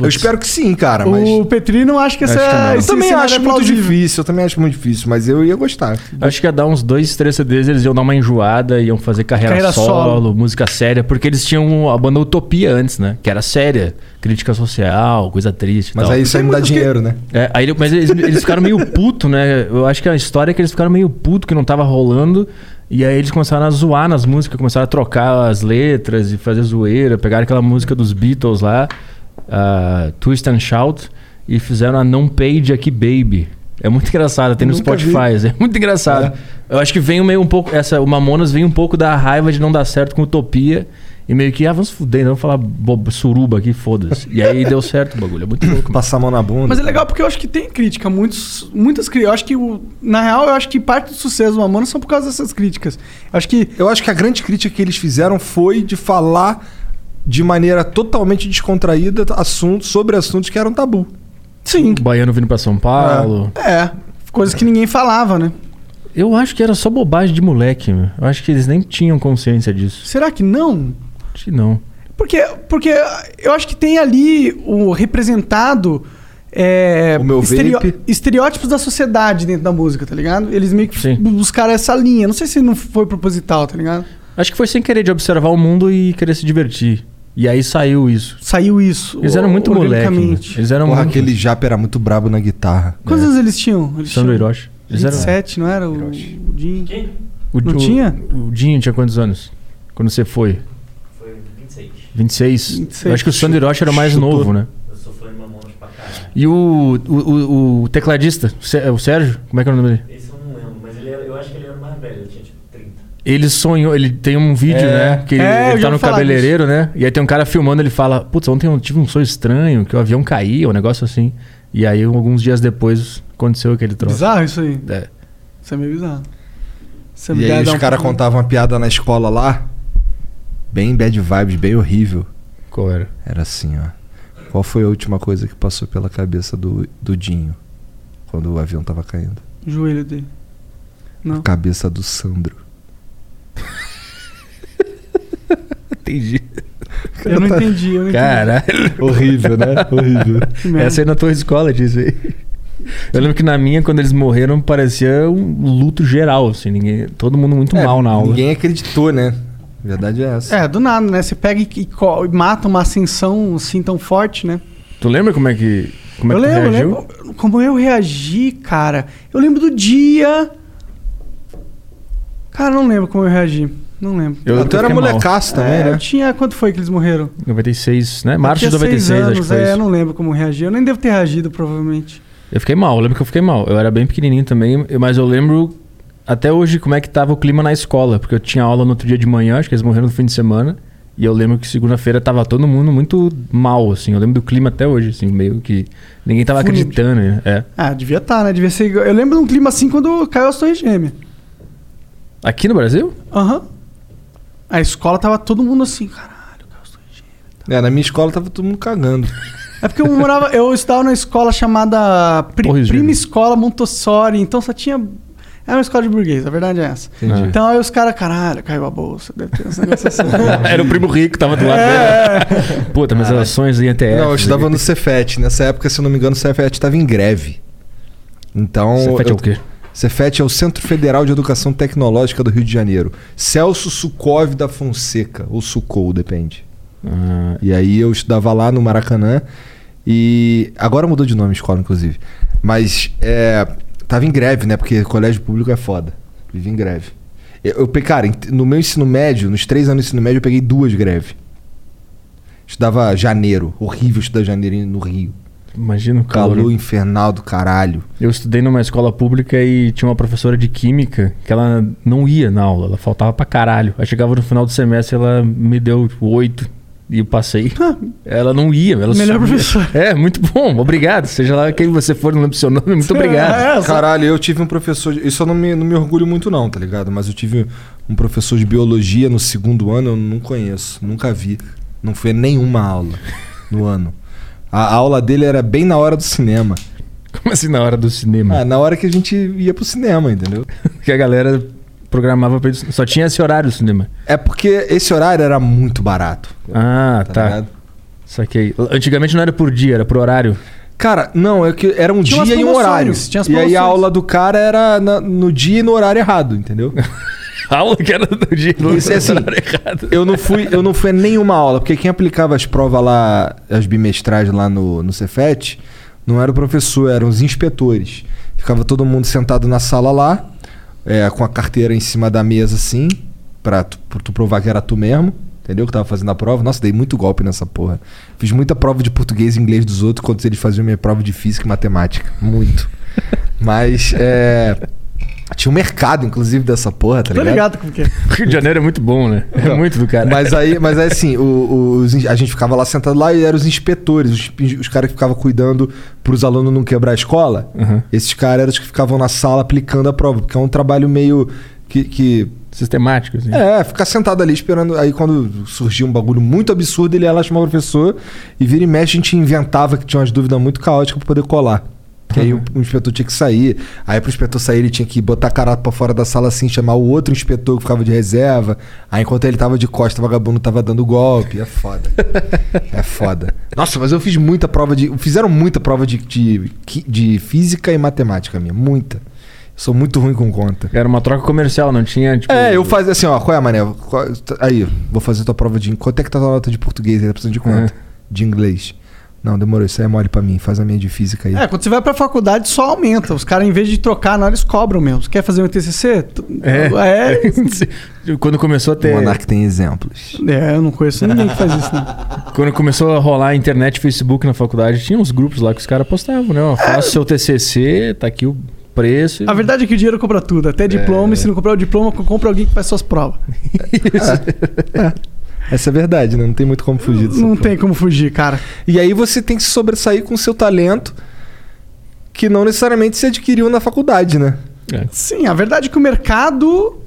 Speaker 2: Eu espero que sim, cara, É. mas.
Speaker 3: O Petri não acha que essa.
Speaker 7: Acho que não.
Speaker 2: Eu
Speaker 3: esse
Speaker 2: também
Speaker 3: cenário
Speaker 2: acho
Speaker 3: é
Speaker 2: muito
Speaker 3: plausível.
Speaker 2: difícil, eu também acho muito difícil, mas eu ia gostar.
Speaker 7: Acho que ia dar uns dois, três CDs, eles iam dar uma enjoada, iam fazer carreira,
Speaker 3: Carreira
Speaker 7: solo,
Speaker 3: solo.
Speaker 7: música séria, porque eles tinham a banda Utopia antes, né? Que era séria, crítica social, coisa triste e
Speaker 2: Mas
Speaker 7: tal.
Speaker 2: aí isso aí não dá
Speaker 3: muitas que-
Speaker 2: dinheiro, né?
Speaker 7: É, aí ele- mas eles, eles ficaram meio puto, né? Eu acho que a história é que eles ficaram meio puto que não tava rolando. E aí eles começaram a zoar nas músicas, começaram a trocar as letras e fazer zoeira. Pegaram aquela música dos Beatles lá, a Twist and Shout, e fizeram a Não Page Aqui Baby. É muito engraçado, tem no
Speaker 2: Nunca vi. É.
Speaker 7: Spotify. É muito engraçado. Eu acho que vem meio um pouco. Essa, o Mamonas vem um pouco da raiva de não dar certo com Utopia. E meio que, ah, vamos fuder, então, vamos falar bobo- suruba aqui, foda-se. E aí deu certo o bagulho. É muito louco, mano.
Speaker 2: Passar a mão na bunda.
Speaker 3: Mas é legal porque eu acho que tem crítica, muitos, muitas críticas. Eu acho que, o- na real, eu acho que parte do sucesso do Mamonas são por causa dessas críticas. Eu acho que
Speaker 2: Eu acho que a grande crítica que eles fizeram foi de falar de maneira totalmente descontraída assuntos, sobre assuntos que eram tabu.
Speaker 3: Sim.
Speaker 7: Baiano vindo pra São Paulo.
Speaker 3: É. Coisas que ninguém falava, né?
Speaker 7: É. Eu acho que era só bobagem de moleque. meu. Eu acho que eles nem tinham consciência disso.
Speaker 3: Será que não?
Speaker 7: Acho que não.
Speaker 3: Porque, porque eu acho que tem ali o representado. é,
Speaker 2: O meu
Speaker 3: estereo-
Speaker 2: vape.
Speaker 3: Estereótipos da sociedade dentro da música, tá ligado? Eles meio que
Speaker 7: Sim.
Speaker 3: bu- buscaram essa linha. Não sei se não foi proposital, tá ligado?
Speaker 7: Acho que foi sem querer de observar o mundo e querer se divertir. E aí saiu isso.
Speaker 3: Saiu isso.
Speaker 7: Eles eram muito moleque. meu.
Speaker 3: organicamente.
Speaker 7: Eles eram
Speaker 2: Porra,
Speaker 7: muito...
Speaker 2: aquele japa era muito brabo na guitarra.
Speaker 3: Quantos anos eles tinham? Eles
Speaker 7: Sandro
Speaker 3: tinham
Speaker 7: Hiroshi. Eles eram...
Speaker 3: 27, não era? O, o Jim. É
Speaker 7: O,
Speaker 3: Não
Speaker 7: o-
Speaker 3: tinha?
Speaker 7: O Dinho tinha quantos anos? Quando você foi? Foi 26. 26?
Speaker 3: 26.
Speaker 7: Eu acho que o Sandro Hiroshi era o mais
Speaker 2: Chutou.
Speaker 7: novo, né? Eu sou fã de Mamonas pra caralho. E o, o, o, o tecladista, o Sé- o Sérgio? Como é que é o nome dele?
Speaker 11: é, Esse eu não lembro, mas ele era- eu acho que ele era mais velho, ele tinha tipo 30.
Speaker 7: Ele sonhou, ele tem um vídeo,
Speaker 11: É.
Speaker 7: né? Que ele,
Speaker 11: É, eu
Speaker 7: ele
Speaker 11: já
Speaker 7: tá
Speaker 11: ouvi
Speaker 7: no
Speaker 11: falar
Speaker 7: cabeleireiro, né? E aí tem um cara filmando, ele fala: Putz, ontem eu tive um sonho estranho, que o avião caía, um negócio assim. E aí, alguns dias depois, aconteceu aquele troço.
Speaker 3: Bizarro isso aí.
Speaker 7: É.
Speaker 3: Isso é meio bizarro. Você
Speaker 2: E
Speaker 3: dá-
Speaker 2: aí
Speaker 3: dá
Speaker 2: os
Speaker 3: um
Speaker 2: caras
Speaker 3: pouco-
Speaker 2: contavam uma piada na escola lá. Bem bad vibes, bem horrível.
Speaker 7: Qual era?
Speaker 2: Era assim, ó. Qual foi a última coisa que passou pela cabeça do, do Dinho? Quando o avião tava caindo.
Speaker 3: o Joelho dele.
Speaker 2: A cabeça do Sandro.
Speaker 7: Entendi.
Speaker 2: tá-
Speaker 3: Eu não entendi, eu não entendi.
Speaker 7: Caralho.
Speaker 2: Horrível, né? Horrível.
Speaker 7: Essa aí na tua escola diz aí. Eu lembro que na minha, quando eles morreram, parecia um luto geral, assim, ninguém, todo mundo muito
Speaker 2: É,
Speaker 7: mal na aula.
Speaker 2: Ninguém acreditou, né? Verdade é essa.
Speaker 3: É, do nada, né? Você pega e, e co- e mata uma ascensão assim tão forte, né?
Speaker 7: Tu lembra como é que como é
Speaker 3: eu
Speaker 7: que tu
Speaker 3: lembro,
Speaker 7: reagiu?
Speaker 3: lembro. Como eu reagi, cara? Eu lembro do dia. Cara, não lembro como eu reagi. Não lembro.
Speaker 7: Eu- Ah, tu eu era fiquei mal. molecaço também,
Speaker 3: É,
Speaker 7: né?
Speaker 3: Eu tinha. Quanto foi que eles morreram?
Speaker 7: 96, né?
Speaker 3: Eu
Speaker 7: Março
Speaker 3: tinha
Speaker 7: de 96,
Speaker 3: seis anos,
Speaker 7: acho que foi.
Speaker 3: é,
Speaker 7: isso.
Speaker 3: eu não lembro como eu reagi. Eu nem devo ter reagido, provavelmente.
Speaker 7: Eu fiquei mal, eu lembro que eu fiquei mal. Eu era bem pequenininho também, eu- mas eu lembro até hoje como é que tava o clima na escola, porque eu tinha aula no outro dia de manhã, acho que eles morreram no fim de semana, e eu lembro que segunda-feira tava todo mundo muito mal, assim. Eu lembro do clima até hoje, assim, meio que ninguém tava
Speaker 3: Fúnebre.
Speaker 7: acreditando, né? É.
Speaker 3: Ah, devia estar, né? Devia ser. igual- Eu lembro de um clima assim quando caiu as Torres Gêmeas.
Speaker 7: Aqui no Brasil?
Speaker 3: Aham. A escola tava todo mundo assim, cara.
Speaker 2: É, na minha escola tava todo mundo cagando.
Speaker 3: É porque eu morava. eu estava numa escola chamada Pri-
Speaker 2: Torres
Speaker 3: Prima
Speaker 2: Gêmeas.
Speaker 3: Escola Montessori, então só tinha. Era uma escola de burguês, a verdade é essa.
Speaker 7: Entendi.
Speaker 3: Então aí os caras, caralho, caiu a bolsa, deve ter uns negócios assim.
Speaker 7: Era o primo rico, tava do lado dele. Puta, mas as ações em ETF.
Speaker 2: Ah. Não, eu estudava no Cefet. Nessa época, se eu não me engano, o Cefet estava em greve. Então.
Speaker 7: Cefet é
Speaker 2: eu-
Speaker 7: o quê?
Speaker 2: Cefet é o Centro Federal de Educação Tecnológica do Rio de Janeiro. Celso Sukov da Fonseca, ou Sucou, depende.
Speaker 7: Ah,
Speaker 2: E aí eu estudava lá no Maracanã. E agora mudou de nome a escola, inclusive. Mas é, tava em greve, né? Porque colégio público é foda. Vivi em greve. Eu, eu pe- cara, ent- no meu ensino médio, nos três anos de ensino médio, eu peguei duas greves. Estudava janeiro. Horrível estudar janeiro em- no Rio.
Speaker 7: Imagina o
Speaker 2: calor.
Speaker 7: calor.
Speaker 2: infernal do caralho.
Speaker 7: Eu estudei numa escola pública e tinha uma professora de química que ela não ia na aula, ela faltava pra caralho. Aí chegava no final do semestre ela me deu tipo, oito e eu passei. ela não ia, ela
Speaker 3: Melhor
Speaker 7: professor. É, muito bom, obrigado. Seja lá quem você for, não lembro seu nome,
Speaker 2: é.
Speaker 7: muito
Speaker 3: É,
Speaker 7: obrigado.
Speaker 2: Caralho, eu tive um professor. De... Isso eu não me, não me orgulho muito, não, tá ligado? Mas eu tive um professor de biologia no segundo ano, eu não conheço, nunca vi. Não foi nenhuma aula no ano. A a aula dele era bem na hora do cinema.
Speaker 7: Como assim na hora do cinema?
Speaker 2: Ah, na hora que a gente ia pro cinema, entendeu?
Speaker 7: que a galera programava pra eles. Só tinha esse horário o cinema.
Speaker 2: É porque esse horário era muito barato.
Speaker 7: Ah, tá.
Speaker 2: ligado?
Speaker 7: Saquei. Antigamente não era por dia, era por horário.
Speaker 2: Cara, não, é que era um
Speaker 7: Tinha umas
Speaker 2: dia e um
Speaker 7: promoções,
Speaker 2: horário.
Speaker 7: tinha as
Speaker 2: E aí a
Speaker 7: promoções.
Speaker 2: aula do cara era na- no dia e no horário errado, entendeu?
Speaker 7: aula que era do dia e no
Speaker 2: Isso é assim,
Speaker 7: horário errado.
Speaker 2: Eu não fui, eu não fui a nenhuma aula, porque quem aplicava as provas lá, as bimestrais lá no, no Cefet, não era o professor, eram os inspetores. Ficava todo mundo sentado na sala lá, é, com a carteira em cima da mesa assim, pra tu, pra tu provar que era tu mesmo, entendeu? Que tava fazendo a prova. Nossa, dei muito golpe nessa porra. Fiz muita prova de português e inglês dos outros quando eles faziam minha prova de física e matemática. Muito. Mas, é... Tinha um mercado, inclusive, dessa porra, tá
Speaker 3: Tô
Speaker 2: ligado?
Speaker 3: ligado como que é.
Speaker 7: Rio de Janeiro é muito bom, né? É muito do cara.
Speaker 2: Mas aí, mas aí assim, o- os in- a gente ficava lá sentado lá e eram os inspetores, os, in- os caras que ficavam cuidando pros alunos não quebrar a escola.
Speaker 7: Uhum.
Speaker 2: Esses caras eram os que ficavam na sala aplicando a prova, porque é um trabalho meio que. que-
Speaker 7: Sistemático, assim.
Speaker 2: É, ficar sentado ali esperando. Aí quando surgia um bagulho muito absurdo, ele ia lá chamar o professor e vira e mexe, a gente inventava que tinha umas dúvidas muito caóticas pra poder colar. Que aí o, o inspetor tinha que sair. Aí pro inspetor sair, ele tinha que botar a cara pra fora da sala assim, chamar o outro inspetor que ficava de reserva. Aí enquanto ele tava de costa, o vagabundo tava dando golpe. É foda. é foda. Nossa, mas eu fiz muita prova de. Fizeram muita prova de, de, de física e matemática minha. Muita. Sou muito ruim com conta.
Speaker 7: Era uma troca comercial, não tinha, tipo.
Speaker 2: É, eu fazia assim, ó, qual é, Mané? Qual- Aí, vou fazer tua prova de. Quanto é que tá tua nota de português aí? Tá precisando de
Speaker 3: É.
Speaker 2: quanto? De inglês. Não, demorou, isso aí é mole pra mim. Faz a minha de física aí.
Speaker 3: É, quando você vai pra faculdade só aumenta. Os caras, em vez de trocar, na hora eles cobram mesmo. Você quer fazer um TCC? Tu-
Speaker 7: É. Quando começou a ter.
Speaker 2: O Monark tem exemplos.
Speaker 3: É, eu não conheço ninguém que faz isso, não.
Speaker 7: Quando começou a rolar a É. internet, Facebook na faculdade, tinha uns grupos lá que os caras postavam, né? Ó, faça seu TCC, tá aqui o preço.
Speaker 3: A verdade é que o dinheiro compra tudo, até
Speaker 2: É.
Speaker 3: diploma. E se não comprar o diploma, compra alguém que faz suas provas.
Speaker 2: Essa é a verdade, né? Não tem muito como fugir disso.
Speaker 3: Não tem como fugir, cara.
Speaker 2: E aí você tem que se sobressair com o seu talento, que não necessariamente se adquiriu na faculdade, né?
Speaker 3: Sim, a verdade é que o mercado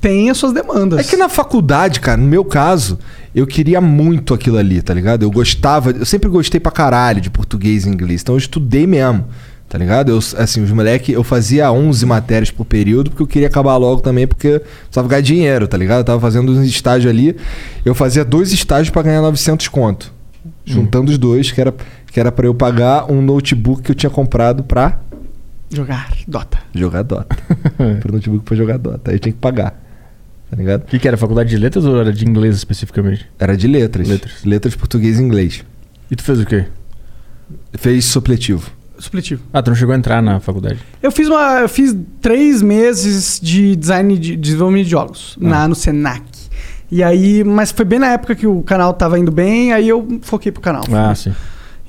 Speaker 3: tem as suas demandas.
Speaker 2: É que na faculdade, cara, no meu caso, eu queria muito aquilo ali, tá ligado? Eu gostava, eu sempre gostei pra caralho de português e inglês, então eu estudei mesmo, tá ligado? Eu, assim, os moleque, eu fazia 11 matérias por período porque eu queria acabar logo também, porque eu precisava ganhar dinheiro, tá ligado? Eu tava fazendo uns estágios ali, eu fazia dois estágios pra ganhar 900 conto. Juntando os dois, que era, que era pra eu pagar um notebook que eu tinha comprado pra
Speaker 3: Jogar Dota.
Speaker 2: jogar Dota. pro notebook pra jogar Dota. Aí eu tinha que pagar. Tá ligado? O
Speaker 7: que, que era? Faculdade de letras ou era de inglês especificamente?
Speaker 2: Era de letras.
Speaker 7: Letras.
Speaker 2: português e inglês.
Speaker 7: E tu fez o quê?
Speaker 2: Fez supletivo.
Speaker 3: Supletivo.
Speaker 7: Ah, tu não chegou a entrar na faculdade.
Speaker 3: Eu fiz uma. Eu fiz três meses de design de de desenvolvimento de jogos
Speaker 7: Uhum.
Speaker 3: na, no Senac. E aí, mas foi bem na época que o canal tava indo bem, aí eu foquei pro canal.
Speaker 7: Ah, sim.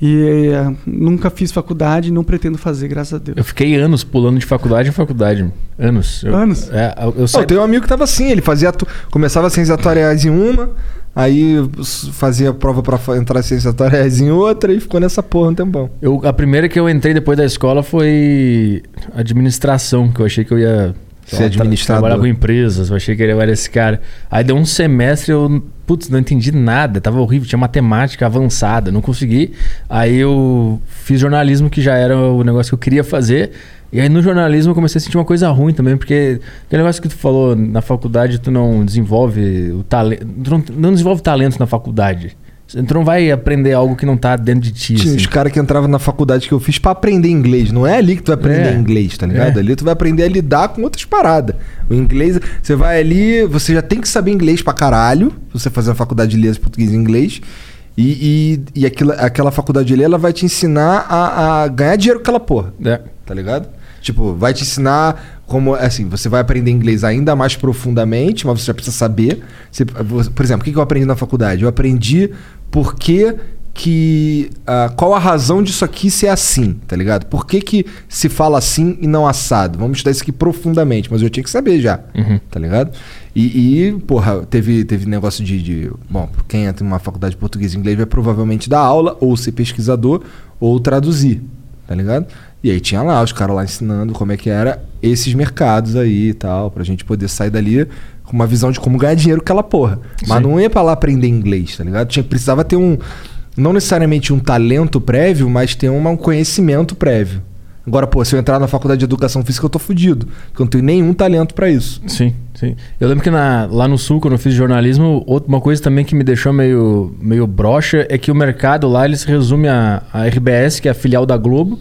Speaker 3: E eh, nunca fiz faculdade, não pretendo fazer, graças a Deus.
Speaker 7: Eu fiquei anos pulando de faculdade em faculdade. Anos. Eu-
Speaker 3: Anos?
Speaker 7: É, eu, eu
Speaker 2: Pô,
Speaker 7: saí-
Speaker 2: eu tenho um amigo que tava assim, ele fazia atu- começava ciências atuariais em uma, aí s- fazia prova pra fa- entrar em ciências atuariais em outra e ficou nessa porra um tempão.
Speaker 7: eu- a primeira que eu entrei depois da escola foi administração, que eu achei que eu ia sei
Speaker 2: Ser
Speaker 7: lá, tra-
Speaker 2: administrador.
Speaker 7: trabalhar com empresas, eu achei que eu era esse cara. Aí deu um semestre, eu, putz, não entendi nada, tava horrível, tinha matemática avançada, não consegui. Aí eu fiz jornalismo, que já era o negócio que eu queria fazer. E aí no jornalismo eu comecei a sentir uma coisa ruim também, porque aquele negócio que tu falou, na faculdade tu não desenvolve o talento, tu não, não desenvolve talento na faculdade. Tu não vai aprender algo que não tá dentro de ti.
Speaker 2: Tinha
Speaker 7: assim.
Speaker 2: os caras que entravam na faculdade que eu fiz pra aprender inglês. Não é ali que tu vai aprender
Speaker 7: É.
Speaker 2: inglês, tá ligado?
Speaker 7: É.
Speaker 2: Ali tu vai aprender a lidar com outras paradas. O inglês, você vai ali, você já tem que saber inglês pra caralho, pra você fazer a faculdade de letras, português e inglês. E, e, e aquela, aquela faculdade ali, ela vai te ensinar a, a ganhar dinheiro com aquela porra.
Speaker 7: É.
Speaker 2: tá ligado? Tipo, vai te ensinar como, assim, você vai aprender inglês ainda mais profundamente, mas você já precisa saber. Você- você- por exemplo, o que que eu aprendi na faculdade? Eu aprendi por que que... ah, qual a razão disso aqui ser assim, tá ligado? Por que que se fala assim e não assado? Vamos estudar isso aqui profundamente, mas eu tinha que saber já, tá ligado? E, e, porra, teve, teve negócio de, de- Bom, quem entra numa faculdade de português e inglês vai provavelmente dar aula, ou ser pesquisador, ou traduzir tá ligado? E aí tinha lá os caras lá ensinando como é que era esses mercados aí e tal, pra gente poder sair dali com uma visão de como ganhar dinheiro com aquela porra. Mas não ia pra lá aprender inglês, tá ligado? Tinha, precisava ter um. Não necessariamente um talento prévio, mas ter uma- um conhecimento prévio. Agora, pô, se eu entrar na faculdade de educação física, eu tô fudido. Porque eu não tenho nenhum talento pra isso.
Speaker 7: Sim, sim. Eu lembro que na- lá no Sul, quando eu fiz jornalismo, outra, uma coisa também que me deixou meio, meio broxa é que o mercado lá, eles resumem a, a RBS, que é a filial da Globo,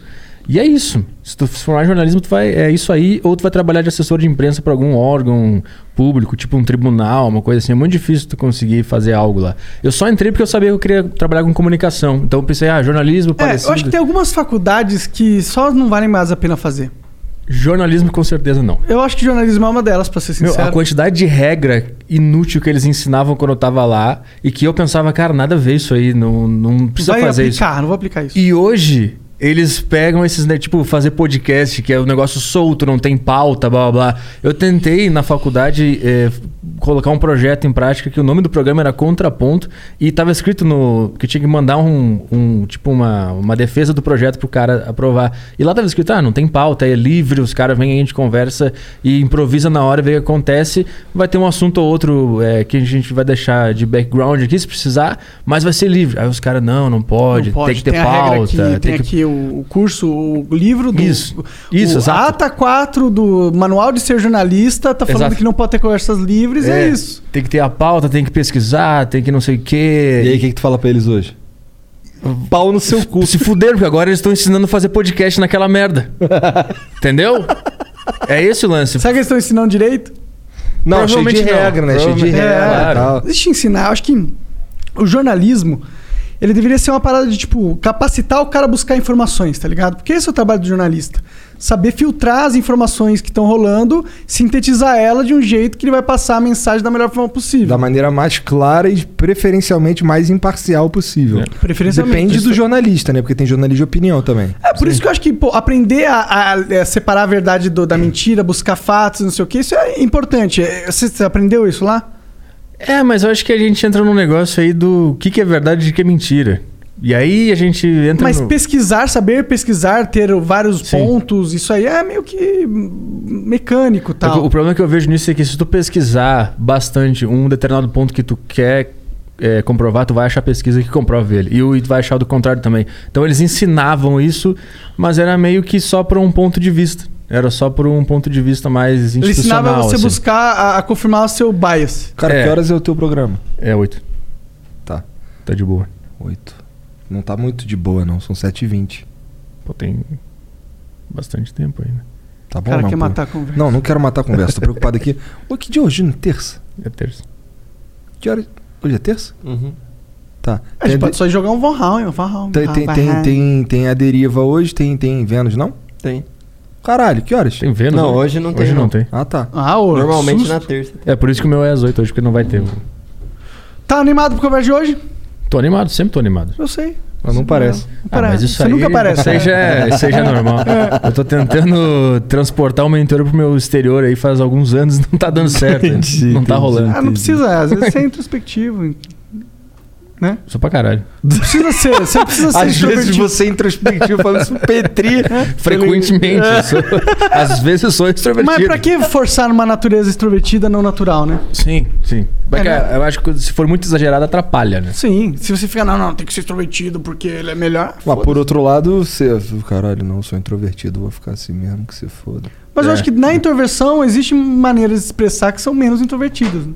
Speaker 7: e é isso. Se tu se formar em jornalismo, tu vai, é isso aí, ou tu vai trabalhar de assessor de imprensa para algum órgão público, tipo um tribunal, uma coisa assim. É muito difícil tu conseguir fazer algo lá. Eu só entrei porque eu sabia que eu queria trabalhar com comunicação. Então eu pensei, ah, jornalismo,
Speaker 3: É,
Speaker 7: parecido.
Speaker 3: eu acho que tem algumas faculdades que só não valem mais a pena fazer. um-
Speaker 7: Jornalismo com certeza não.
Speaker 3: Eu acho que jornalismo é uma delas, pra ser
Speaker 7: Meu,
Speaker 3: sincero.
Speaker 7: a quantidade de regra inútil que eles ensinavam quando eu tava lá e que eu pensava, cara, nada a ver isso aí, não, não precisa
Speaker 3: vai
Speaker 7: fazer
Speaker 3: aplicar, não vou aplicar isso.
Speaker 7: isso. E hoje eles pegam esses, né, tipo, fazer podcast, que é um negócio solto, não tem pauta, blá blá blá. Eu tentei na faculdade eh, colocar um projeto em prática que o nome do programa era Contraponto e tava escrito no. que tinha que mandar um, um tipo, uma, uma defesa do projeto pro cara aprovar. E lá tava escrito, ah, não tem pauta, é livre, os caras vêm aí, a gente conversa e improvisa na hora, vê o que acontece. Vai ter um assunto ou outro eh, que a gente vai deixar de background aqui, se precisar, mas vai ser livre. Aí os caras, não, não pode,
Speaker 3: Não pode,
Speaker 7: tem que ter
Speaker 3: a regra
Speaker 7: pauta.
Speaker 3: aqui, tem, aqui o o curso, o livro do.
Speaker 7: Isso, isso,
Speaker 3: o
Speaker 7: exato.
Speaker 3: ATA 4 do Manual de Ser Jornalista tá falando
Speaker 7: Exato.
Speaker 3: que não pode ter conversas livres, é, isso.
Speaker 7: Tem que ter a pauta, tem que pesquisar, tem que não sei o quê.
Speaker 2: E aí, o que, que tu fala pra eles hoje? Pau no seu cu.
Speaker 7: Se fuderam, porque agora eles estão ensinando a fazer podcast naquela merda. Entendeu? É esse o lance.
Speaker 3: Será que eles estão ensinando direito?
Speaker 2: Não, cheio de
Speaker 7: Provavelmente não.
Speaker 2: regra, né? Cheio de
Speaker 7: Provavelmente-
Speaker 2: regra
Speaker 7: É,
Speaker 2: e tal.
Speaker 3: Deixa eu ensinar, eu acho que o jornalismo ele deveria ser uma parada de, tipo, capacitar o cara a buscar informações, tá ligado? Porque esse é o trabalho do jornalista. Saber filtrar as informações que estão rolando, sintetizar ela de um jeito que ele vai passar a mensagem da melhor forma possível.
Speaker 2: Da maneira mais clara e preferencialmente mais imparcial
Speaker 7: É.
Speaker 2: possível.
Speaker 3: Preferencialmente.
Speaker 2: Depende do
Speaker 3: Isso.
Speaker 2: jornalista, né? Porque tem jornalista de opinião também.
Speaker 3: É, por isso que eu acho que pô, aprender a, a- a separar a verdade do- da mentira, buscar fatos, não sei o que, isso é importante. É, Você você aprendeu isso lá?
Speaker 7: É, mas eu acho que a gente entra num negócio aí do que, que é verdade e o que é mentira. E aí a gente entra
Speaker 3: Mas
Speaker 7: no...
Speaker 3: pesquisar, saber pesquisar, ter vários pontos, isso aí é meio que hum, mecânico e
Speaker 7: O,
Speaker 3: tal.
Speaker 7: o problema que eu vejo nisso é que se tu pesquisar bastante um determinado ponto que tu quer é, comprovar, tu vai achar pesquisa que comprove ele. E o e tu vai achar o do contrário também. Então eles ensinavam isso, mas era meio que só por um ponto de vista. Era só por um ponto de vista mais
Speaker 3: Ele
Speaker 7: institucional.
Speaker 3: ensinava você
Speaker 7: assim.
Speaker 3: buscar, a, a confirmar o seu bias.
Speaker 2: Cara,
Speaker 7: É.
Speaker 2: que horas é o teu programa?
Speaker 7: É oito.
Speaker 2: Tá.
Speaker 7: Tá de boa.
Speaker 2: Oito. Não tá muito de boa, não. São 7h20.
Speaker 7: Pô, tem bastante tempo ainda.
Speaker 2: Tá bom,
Speaker 3: cara
Speaker 2: não,
Speaker 3: quer
Speaker 2: pô?
Speaker 3: matar a conversa.
Speaker 2: Não, não quero matar a conversa. Tô preocupado aqui. Ô, que dia é hoje? Não, Terça?
Speaker 7: É terça.
Speaker 2: Que hora? Hoje é terça?
Speaker 4: Uhum.
Speaker 2: Tá.
Speaker 3: A gente
Speaker 2: Tem,
Speaker 3: pode só jogar um Von Raun, um Von Raun.
Speaker 2: tem, tem, tem, tem, tem a deriva hoje? Tem, tem Vênus, não?
Speaker 4: Tem.
Speaker 2: Caralho, que horas?
Speaker 7: Tem Vênus?
Speaker 4: Não,
Speaker 7: né?
Speaker 4: hoje não tem,
Speaker 7: Hoje não,
Speaker 4: não.
Speaker 7: tem.
Speaker 2: Ah, tá.
Speaker 3: Ah, ô,
Speaker 4: Normalmente né?
Speaker 3: susto.
Speaker 4: na terça.
Speaker 7: É por isso que o meu é às oito hoje, porque não vai ter.
Speaker 3: Tá animado pro conversa de hoje?
Speaker 7: Tô animado, sempre tô animado.
Speaker 3: Eu sei.
Speaker 2: Mas não parece.
Speaker 7: Ah, mas isso
Speaker 3: você
Speaker 7: aí,
Speaker 3: nunca aparece. né?
Speaker 7: Isso aí já é, isso aí já é normal. Eu tô tentando transportar o meu interior pro meu exterior aí faz alguns anos, não tá dando certo.
Speaker 2: Entendi,
Speaker 7: não tá
Speaker 2: entendi.
Speaker 7: rolando.
Speaker 3: Ah, não precisa, às vezes você é introspectivo. Né?
Speaker 7: Sou pra caralho.
Speaker 3: Não precisa ser, você não precisa ser
Speaker 2: Às vezes
Speaker 3: introvertido.
Speaker 2: você é introspectivo falando isso, Petri.
Speaker 7: Frequentemente. eu sou- às vezes eu sou extrovertido.
Speaker 3: Mas pra que forçar uma natureza extrovertida não natural, né?
Speaker 7: Sim, sim. Mas
Speaker 3: É,
Speaker 7: que
Speaker 3: né?
Speaker 7: Eu acho que se for muito exagerado, atrapalha, né?
Speaker 3: Sim, se você ficar, não, não, tem que ser extrovertido porque ele é melhor.
Speaker 2: Mas por outro lado, você. Caralho, não, eu sou introvertido, vou ficar assim mesmo que se foda.
Speaker 3: Mas eu
Speaker 7: É.
Speaker 3: acho que na introversão existem maneiras de expressar que são menos introvertidas. né?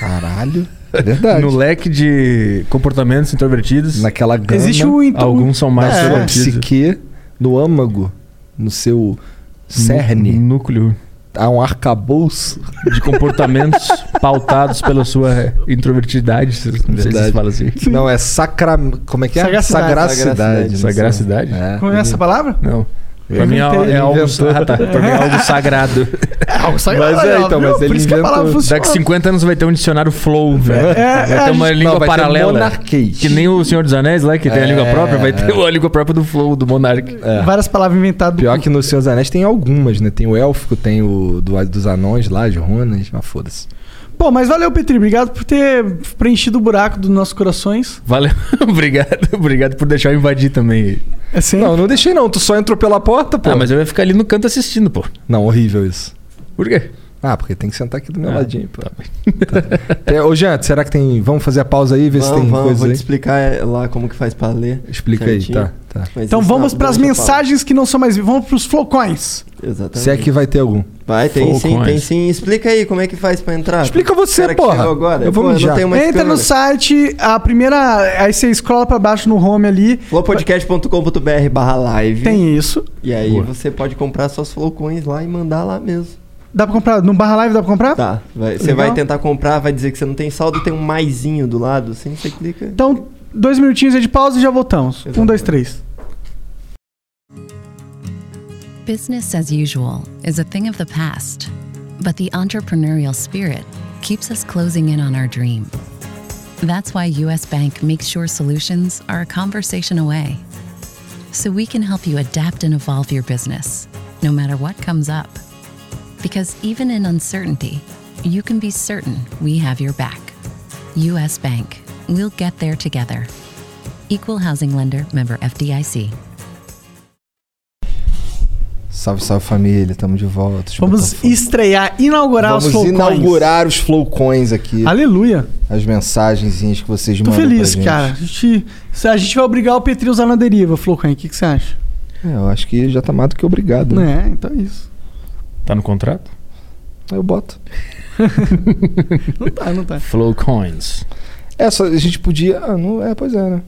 Speaker 2: Caralho. É verdade.
Speaker 7: No leque de comportamentos introvertidos,
Speaker 2: Naquela gana,
Speaker 3: Existe
Speaker 7: um
Speaker 3: o então,
Speaker 7: alguns são mais
Speaker 3: É.
Speaker 2: na sua
Speaker 7: extrovertidos.
Speaker 2: psique, no âmago, no seu
Speaker 7: Nú-
Speaker 2: cerne,
Speaker 7: Um Núcleo
Speaker 2: há um arcabouço.
Speaker 7: de comportamentos pautados pela sua introvertidade. se- se
Speaker 2: Introvertidade.
Speaker 7: se fala assim.
Speaker 2: Não, é sacra... Como é que é?
Speaker 3: Sagacidade.
Speaker 2: Sagracidade.
Speaker 7: Sagacidade.
Speaker 2: É.
Speaker 3: Como é essa palavra?
Speaker 7: Não. Pra mim é,
Speaker 3: inventei,
Speaker 7: é
Speaker 3: ele
Speaker 7: algo,
Speaker 2: inventou.
Speaker 7: ah, tá. Pra mim é algo sagrado.
Speaker 2: Mas é, então, mas ele
Speaker 3: Por isso que a
Speaker 2: inventou.
Speaker 3: palavra funciona.
Speaker 7: Daqui 50 anos vai ter um dicionário
Speaker 2: É.
Speaker 7: flow, velho. vai ter uma língua
Speaker 2: Não, vai ter
Speaker 7: paralela.
Speaker 2: monarquês.
Speaker 7: Que nem o Senhor dos Anéis lá, que tem a
Speaker 2: É,
Speaker 7: língua própria, vai ter a língua própria do flow, do monarca.
Speaker 3: Várias palavras inventadas.
Speaker 2: Pior que no Senhor dos Anéis tem algumas, né? Tem o élfico, tem o do- dos anões lá, de runas, mas foda-se.
Speaker 3: Pô, mas valeu, Petri. Obrigado por ter preenchido o buraco dos nossos corações.
Speaker 7: Valeu. obrigado. Obrigado por deixar eu invadir também.
Speaker 3: É sempre.
Speaker 2: Não, não deixei não, tu só entrou pela porta, pô.
Speaker 7: Ah, mas eu ia ficar ali no canto assistindo, pô.
Speaker 2: Não, horrível isso.
Speaker 7: Por quê?
Speaker 2: Ah, porque tem que sentar aqui do meu
Speaker 7: Ah,
Speaker 2: ladinho, pô.
Speaker 7: tá bem.
Speaker 2: É, ô, Jean, será que tem... Vamos fazer a pausa aí, ver se
Speaker 4: Vamos,
Speaker 2: tem
Speaker 4: vamos,
Speaker 2: coisas
Speaker 4: vou te
Speaker 2: aí?
Speaker 4: explicar é, lá como que faz pra ler.
Speaker 2: Explica
Speaker 4: certinho.
Speaker 2: aí, tá, tá.
Speaker 4: Mas
Speaker 3: Então
Speaker 4: isso
Speaker 3: vamos
Speaker 4: na-
Speaker 3: pras
Speaker 4: durante a pausa.
Speaker 3: mensagens que não são mais vivas. Vamos pros flocões.
Speaker 4: Exatamente.
Speaker 2: Se é que vai ter algum.
Speaker 4: Vai, tem sim,
Speaker 7: Falcões.
Speaker 4: tem sim. Explica aí como é que faz pra entrar.
Speaker 2: Explica você,
Speaker 4: Cara que
Speaker 2: porra.
Speaker 4: chegou Agora.
Speaker 2: Eu vou
Speaker 4: Pô,
Speaker 2: mijar.
Speaker 4: não tenho mais
Speaker 3: Entra no
Speaker 4: câmera.
Speaker 3: site, a primeira. Aí você escrola pra baixo no home ali.
Speaker 4: flowpodcast.com.br barra live.
Speaker 3: Tem isso.
Speaker 4: E aí
Speaker 7: Boa.
Speaker 4: você pode comprar suas flowcoins lá e mandar lá mesmo.
Speaker 3: Dá pra comprar? No barra live dá pra comprar?
Speaker 4: Tá. vai- você
Speaker 3: Legal.
Speaker 4: vai tentar comprar, vai dizer que você não tem saldo, tem um maisinho do lado, assim, você clica.
Speaker 2: Tá
Speaker 3: Então, dois minutinhos aí de pausa e já voltamos. Um, dois, três.
Speaker 11: Business as usual is a thing of the past, but the entrepreneurial spirit keeps us closing in on our dream. That's why US Bank makes sure solutions are a conversation away. So we can help you adapt and evolve your business, no matter what comes up. Because even in uncertainty, you can be certain we have your back. US Bank, we'll get there together. Equal Housing Lender, member FDIC.
Speaker 2: Salve, salve família, tamo de volta.
Speaker 3: Vamos
Speaker 2: Botafogo.
Speaker 3: estrear, inaugurar os
Speaker 2: Vamos
Speaker 3: flocões.
Speaker 2: inaugurar os flowcoins aqui.
Speaker 3: Aleluia.
Speaker 2: As mensagenzinhas que vocês
Speaker 3: Tô
Speaker 2: mandam
Speaker 3: feliz,
Speaker 2: pra gente.
Speaker 3: cara. A gente, se a gente vai obrigar o Petri a usar na deriva, Flocão. O que, que você acha?
Speaker 2: É, eu acho que já tá mais do que obrigado. Né?
Speaker 3: É, então é isso.
Speaker 7: Tá no contrato?
Speaker 3: É.
Speaker 2: Aí Eu boto.
Speaker 3: Não tá, não tá.
Speaker 7: Flow Coins.
Speaker 2: É, só a gente podia... Ah, não... É, pois é, né?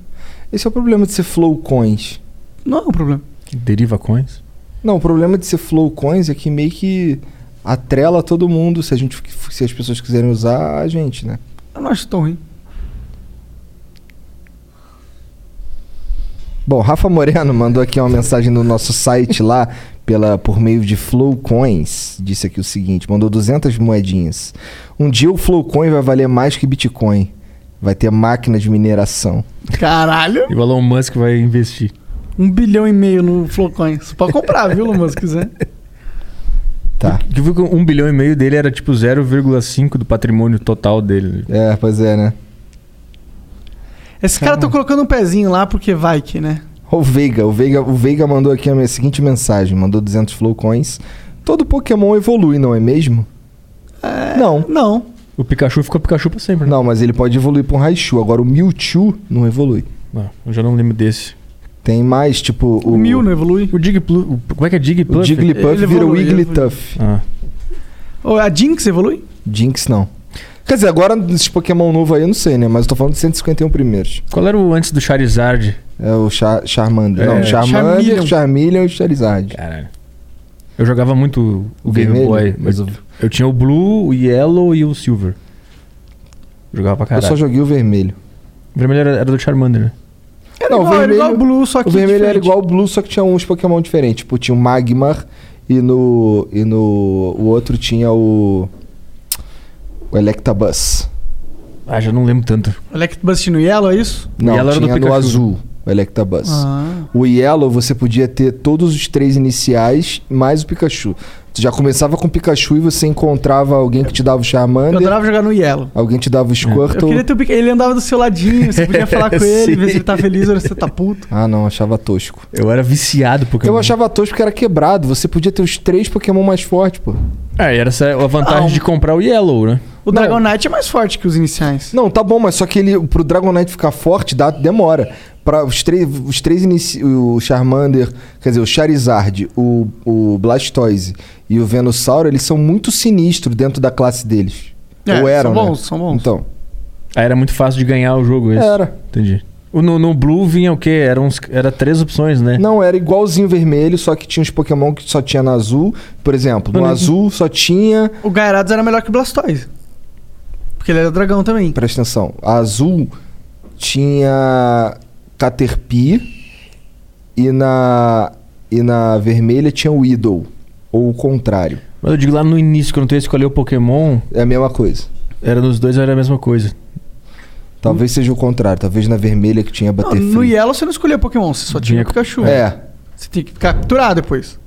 Speaker 2: Esse é o problema de ser flowcoins.
Speaker 3: Não é um problema.
Speaker 7: Deriva Coins?
Speaker 2: Não, o problema de ser flowcoins é que meio que atrela todo mundo se, a gente, se as pessoas quiserem usar a gente, né?
Speaker 3: Eu não acho tão ruim.
Speaker 2: Bom, Rafa Moreno mandou aqui uma mensagem no nosso site lá pela por meio de Flowcoins. Disse aqui o seguinte, mandou 200 moedinhas. Um dia o Flowcoin vai valer mais que Bitcoin. Vai ter máquina de mineração.
Speaker 3: Caralho.
Speaker 7: E o Elon Musk vai investir.
Speaker 3: Um bilhão e meio no Flowcoin. Você pode comprar, viu, Lumos, se quiser.
Speaker 2: Tá.
Speaker 7: Que viu que um bilhão e meio dele era tipo 0,5 do patrimônio total dele.
Speaker 2: É, pois é, né?
Speaker 3: Esses caras estão colocando um pezinho lá porque vai que, né?
Speaker 2: O Veiga, o Veiga, o Veiga mandou aqui a minha seguinte mensagem, mandou 200 flowcoins. Todo Pokémon evolui, não é mesmo? não.
Speaker 3: Não.
Speaker 7: O Pikachu ficou Pikachu pra sempre. né?
Speaker 2: Não, mas ele pode evoluir pra um Raichu. Agora o Mewtwo não evolui.
Speaker 7: Não, Ah, eu já não lembro desse.
Speaker 2: Tem mais, tipo... O,
Speaker 3: Mew não evolui.
Speaker 7: O Digiplu... Como é que é Digipluff?
Speaker 2: O Jigglypuff
Speaker 3: Ele
Speaker 2: vira o
Speaker 3: evolui, ele
Speaker 2: Wigglytuff.
Speaker 7: Ah.
Speaker 3: Ô, A Jinx evolui?
Speaker 2: Jinx não. Quer dizer, agora esses Pokémon novo aí eu não sei, né? Mas eu tô falando de 151 primeiros.
Speaker 7: Qual era o antes do Charizard?
Speaker 2: É o Char Charmander.
Speaker 7: É,
Speaker 2: Não, Charmander,
Speaker 7: Charmeleon.
Speaker 2: Charmeleon, e Charizard.
Speaker 7: Caralho. Eu jogava muito o,
Speaker 2: O
Speaker 7: Game
Speaker 2: vermelho?
Speaker 7: Boy. Mas eu, eu tinha o Blue, o Yellow e o Silver. Jogava pra
Speaker 2: Eu
Speaker 7: caralho.
Speaker 2: só joguei o vermelho.
Speaker 7: O vermelho era, era do Charmander, né?
Speaker 3: Era igual- era igual o Blue, só que
Speaker 2: O
Speaker 3: é
Speaker 2: É, vermelho era
Speaker 3: diferente.
Speaker 2: igual o Blue, só que tinha uns Pokémon diferentes. Tipo, tinha o Magmar e no. E no. O outro tinha o. O Electabuzz.
Speaker 7: Ah, já não lembro tanto.
Speaker 3: Electabuzz no Yellow, é isso?
Speaker 2: Não, tinha no azul, o Electabuzz.
Speaker 3: Ah.
Speaker 2: O Yellow você podia ter todos os três iniciais mais o Pikachu. Tu já começava com o Pikachu e você encontrava alguém que te dava o Charmander.
Speaker 3: Eu adorava jogar no Yellow.
Speaker 2: Alguém te dava o
Speaker 3: Eu
Speaker 2: Squirtle.
Speaker 3: queria ter o Pikachu. Ele andava do seu ladinho, você podia falar com ele, ver se ele tá feliz ou se ele tá puto.
Speaker 2: Ah, não, achava tosco.
Speaker 7: Eu era viciado Pokémon.
Speaker 2: Eu achava tosco porque era quebrado. Você podia ter os três Pokémon mais fortes, pô.
Speaker 7: É, e era essa a vantagem
Speaker 2: Ah, um-
Speaker 7: de comprar o Yellow, né?
Speaker 3: O Dragonite é mais forte que os iniciais.
Speaker 2: Não, tá bom, mas só que ele pro Dragonite ficar forte dá, demora. Para os três, os três inici... o Charmander, quer dizer, o Charizard, o, o Blastoise e o Venusaur, eles são muito sinistros dentro da classe deles.
Speaker 7: É,
Speaker 2: Ou eram,
Speaker 7: são
Speaker 2: né?
Speaker 7: bons, são bons.
Speaker 2: Então,
Speaker 7: Aí era muito fácil de ganhar o jogo esse.
Speaker 2: Era.
Speaker 7: Entendi. O, no, no Blue vinha o quê? Era, uns, era três opções, né?
Speaker 2: não era igualzinho vermelho, só que tinha os Pokémon que só tinha no azul, por exemplo, no
Speaker 3: Não, não.
Speaker 2: azul só tinha
Speaker 3: O Gyarados era melhor que o Blastoise. Porque ele era dragão também.
Speaker 2: Presta atenção. A azul tinha Caterpie e na e na vermelha tinha o Idol, ou o contrário.
Speaker 7: Mas eu digo lá no início, quando tu ia escolher o Pokémon.
Speaker 2: É a mesma coisa.
Speaker 7: Era nos dois, era a mesma coisa.
Speaker 2: Talvez seja o contrário, talvez na vermelha que tinha
Speaker 3: Não,
Speaker 2: bater
Speaker 3: no Yellow você não escolhia Pokémon, você só tinha o Pikachu.
Speaker 2: É.
Speaker 3: Você tinha que capturar depois.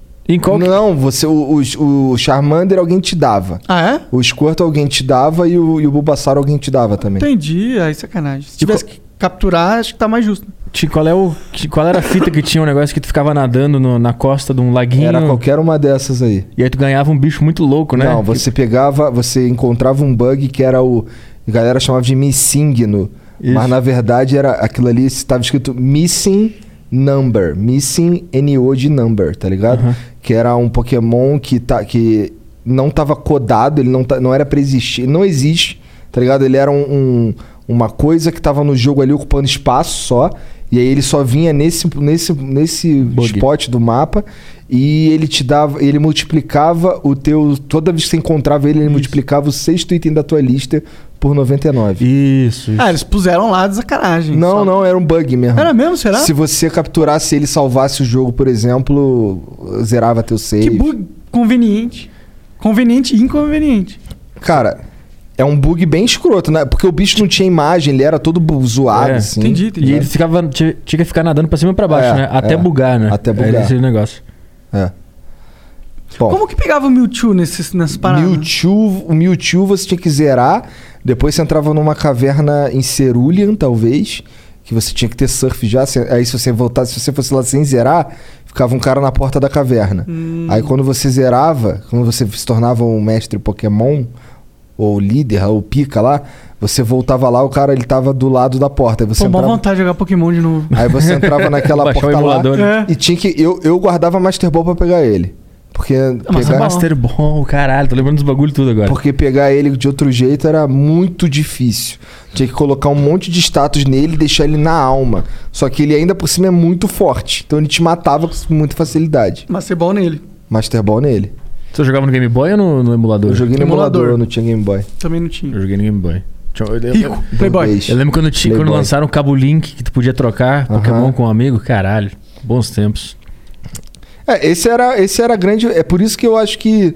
Speaker 2: Não, você o, o, o Charmander alguém te dava.
Speaker 3: Ah, é?
Speaker 2: O Squirtle alguém te dava e o, e o Bulbasaur alguém te dava também.
Speaker 3: Entendi, aí sacanagem. Se tivesse que capturar, acho que tá mais justo.
Speaker 7: Ti- Qual, é o, que- qual era a fita que tinha um negócio que tu ficava nadando no- na costa de um laguinho?
Speaker 2: Era qualquer uma dessas aí.
Speaker 7: E aí tu ganhava um bicho muito louco, né?
Speaker 2: Não, você pegava, você encontrava um bug que era o. A galera chamava de missigno.
Speaker 7: Isso.
Speaker 2: Mas na verdade era aquilo ali, estava escrito missing number. Missing NO de number, tá ligado? Que era um Pokémon que, tá, que não tava codado, ele não, tá- não era pra existir. Não existe, tá ligado? Ele era um, um- uma coisa que tava no jogo ali ocupando espaço só. E aí ele só vinha nesse, nesse, nesse spot do mapa e ele te dava, ele multiplicava o teu, toda vez que você encontrava ele, ele multiplicava o sexto item da tua lista por 99.
Speaker 7: Isso.
Speaker 3: Ah, eles puseram lá de sacanagem.
Speaker 2: Não,
Speaker 3: só.
Speaker 2: não, era um bug mesmo.
Speaker 3: Era mesmo, será?
Speaker 2: Se você capturasse ele e salvasse o jogo, por exemplo, zerava teu save.
Speaker 3: Que bug conveniente. Conveniente e inconveniente.
Speaker 2: Cara, é um bug bem escroto, né? Porque o bicho não tinha imagem, ele era todo bu- zoado,
Speaker 7: É.
Speaker 2: assim.
Speaker 3: então.
Speaker 7: E ele ficava, tinha, tinha que ficar nadando pra cima e pra baixo,
Speaker 2: É,
Speaker 7: né? Até
Speaker 2: é.
Speaker 7: bugar, né?
Speaker 2: Até bugar.
Speaker 7: Era esse negócio.
Speaker 2: É.
Speaker 3: Como que pegava o Mewtwo nesses, nessas paradas?
Speaker 2: Mewtwo, o Mewtwo você tinha que zerar. Depois você entrava numa caverna em Cerulean, talvez. Que você tinha que ter surf já. se- Aí se você voltasse, se você fosse lá sem zerar, ficava um cara na porta da caverna.
Speaker 3: Hum.
Speaker 2: Aí quando você zerava, quando você se tornava um mestre Pokémon, ou líder, ou pica lá, você voltava lá, o cara ele tava do lado da porta. Aí você
Speaker 3: Pô, mó
Speaker 2: entrava...
Speaker 3: vontade de jogar Pokémon de novo. É,
Speaker 2: Aí você entrava naquela
Speaker 7: Baixar o
Speaker 2: porta lá
Speaker 7: emulador, né?
Speaker 2: e tinha que. Eu, eu guardava Master Ball pra pegar ele. Porque.
Speaker 7: Mas
Speaker 3: é
Speaker 2: pegar-
Speaker 7: Master Ball, caralho, tô lembrando dos bagulho tudo agora.
Speaker 2: Porque pegar ele de outro jeito era muito difícil. Tinha que colocar um monte de status nele e deixar ele na alma. Só que ele ainda por cima é muito forte. Então ele te matava com muita facilidade.
Speaker 3: Master Ball nele.
Speaker 2: Master Ball nele.
Speaker 7: Você jogava no Game Boy ou no, no emulador?
Speaker 2: Eu joguei no
Speaker 3: Emulador.
Speaker 2: emulador, eu não tinha Game Boy.
Speaker 3: Também não tinha.
Speaker 7: Eu joguei no Game Boy. Tinha- eu- eu-
Speaker 3: Rico, é
Speaker 7: eu-
Speaker 3: playboy.
Speaker 7: Eu lembro quando, ti- quando
Speaker 3: Playboy.
Speaker 7: lançaram o Cabo Link, que tu podia trocar Pokémon com um amigo. Caralho, bons tempos.
Speaker 2: É, esse era, esse era grande. É por isso que eu acho que.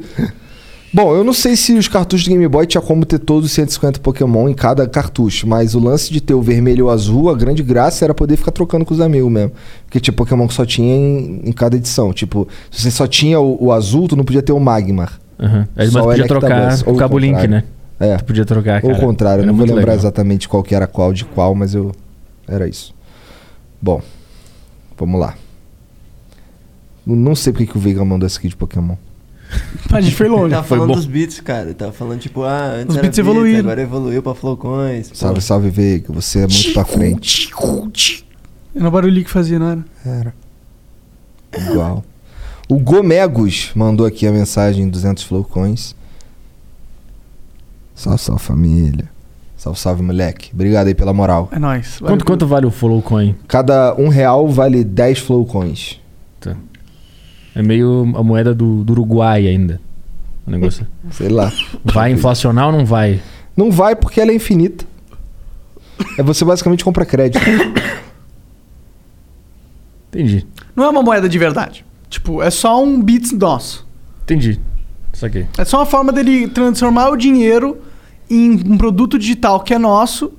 Speaker 2: Bom, eu não sei se os cartuchos do Game Boy tinha como ter todos os 150 Pokémon em cada cartucho, mas o lance de ter o vermelho e o azul, a grande graça era poder ficar trocando com os amigos mesmo. Porque tinha Pokémon que só tinha em, em cada edição. Tipo, se você só tinha o, o azul, tu não podia ter o Magmar.
Speaker 7: Aham. Aí, É, Mas
Speaker 2: Só
Speaker 7: tu podia trocar
Speaker 2: Electabuzz, ou
Speaker 7: o Cabo Link,
Speaker 2: contrário.
Speaker 7: né?
Speaker 2: É.
Speaker 7: Tu podia trocar,
Speaker 2: Ou
Speaker 7: Ah, cara.
Speaker 2: o contrário, eu
Speaker 7: Era
Speaker 2: não vou
Speaker 7: muito
Speaker 2: lembrar
Speaker 7: legal.
Speaker 2: exatamente qual que era qual de qual, mas eu. Era isso. Bom, vamos lá. Eu Não sei porque que o Veiga mandou essa aqui de Pokémon.
Speaker 3: A gente foi longe.
Speaker 4: Ele tava
Speaker 2: Foi
Speaker 4: falando
Speaker 2: bom.
Speaker 4: dos beats, cara. Ele Tava falando, tipo, ah, antes
Speaker 3: Os beats
Speaker 4: era beats,
Speaker 3: evoluíram.
Speaker 4: agora evoluiu pra flowcoins. pô.
Speaker 2: Salve, salve, Veiga. Você é muito pra frente.
Speaker 3: Era o barulhinho que fazia, não era?
Speaker 2: Era. Igual. O Gomegos mandou aqui a mensagem 200 flowcoins. Salve, salve, família. Salve, salve, moleque. Obrigado aí pela moral.
Speaker 3: É nóis.
Speaker 7: Quanto, quanto vale o Flowcoin?
Speaker 2: Cada um real vale 10 flowcoins.
Speaker 7: Tá. É meio a moeda do, do Uruguai ainda. O negócio.
Speaker 2: Sei lá.
Speaker 7: Vai inflacionar ou não vai?
Speaker 2: Não vai porque ela é infinita. É você basicamente compra crédito.
Speaker 7: Entendi.
Speaker 3: Não é uma moeda de verdade. Tipo, é só um bits nosso.
Speaker 7: Entendi. Saquei.
Speaker 3: É só uma forma dele transformar o dinheiro em um produto digital que é nosso,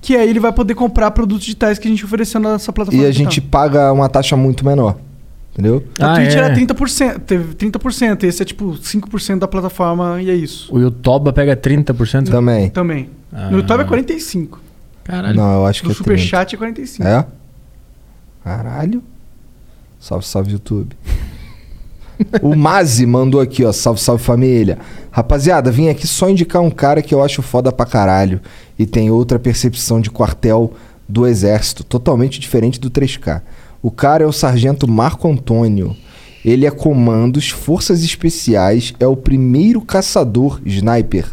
Speaker 3: que aí ele vai poder comprar produtos digitais que a gente ofereceu na nossa plataforma.
Speaker 2: e a gente paga uma taxa muito menor. Entendeu?
Speaker 3: A Twitch era 30%, teve 30%, esse é tipo 5% da plataforma e é isso.
Speaker 7: O Yotoba pega 30%?
Speaker 2: Também.
Speaker 3: Também.
Speaker 7: Ah.
Speaker 3: No YouTube é 45.
Speaker 7: Caralho.
Speaker 2: Não, eu acho
Speaker 3: no
Speaker 2: que é
Speaker 3: Superchat é 45.
Speaker 2: É? Caralho. Salve, salve, YouTube. o Mazi mandou aqui, ó. Salve, salve, família. Rapaziada, vim aqui só indicar um cara que eu acho foda pra caralho. E tem outra percepção de quartel do exército, totalmente diferente do 3K. O cara é o sargento Marco Antônio. Ele é comandos, forças especiais, é o primeiro caçador sniper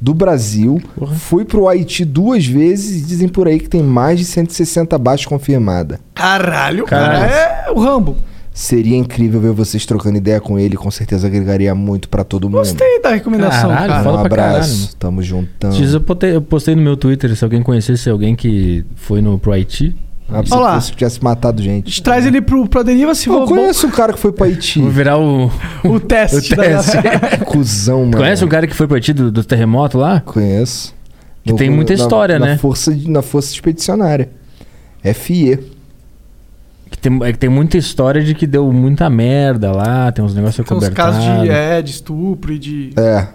Speaker 2: do Brasil. Foi pro Haiti duas vezes e dizem por aí que tem mais de 160 baixas confirmada.
Speaker 3: Caralho, o cara é o Rambo.
Speaker 2: Seria incrível ver vocês trocando ideia com ele, com certeza agregaria muito pra todo mundo.
Speaker 3: Gostei da recomendação,
Speaker 7: Caralho,
Speaker 3: cara.
Speaker 7: foda
Speaker 2: um
Speaker 7: pra
Speaker 2: abraço,
Speaker 7: caralho.
Speaker 2: tamo juntando.
Speaker 7: Esses dias Eu postei, eu postei no meu Twitter, se alguém conhecesse alguém que foi no, pro Haiti.
Speaker 2: Ah, se
Speaker 3: Olha lá.
Speaker 2: fosse, tivesse matado
Speaker 3: A
Speaker 2: gente.
Speaker 3: gente traz ele pro, pra deriva se
Speaker 2: Eu
Speaker 3: for bom.
Speaker 2: conheço um cara que foi pro Haiti.
Speaker 7: Vou virar o.
Speaker 3: O teste.
Speaker 7: O teste.
Speaker 3: da-
Speaker 2: Cusão, mano.
Speaker 7: Conhece um cara que foi pro Haiti do, do terremoto lá?
Speaker 2: Conheço.
Speaker 7: Que tem muita
Speaker 2: Na-
Speaker 7: história,
Speaker 2: na
Speaker 7: né?
Speaker 2: Força, de- na Força Expedicionária. FE.
Speaker 7: Que tem, é que tem muita história de que deu muita merda lá, tem uns negócios
Speaker 3: Tem uns
Speaker 7: acobertados.
Speaker 3: casos de, é, de estupro e de.
Speaker 2: É.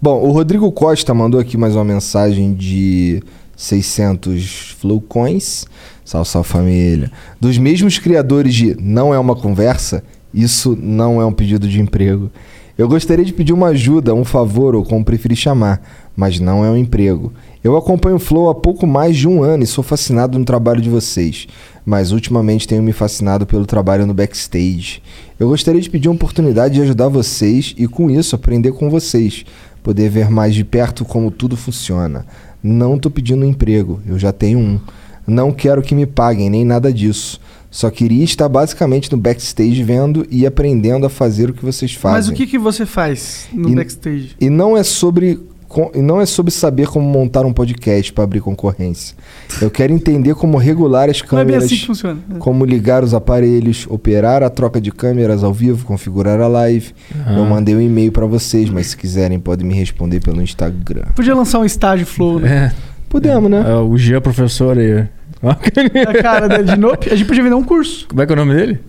Speaker 2: Bom, o Rodrigo Costa mandou aqui mais uma mensagem de 600 flowcoins. Salve, salve família. Dos mesmos criadores de Não é uma conversa, isso não é um pedido de emprego. Eu gostaria de pedir uma ajuda, um favor ou como preferir chamar, mas não é um emprego. Eu acompanho o Flow há pouco mais de um ano e sou fascinado no trabalho de vocês, mas ultimamente tenho me fascinado pelo trabalho no backstage. Eu gostaria de pedir uma oportunidade de ajudar vocês e com isso aprender com vocês, poder ver mais de perto como tudo funciona. Não tô pedindo um emprego, eu já tenho um. Não quero que me paguem nem nada disso. Só queria estar basicamente no backstage vendo e aprendendo a fazer o que vocês fazem.
Speaker 3: Mas o que, que você faz no
Speaker 2: E-
Speaker 3: backstage?
Speaker 2: E não é sobre com- e não é sobre saber como montar um podcast para abrir concorrência. Eu quero entender como regular as
Speaker 3: Não é
Speaker 2: câmeras,
Speaker 3: bem assim que funciona.
Speaker 2: como ligar os aparelhos, operar a troca de câmeras ao vivo, configurar a live.
Speaker 7: Ah.
Speaker 2: Eu mandei um e-mail para vocês, mas se quiserem podem me responder pelo Instagram.
Speaker 3: Podia lançar um estágio flow, né?
Speaker 7: É.
Speaker 2: Podemos, né?
Speaker 7: É, o Jean professor aí. Ó.
Speaker 3: A cara dele de novo. A gente podia vender um curso.
Speaker 7: Como é que é o nome dele?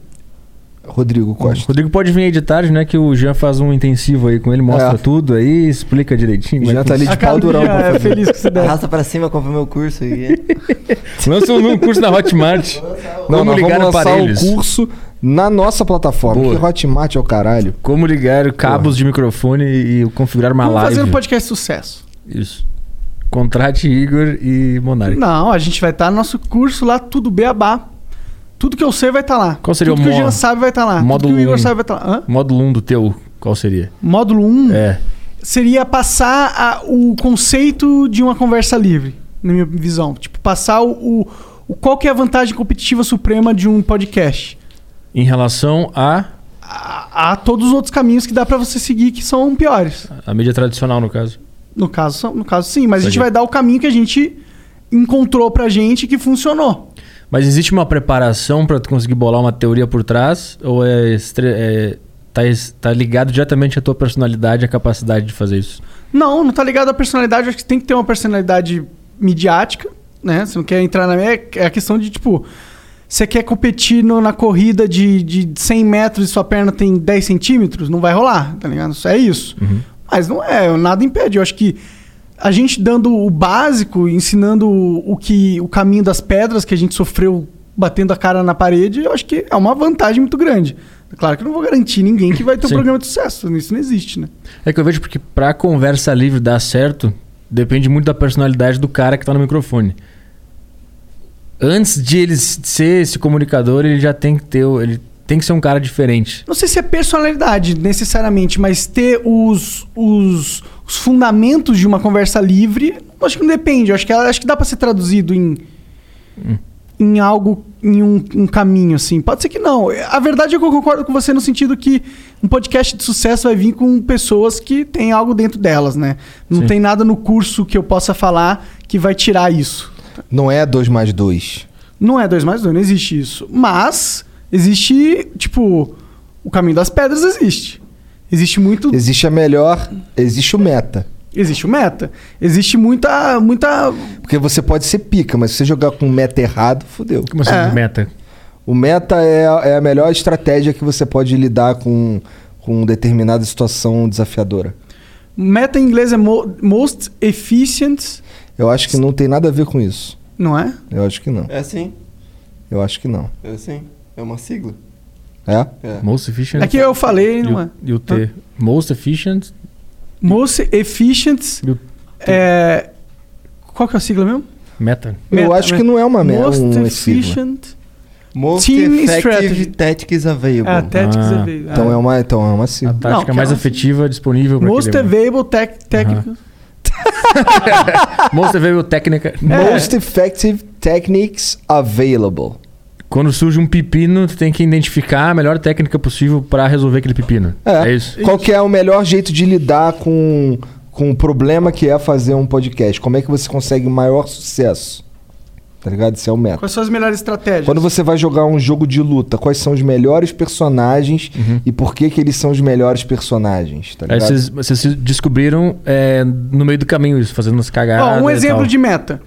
Speaker 2: É. Rodrigo Costa.
Speaker 7: Rodrigo pode vir aí de tarde, né? Que o Jean faz um intensivo aí com ele, mostra
Speaker 2: É.
Speaker 7: tudo aí, explica direitinho. como é
Speaker 2: Jean
Speaker 7: que
Speaker 2: tá ali de
Speaker 7: funciona.
Speaker 2: pau durão pra fazer.
Speaker 3: é feliz que você der.
Speaker 4: Arrasta pra cima, compra meu curso aí.
Speaker 7: Lança um um curso na Hotmart.
Speaker 2: Não,
Speaker 7: como
Speaker 2: nós
Speaker 7: ligar
Speaker 2: vamos lançar
Speaker 7: aparelhos.
Speaker 2: o curso na nossa plataforma.
Speaker 7: Boa.
Speaker 2: Que Hotmart é o caralho.
Speaker 7: Como ligar cabos de microfone e configurar uma
Speaker 3: Vamos
Speaker 7: live.
Speaker 3: fazer um podcast sucesso.
Speaker 7: Isso. Contrate Igor e Monark.
Speaker 3: Não, a gente vai estar no nosso curso lá, tudo beabá. Tudo que eu sei vai estar lá.
Speaker 7: Qual seria
Speaker 3: tudo
Speaker 7: o
Speaker 3: que o
Speaker 7: mo-
Speaker 3: Jean sabe vai estar lá. tudo
Speaker 7: módulo
Speaker 3: que o Igor
Speaker 7: um?
Speaker 3: sabe vai estar lá. Hã?
Speaker 7: Módulo 1 do teu, qual seria?
Speaker 3: Módulo 1
Speaker 7: É.
Speaker 3: seria passar a- o conceito de uma conversa livre, na minha visão. Tipo, passar o, o- o- qual que é a vantagem competitiva suprema de um podcast.
Speaker 7: Em relação à
Speaker 3: Há todos os outros caminhos que dá pra você seguir que são piores.
Speaker 7: à mídia tradicional, no caso.
Speaker 3: No caso, são- no caso sim, mas a gente
Speaker 7: Entendi.
Speaker 3: vai dar o caminho que a gente encontrou pra gente que funcionou.
Speaker 7: Mas existe uma preparação pra tu conseguir bolar uma teoria por trás? Ou é, estre- é- tá, es- tá ligado diretamente à tua personalidade e à capacidade de fazer isso?
Speaker 3: Não, não tá ligado à personalidade. Eu acho que tem que ter uma personalidade midiática, né? Você não quer entrar na... É é a questão de, tipo... Você quer competir no- na corrida de, de 100 metros e sua perna tem 10 centímetros? Não vai rolar, tá ligado? Isso é isso. Mas não é, nada impede. Eu acho que a gente dando o básico, ensinando o, o que o caminho das pedras que a gente sofreu batendo a cara na parede, eu acho que é uma vantagem muito grande. Claro que eu não vou garantir ninguém que vai ter um
Speaker 7: Sim.
Speaker 3: programa de sucesso. Isso não existe, né?
Speaker 7: É que eu vejo porque pra conversa livre dar certo, depende muito da personalidade do cara que tá no microfone. Antes de ele s- ser esse comunicador, ele já tem que ter. o- Ele tem que ser um cara diferente.
Speaker 3: Não sei se é personalidade necessariamente, mas ter os, os, os fundamentos de uma conversa livre, eu acho que não depende. eu acho que, ela- acho que dá pra ser traduzido em, em algo, em um, um caminho, assim. Pode ser que não. A verdade é que eu concordo com você no sentido que um podcast de sucesso vai vir com pessoas que têm algo dentro delas, né? Não
Speaker 2: Sim.
Speaker 3: tem nada no curso que eu possa falar que vai tirar isso.
Speaker 2: Não é 2 mais 2.
Speaker 3: Não é 2 mais 2, não existe isso. Mas existe, tipo, o caminho das pedras existe. Existe muito.
Speaker 2: Existe a melhor, existe o meta.
Speaker 3: Existe o meta. Existe muita. muita...
Speaker 2: Porque você pode ser pica, mas se você jogar com o meta errado, fodeu.
Speaker 7: Como assim, É. meta?
Speaker 2: O meta é, a- é a melhor estratégia que você pode lidar com, com determinada situação desafiadora.
Speaker 3: Meta em inglês é mo- most efficient,
Speaker 2: Eu acho que não tem nada a ver com isso.
Speaker 3: não é?
Speaker 2: Eu acho que não.
Speaker 4: É sim,
Speaker 2: Eu acho que não.
Speaker 4: é sim. É uma sigla.
Speaker 2: É?
Speaker 4: É.
Speaker 7: Most efficient.
Speaker 3: É que eu falei, não
Speaker 7: e o-
Speaker 3: é?
Speaker 7: E o T. Most efficient.
Speaker 3: Most efficient. É... Qual que é a sigla mesmo?
Speaker 7: Meta.
Speaker 2: Eu acho que não é uma meta,
Speaker 3: Most
Speaker 2: uma sigla.
Speaker 3: efficient.
Speaker 4: Most
Speaker 3: Team
Speaker 4: effective
Speaker 3: strategy.
Speaker 4: tactics
Speaker 2: Tá
Speaker 4: available.
Speaker 3: É, tactics Ah. available.
Speaker 2: Então é uma, então é uma sigla.
Speaker 7: A tática
Speaker 3: Não,
Speaker 7: mais
Speaker 3: que é uma-
Speaker 7: efetiva disponível pra
Speaker 3: Most é
Speaker 7: aquele-
Speaker 3: available tech, technical.
Speaker 7: Most available técnica.
Speaker 3: É.
Speaker 2: Most effective techniques available.
Speaker 7: Quando surge um pepino, tu tem que identificar a melhor técnica possível pra resolver aquele pepino.
Speaker 2: É.
Speaker 7: É, isso.
Speaker 2: Qual que é o melhor jeito de lidar com, com o problema que é fazer um podcast? Como é que você consegue maior sucesso? Tá ligado? Isso é o método.
Speaker 3: Quais são as melhores estratégias?
Speaker 2: Quando você vai jogar um jogo de luta, quais são os melhores personagens
Speaker 7: Uhum.
Speaker 2: e por que que eles são os melhores personagens, tá
Speaker 7: Aí
Speaker 2: ligado?
Speaker 7: vocês, vocês se descobriram é, no meio do caminho isso, fazendo umas cagadas.
Speaker 3: Ó, um
Speaker 7: e
Speaker 3: exemplo
Speaker 7: tal.
Speaker 3: de meta.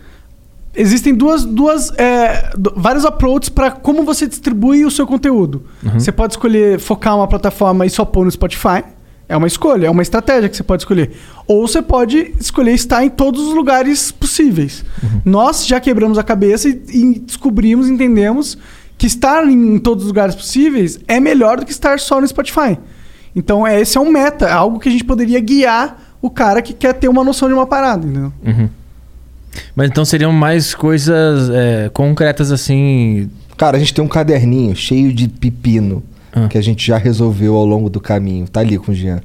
Speaker 3: Existem duas, duas é, do- vários approaches para como você distribui o seu conteúdo.
Speaker 7: Uhum.
Speaker 3: Você pode escolher focar uma plataforma e só pôr no Spotify. É uma escolha, é uma estratégia que você pode escolher. Ou você pode escolher estar em todos os lugares possíveis.
Speaker 7: Uhum.
Speaker 3: Nós já quebramos a cabeça e, e descobrimos, entendemos que estar em todos os lugares possíveis é melhor do que estar só no Spotify. Então, é, esse é um meta, é algo que a gente poderia guiar o cara que quer ter uma noção de uma parada, entendeu?
Speaker 7: Uhum. Mas então seriam mais coisas é, concretas assim.
Speaker 2: Cara, a gente tem um caderninho cheio de pepino
Speaker 7: Ah.
Speaker 2: que a gente já resolveu ao longo do caminho. Tá ali com o Jean.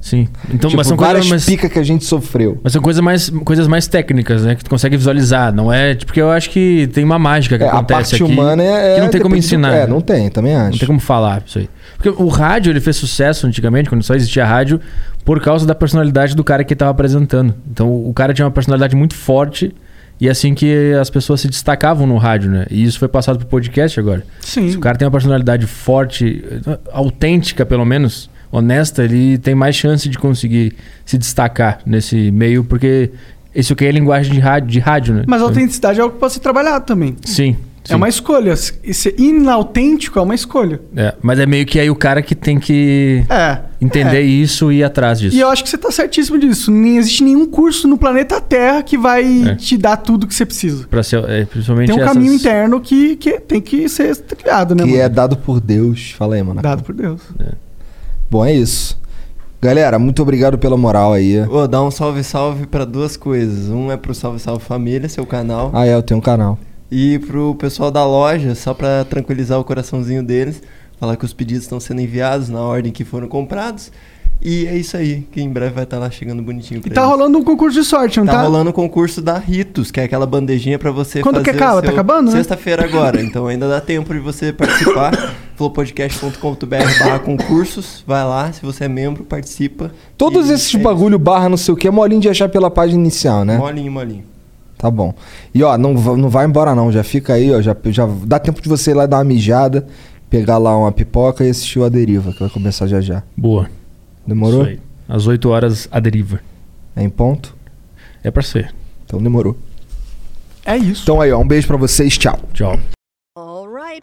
Speaker 7: Sim. Então,
Speaker 2: Tipo,
Speaker 7: mas são
Speaker 2: várias
Speaker 7: coisas mais.
Speaker 2: pica que a gente sofreu.
Speaker 7: Mas são coisas mais, coisas mais técnicas, né? Que tu consegue visualizar, não é? Tipo, Porque eu acho que tem uma mágica que
Speaker 2: É, a
Speaker 7: acontece
Speaker 2: parte
Speaker 7: aqui.
Speaker 2: humana é-
Speaker 7: que
Speaker 2: é
Speaker 7: não tem como
Speaker 2: depende do-
Speaker 7: ensinar. né?
Speaker 2: é, não tem, também acho.
Speaker 7: Não tem como falar isso aí. Porque o rádio, ele fez sucesso antigamente, quando só existia rádio, por causa da personalidade do cara que tava apresentando. Então, o cara tinha uma personalidade muito forte e é assim que as pessoas se destacavam no rádio, né? E isso foi passado pro podcast agora.
Speaker 3: Sim.
Speaker 7: Se o cara tem uma personalidade forte, eh, autêntica pelo menos, honesta, ele tem mais chance de conseguir se destacar nesse meio, porque isso aqui é linguagem de rádio, de rádio né?
Speaker 3: Mas a autenticidade é algo que pode ser trabalhado também.
Speaker 7: Sim. sim.
Speaker 3: É uma escolha. E Ser inautêntico é uma escolha.
Speaker 7: É, mas é meio que aí o cara que tem que
Speaker 3: É,
Speaker 7: entender
Speaker 3: é.
Speaker 7: isso e ir atrás disso.
Speaker 3: E eu acho que você tá certíssimo disso. Nem existe nenhum curso no planeta Terra que vai
Speaker 7: É.
Speaker 3: te dar tudo que você precisa.
Speaker 7: Pra ser, é, principalmente
Speaker 3: Tem um
Speaker 7: essas-
Speaker 3: caminho interno que, que tem que ser trilhado, né?
Speaker 2: Que
Speaker 3: mano?
Speaker 2: é dado por Deus. Fala aí, mano.
Speaker 3: Dado por Deus.
Speaker 2: Bom, é isso. Galera, muito obrigado pela moral aí.
Speaker 4: Ô, dá um salve-salve pra duas coisas. Um é pro Salve Salve Família, seu canal.
Speaker 2: Ah, é, eu tenho um canal.
Speaker 4: E pro pessoal da loja, só pra tranquilizar o coraçãozinho deles, falar que os pedidos estão sendo enviados na ordem que foram comprados. E é isso aí, que em breve vai estar lá chegando bonitinho pra
Speaker 3: E tá
Speaker 4: eles.
Speaker 3: rolando um concurso de sorte, não
Speaker 4: Tá
Speaker 3: tá?
Speaker 4: rolando o concurso da Ritos, que é aquela bandejinha pra você
Speaker 3: Quando
Speaker 4: fazer
Speaker 3: que acaba?
Speaker 4: o seu-
Speaker 3: Tá acabando, né?
Speaker 4: Sexta-feira agora, então ainda dá tempo de você participar. flowpodcast.com.br barra concursos. Vai lá, se você é membro, participa.
Speaker 2: Todos esses bagulho, barra, não sei o que, é molinho de achar pela página inicial, né?
Speaker 4: Molinho, molinho.
Speaker 2: Tá bom. E ó, não, va- não vai embora não, já fica aí, ó, já, já dá tempo de você ir lá dar uma mijada, pegar lá uma pipoca e assistir o A Deriva, que vai começar já já.
Speaker 7: Boa.
Speaker 2: Demorou?
Speaker 7: Isso aí. Às 8 horas, a deriva.
Speaker 2: É em ponto?
Speaker 7: É pra ser.
Speaker 2: Então demorou.
Speaker 3: É isso.
Speaker 2: Então aí, ó, um beijo pra vocês, tchau.
Speaker 7: Tchau.
Speaker 5: All right,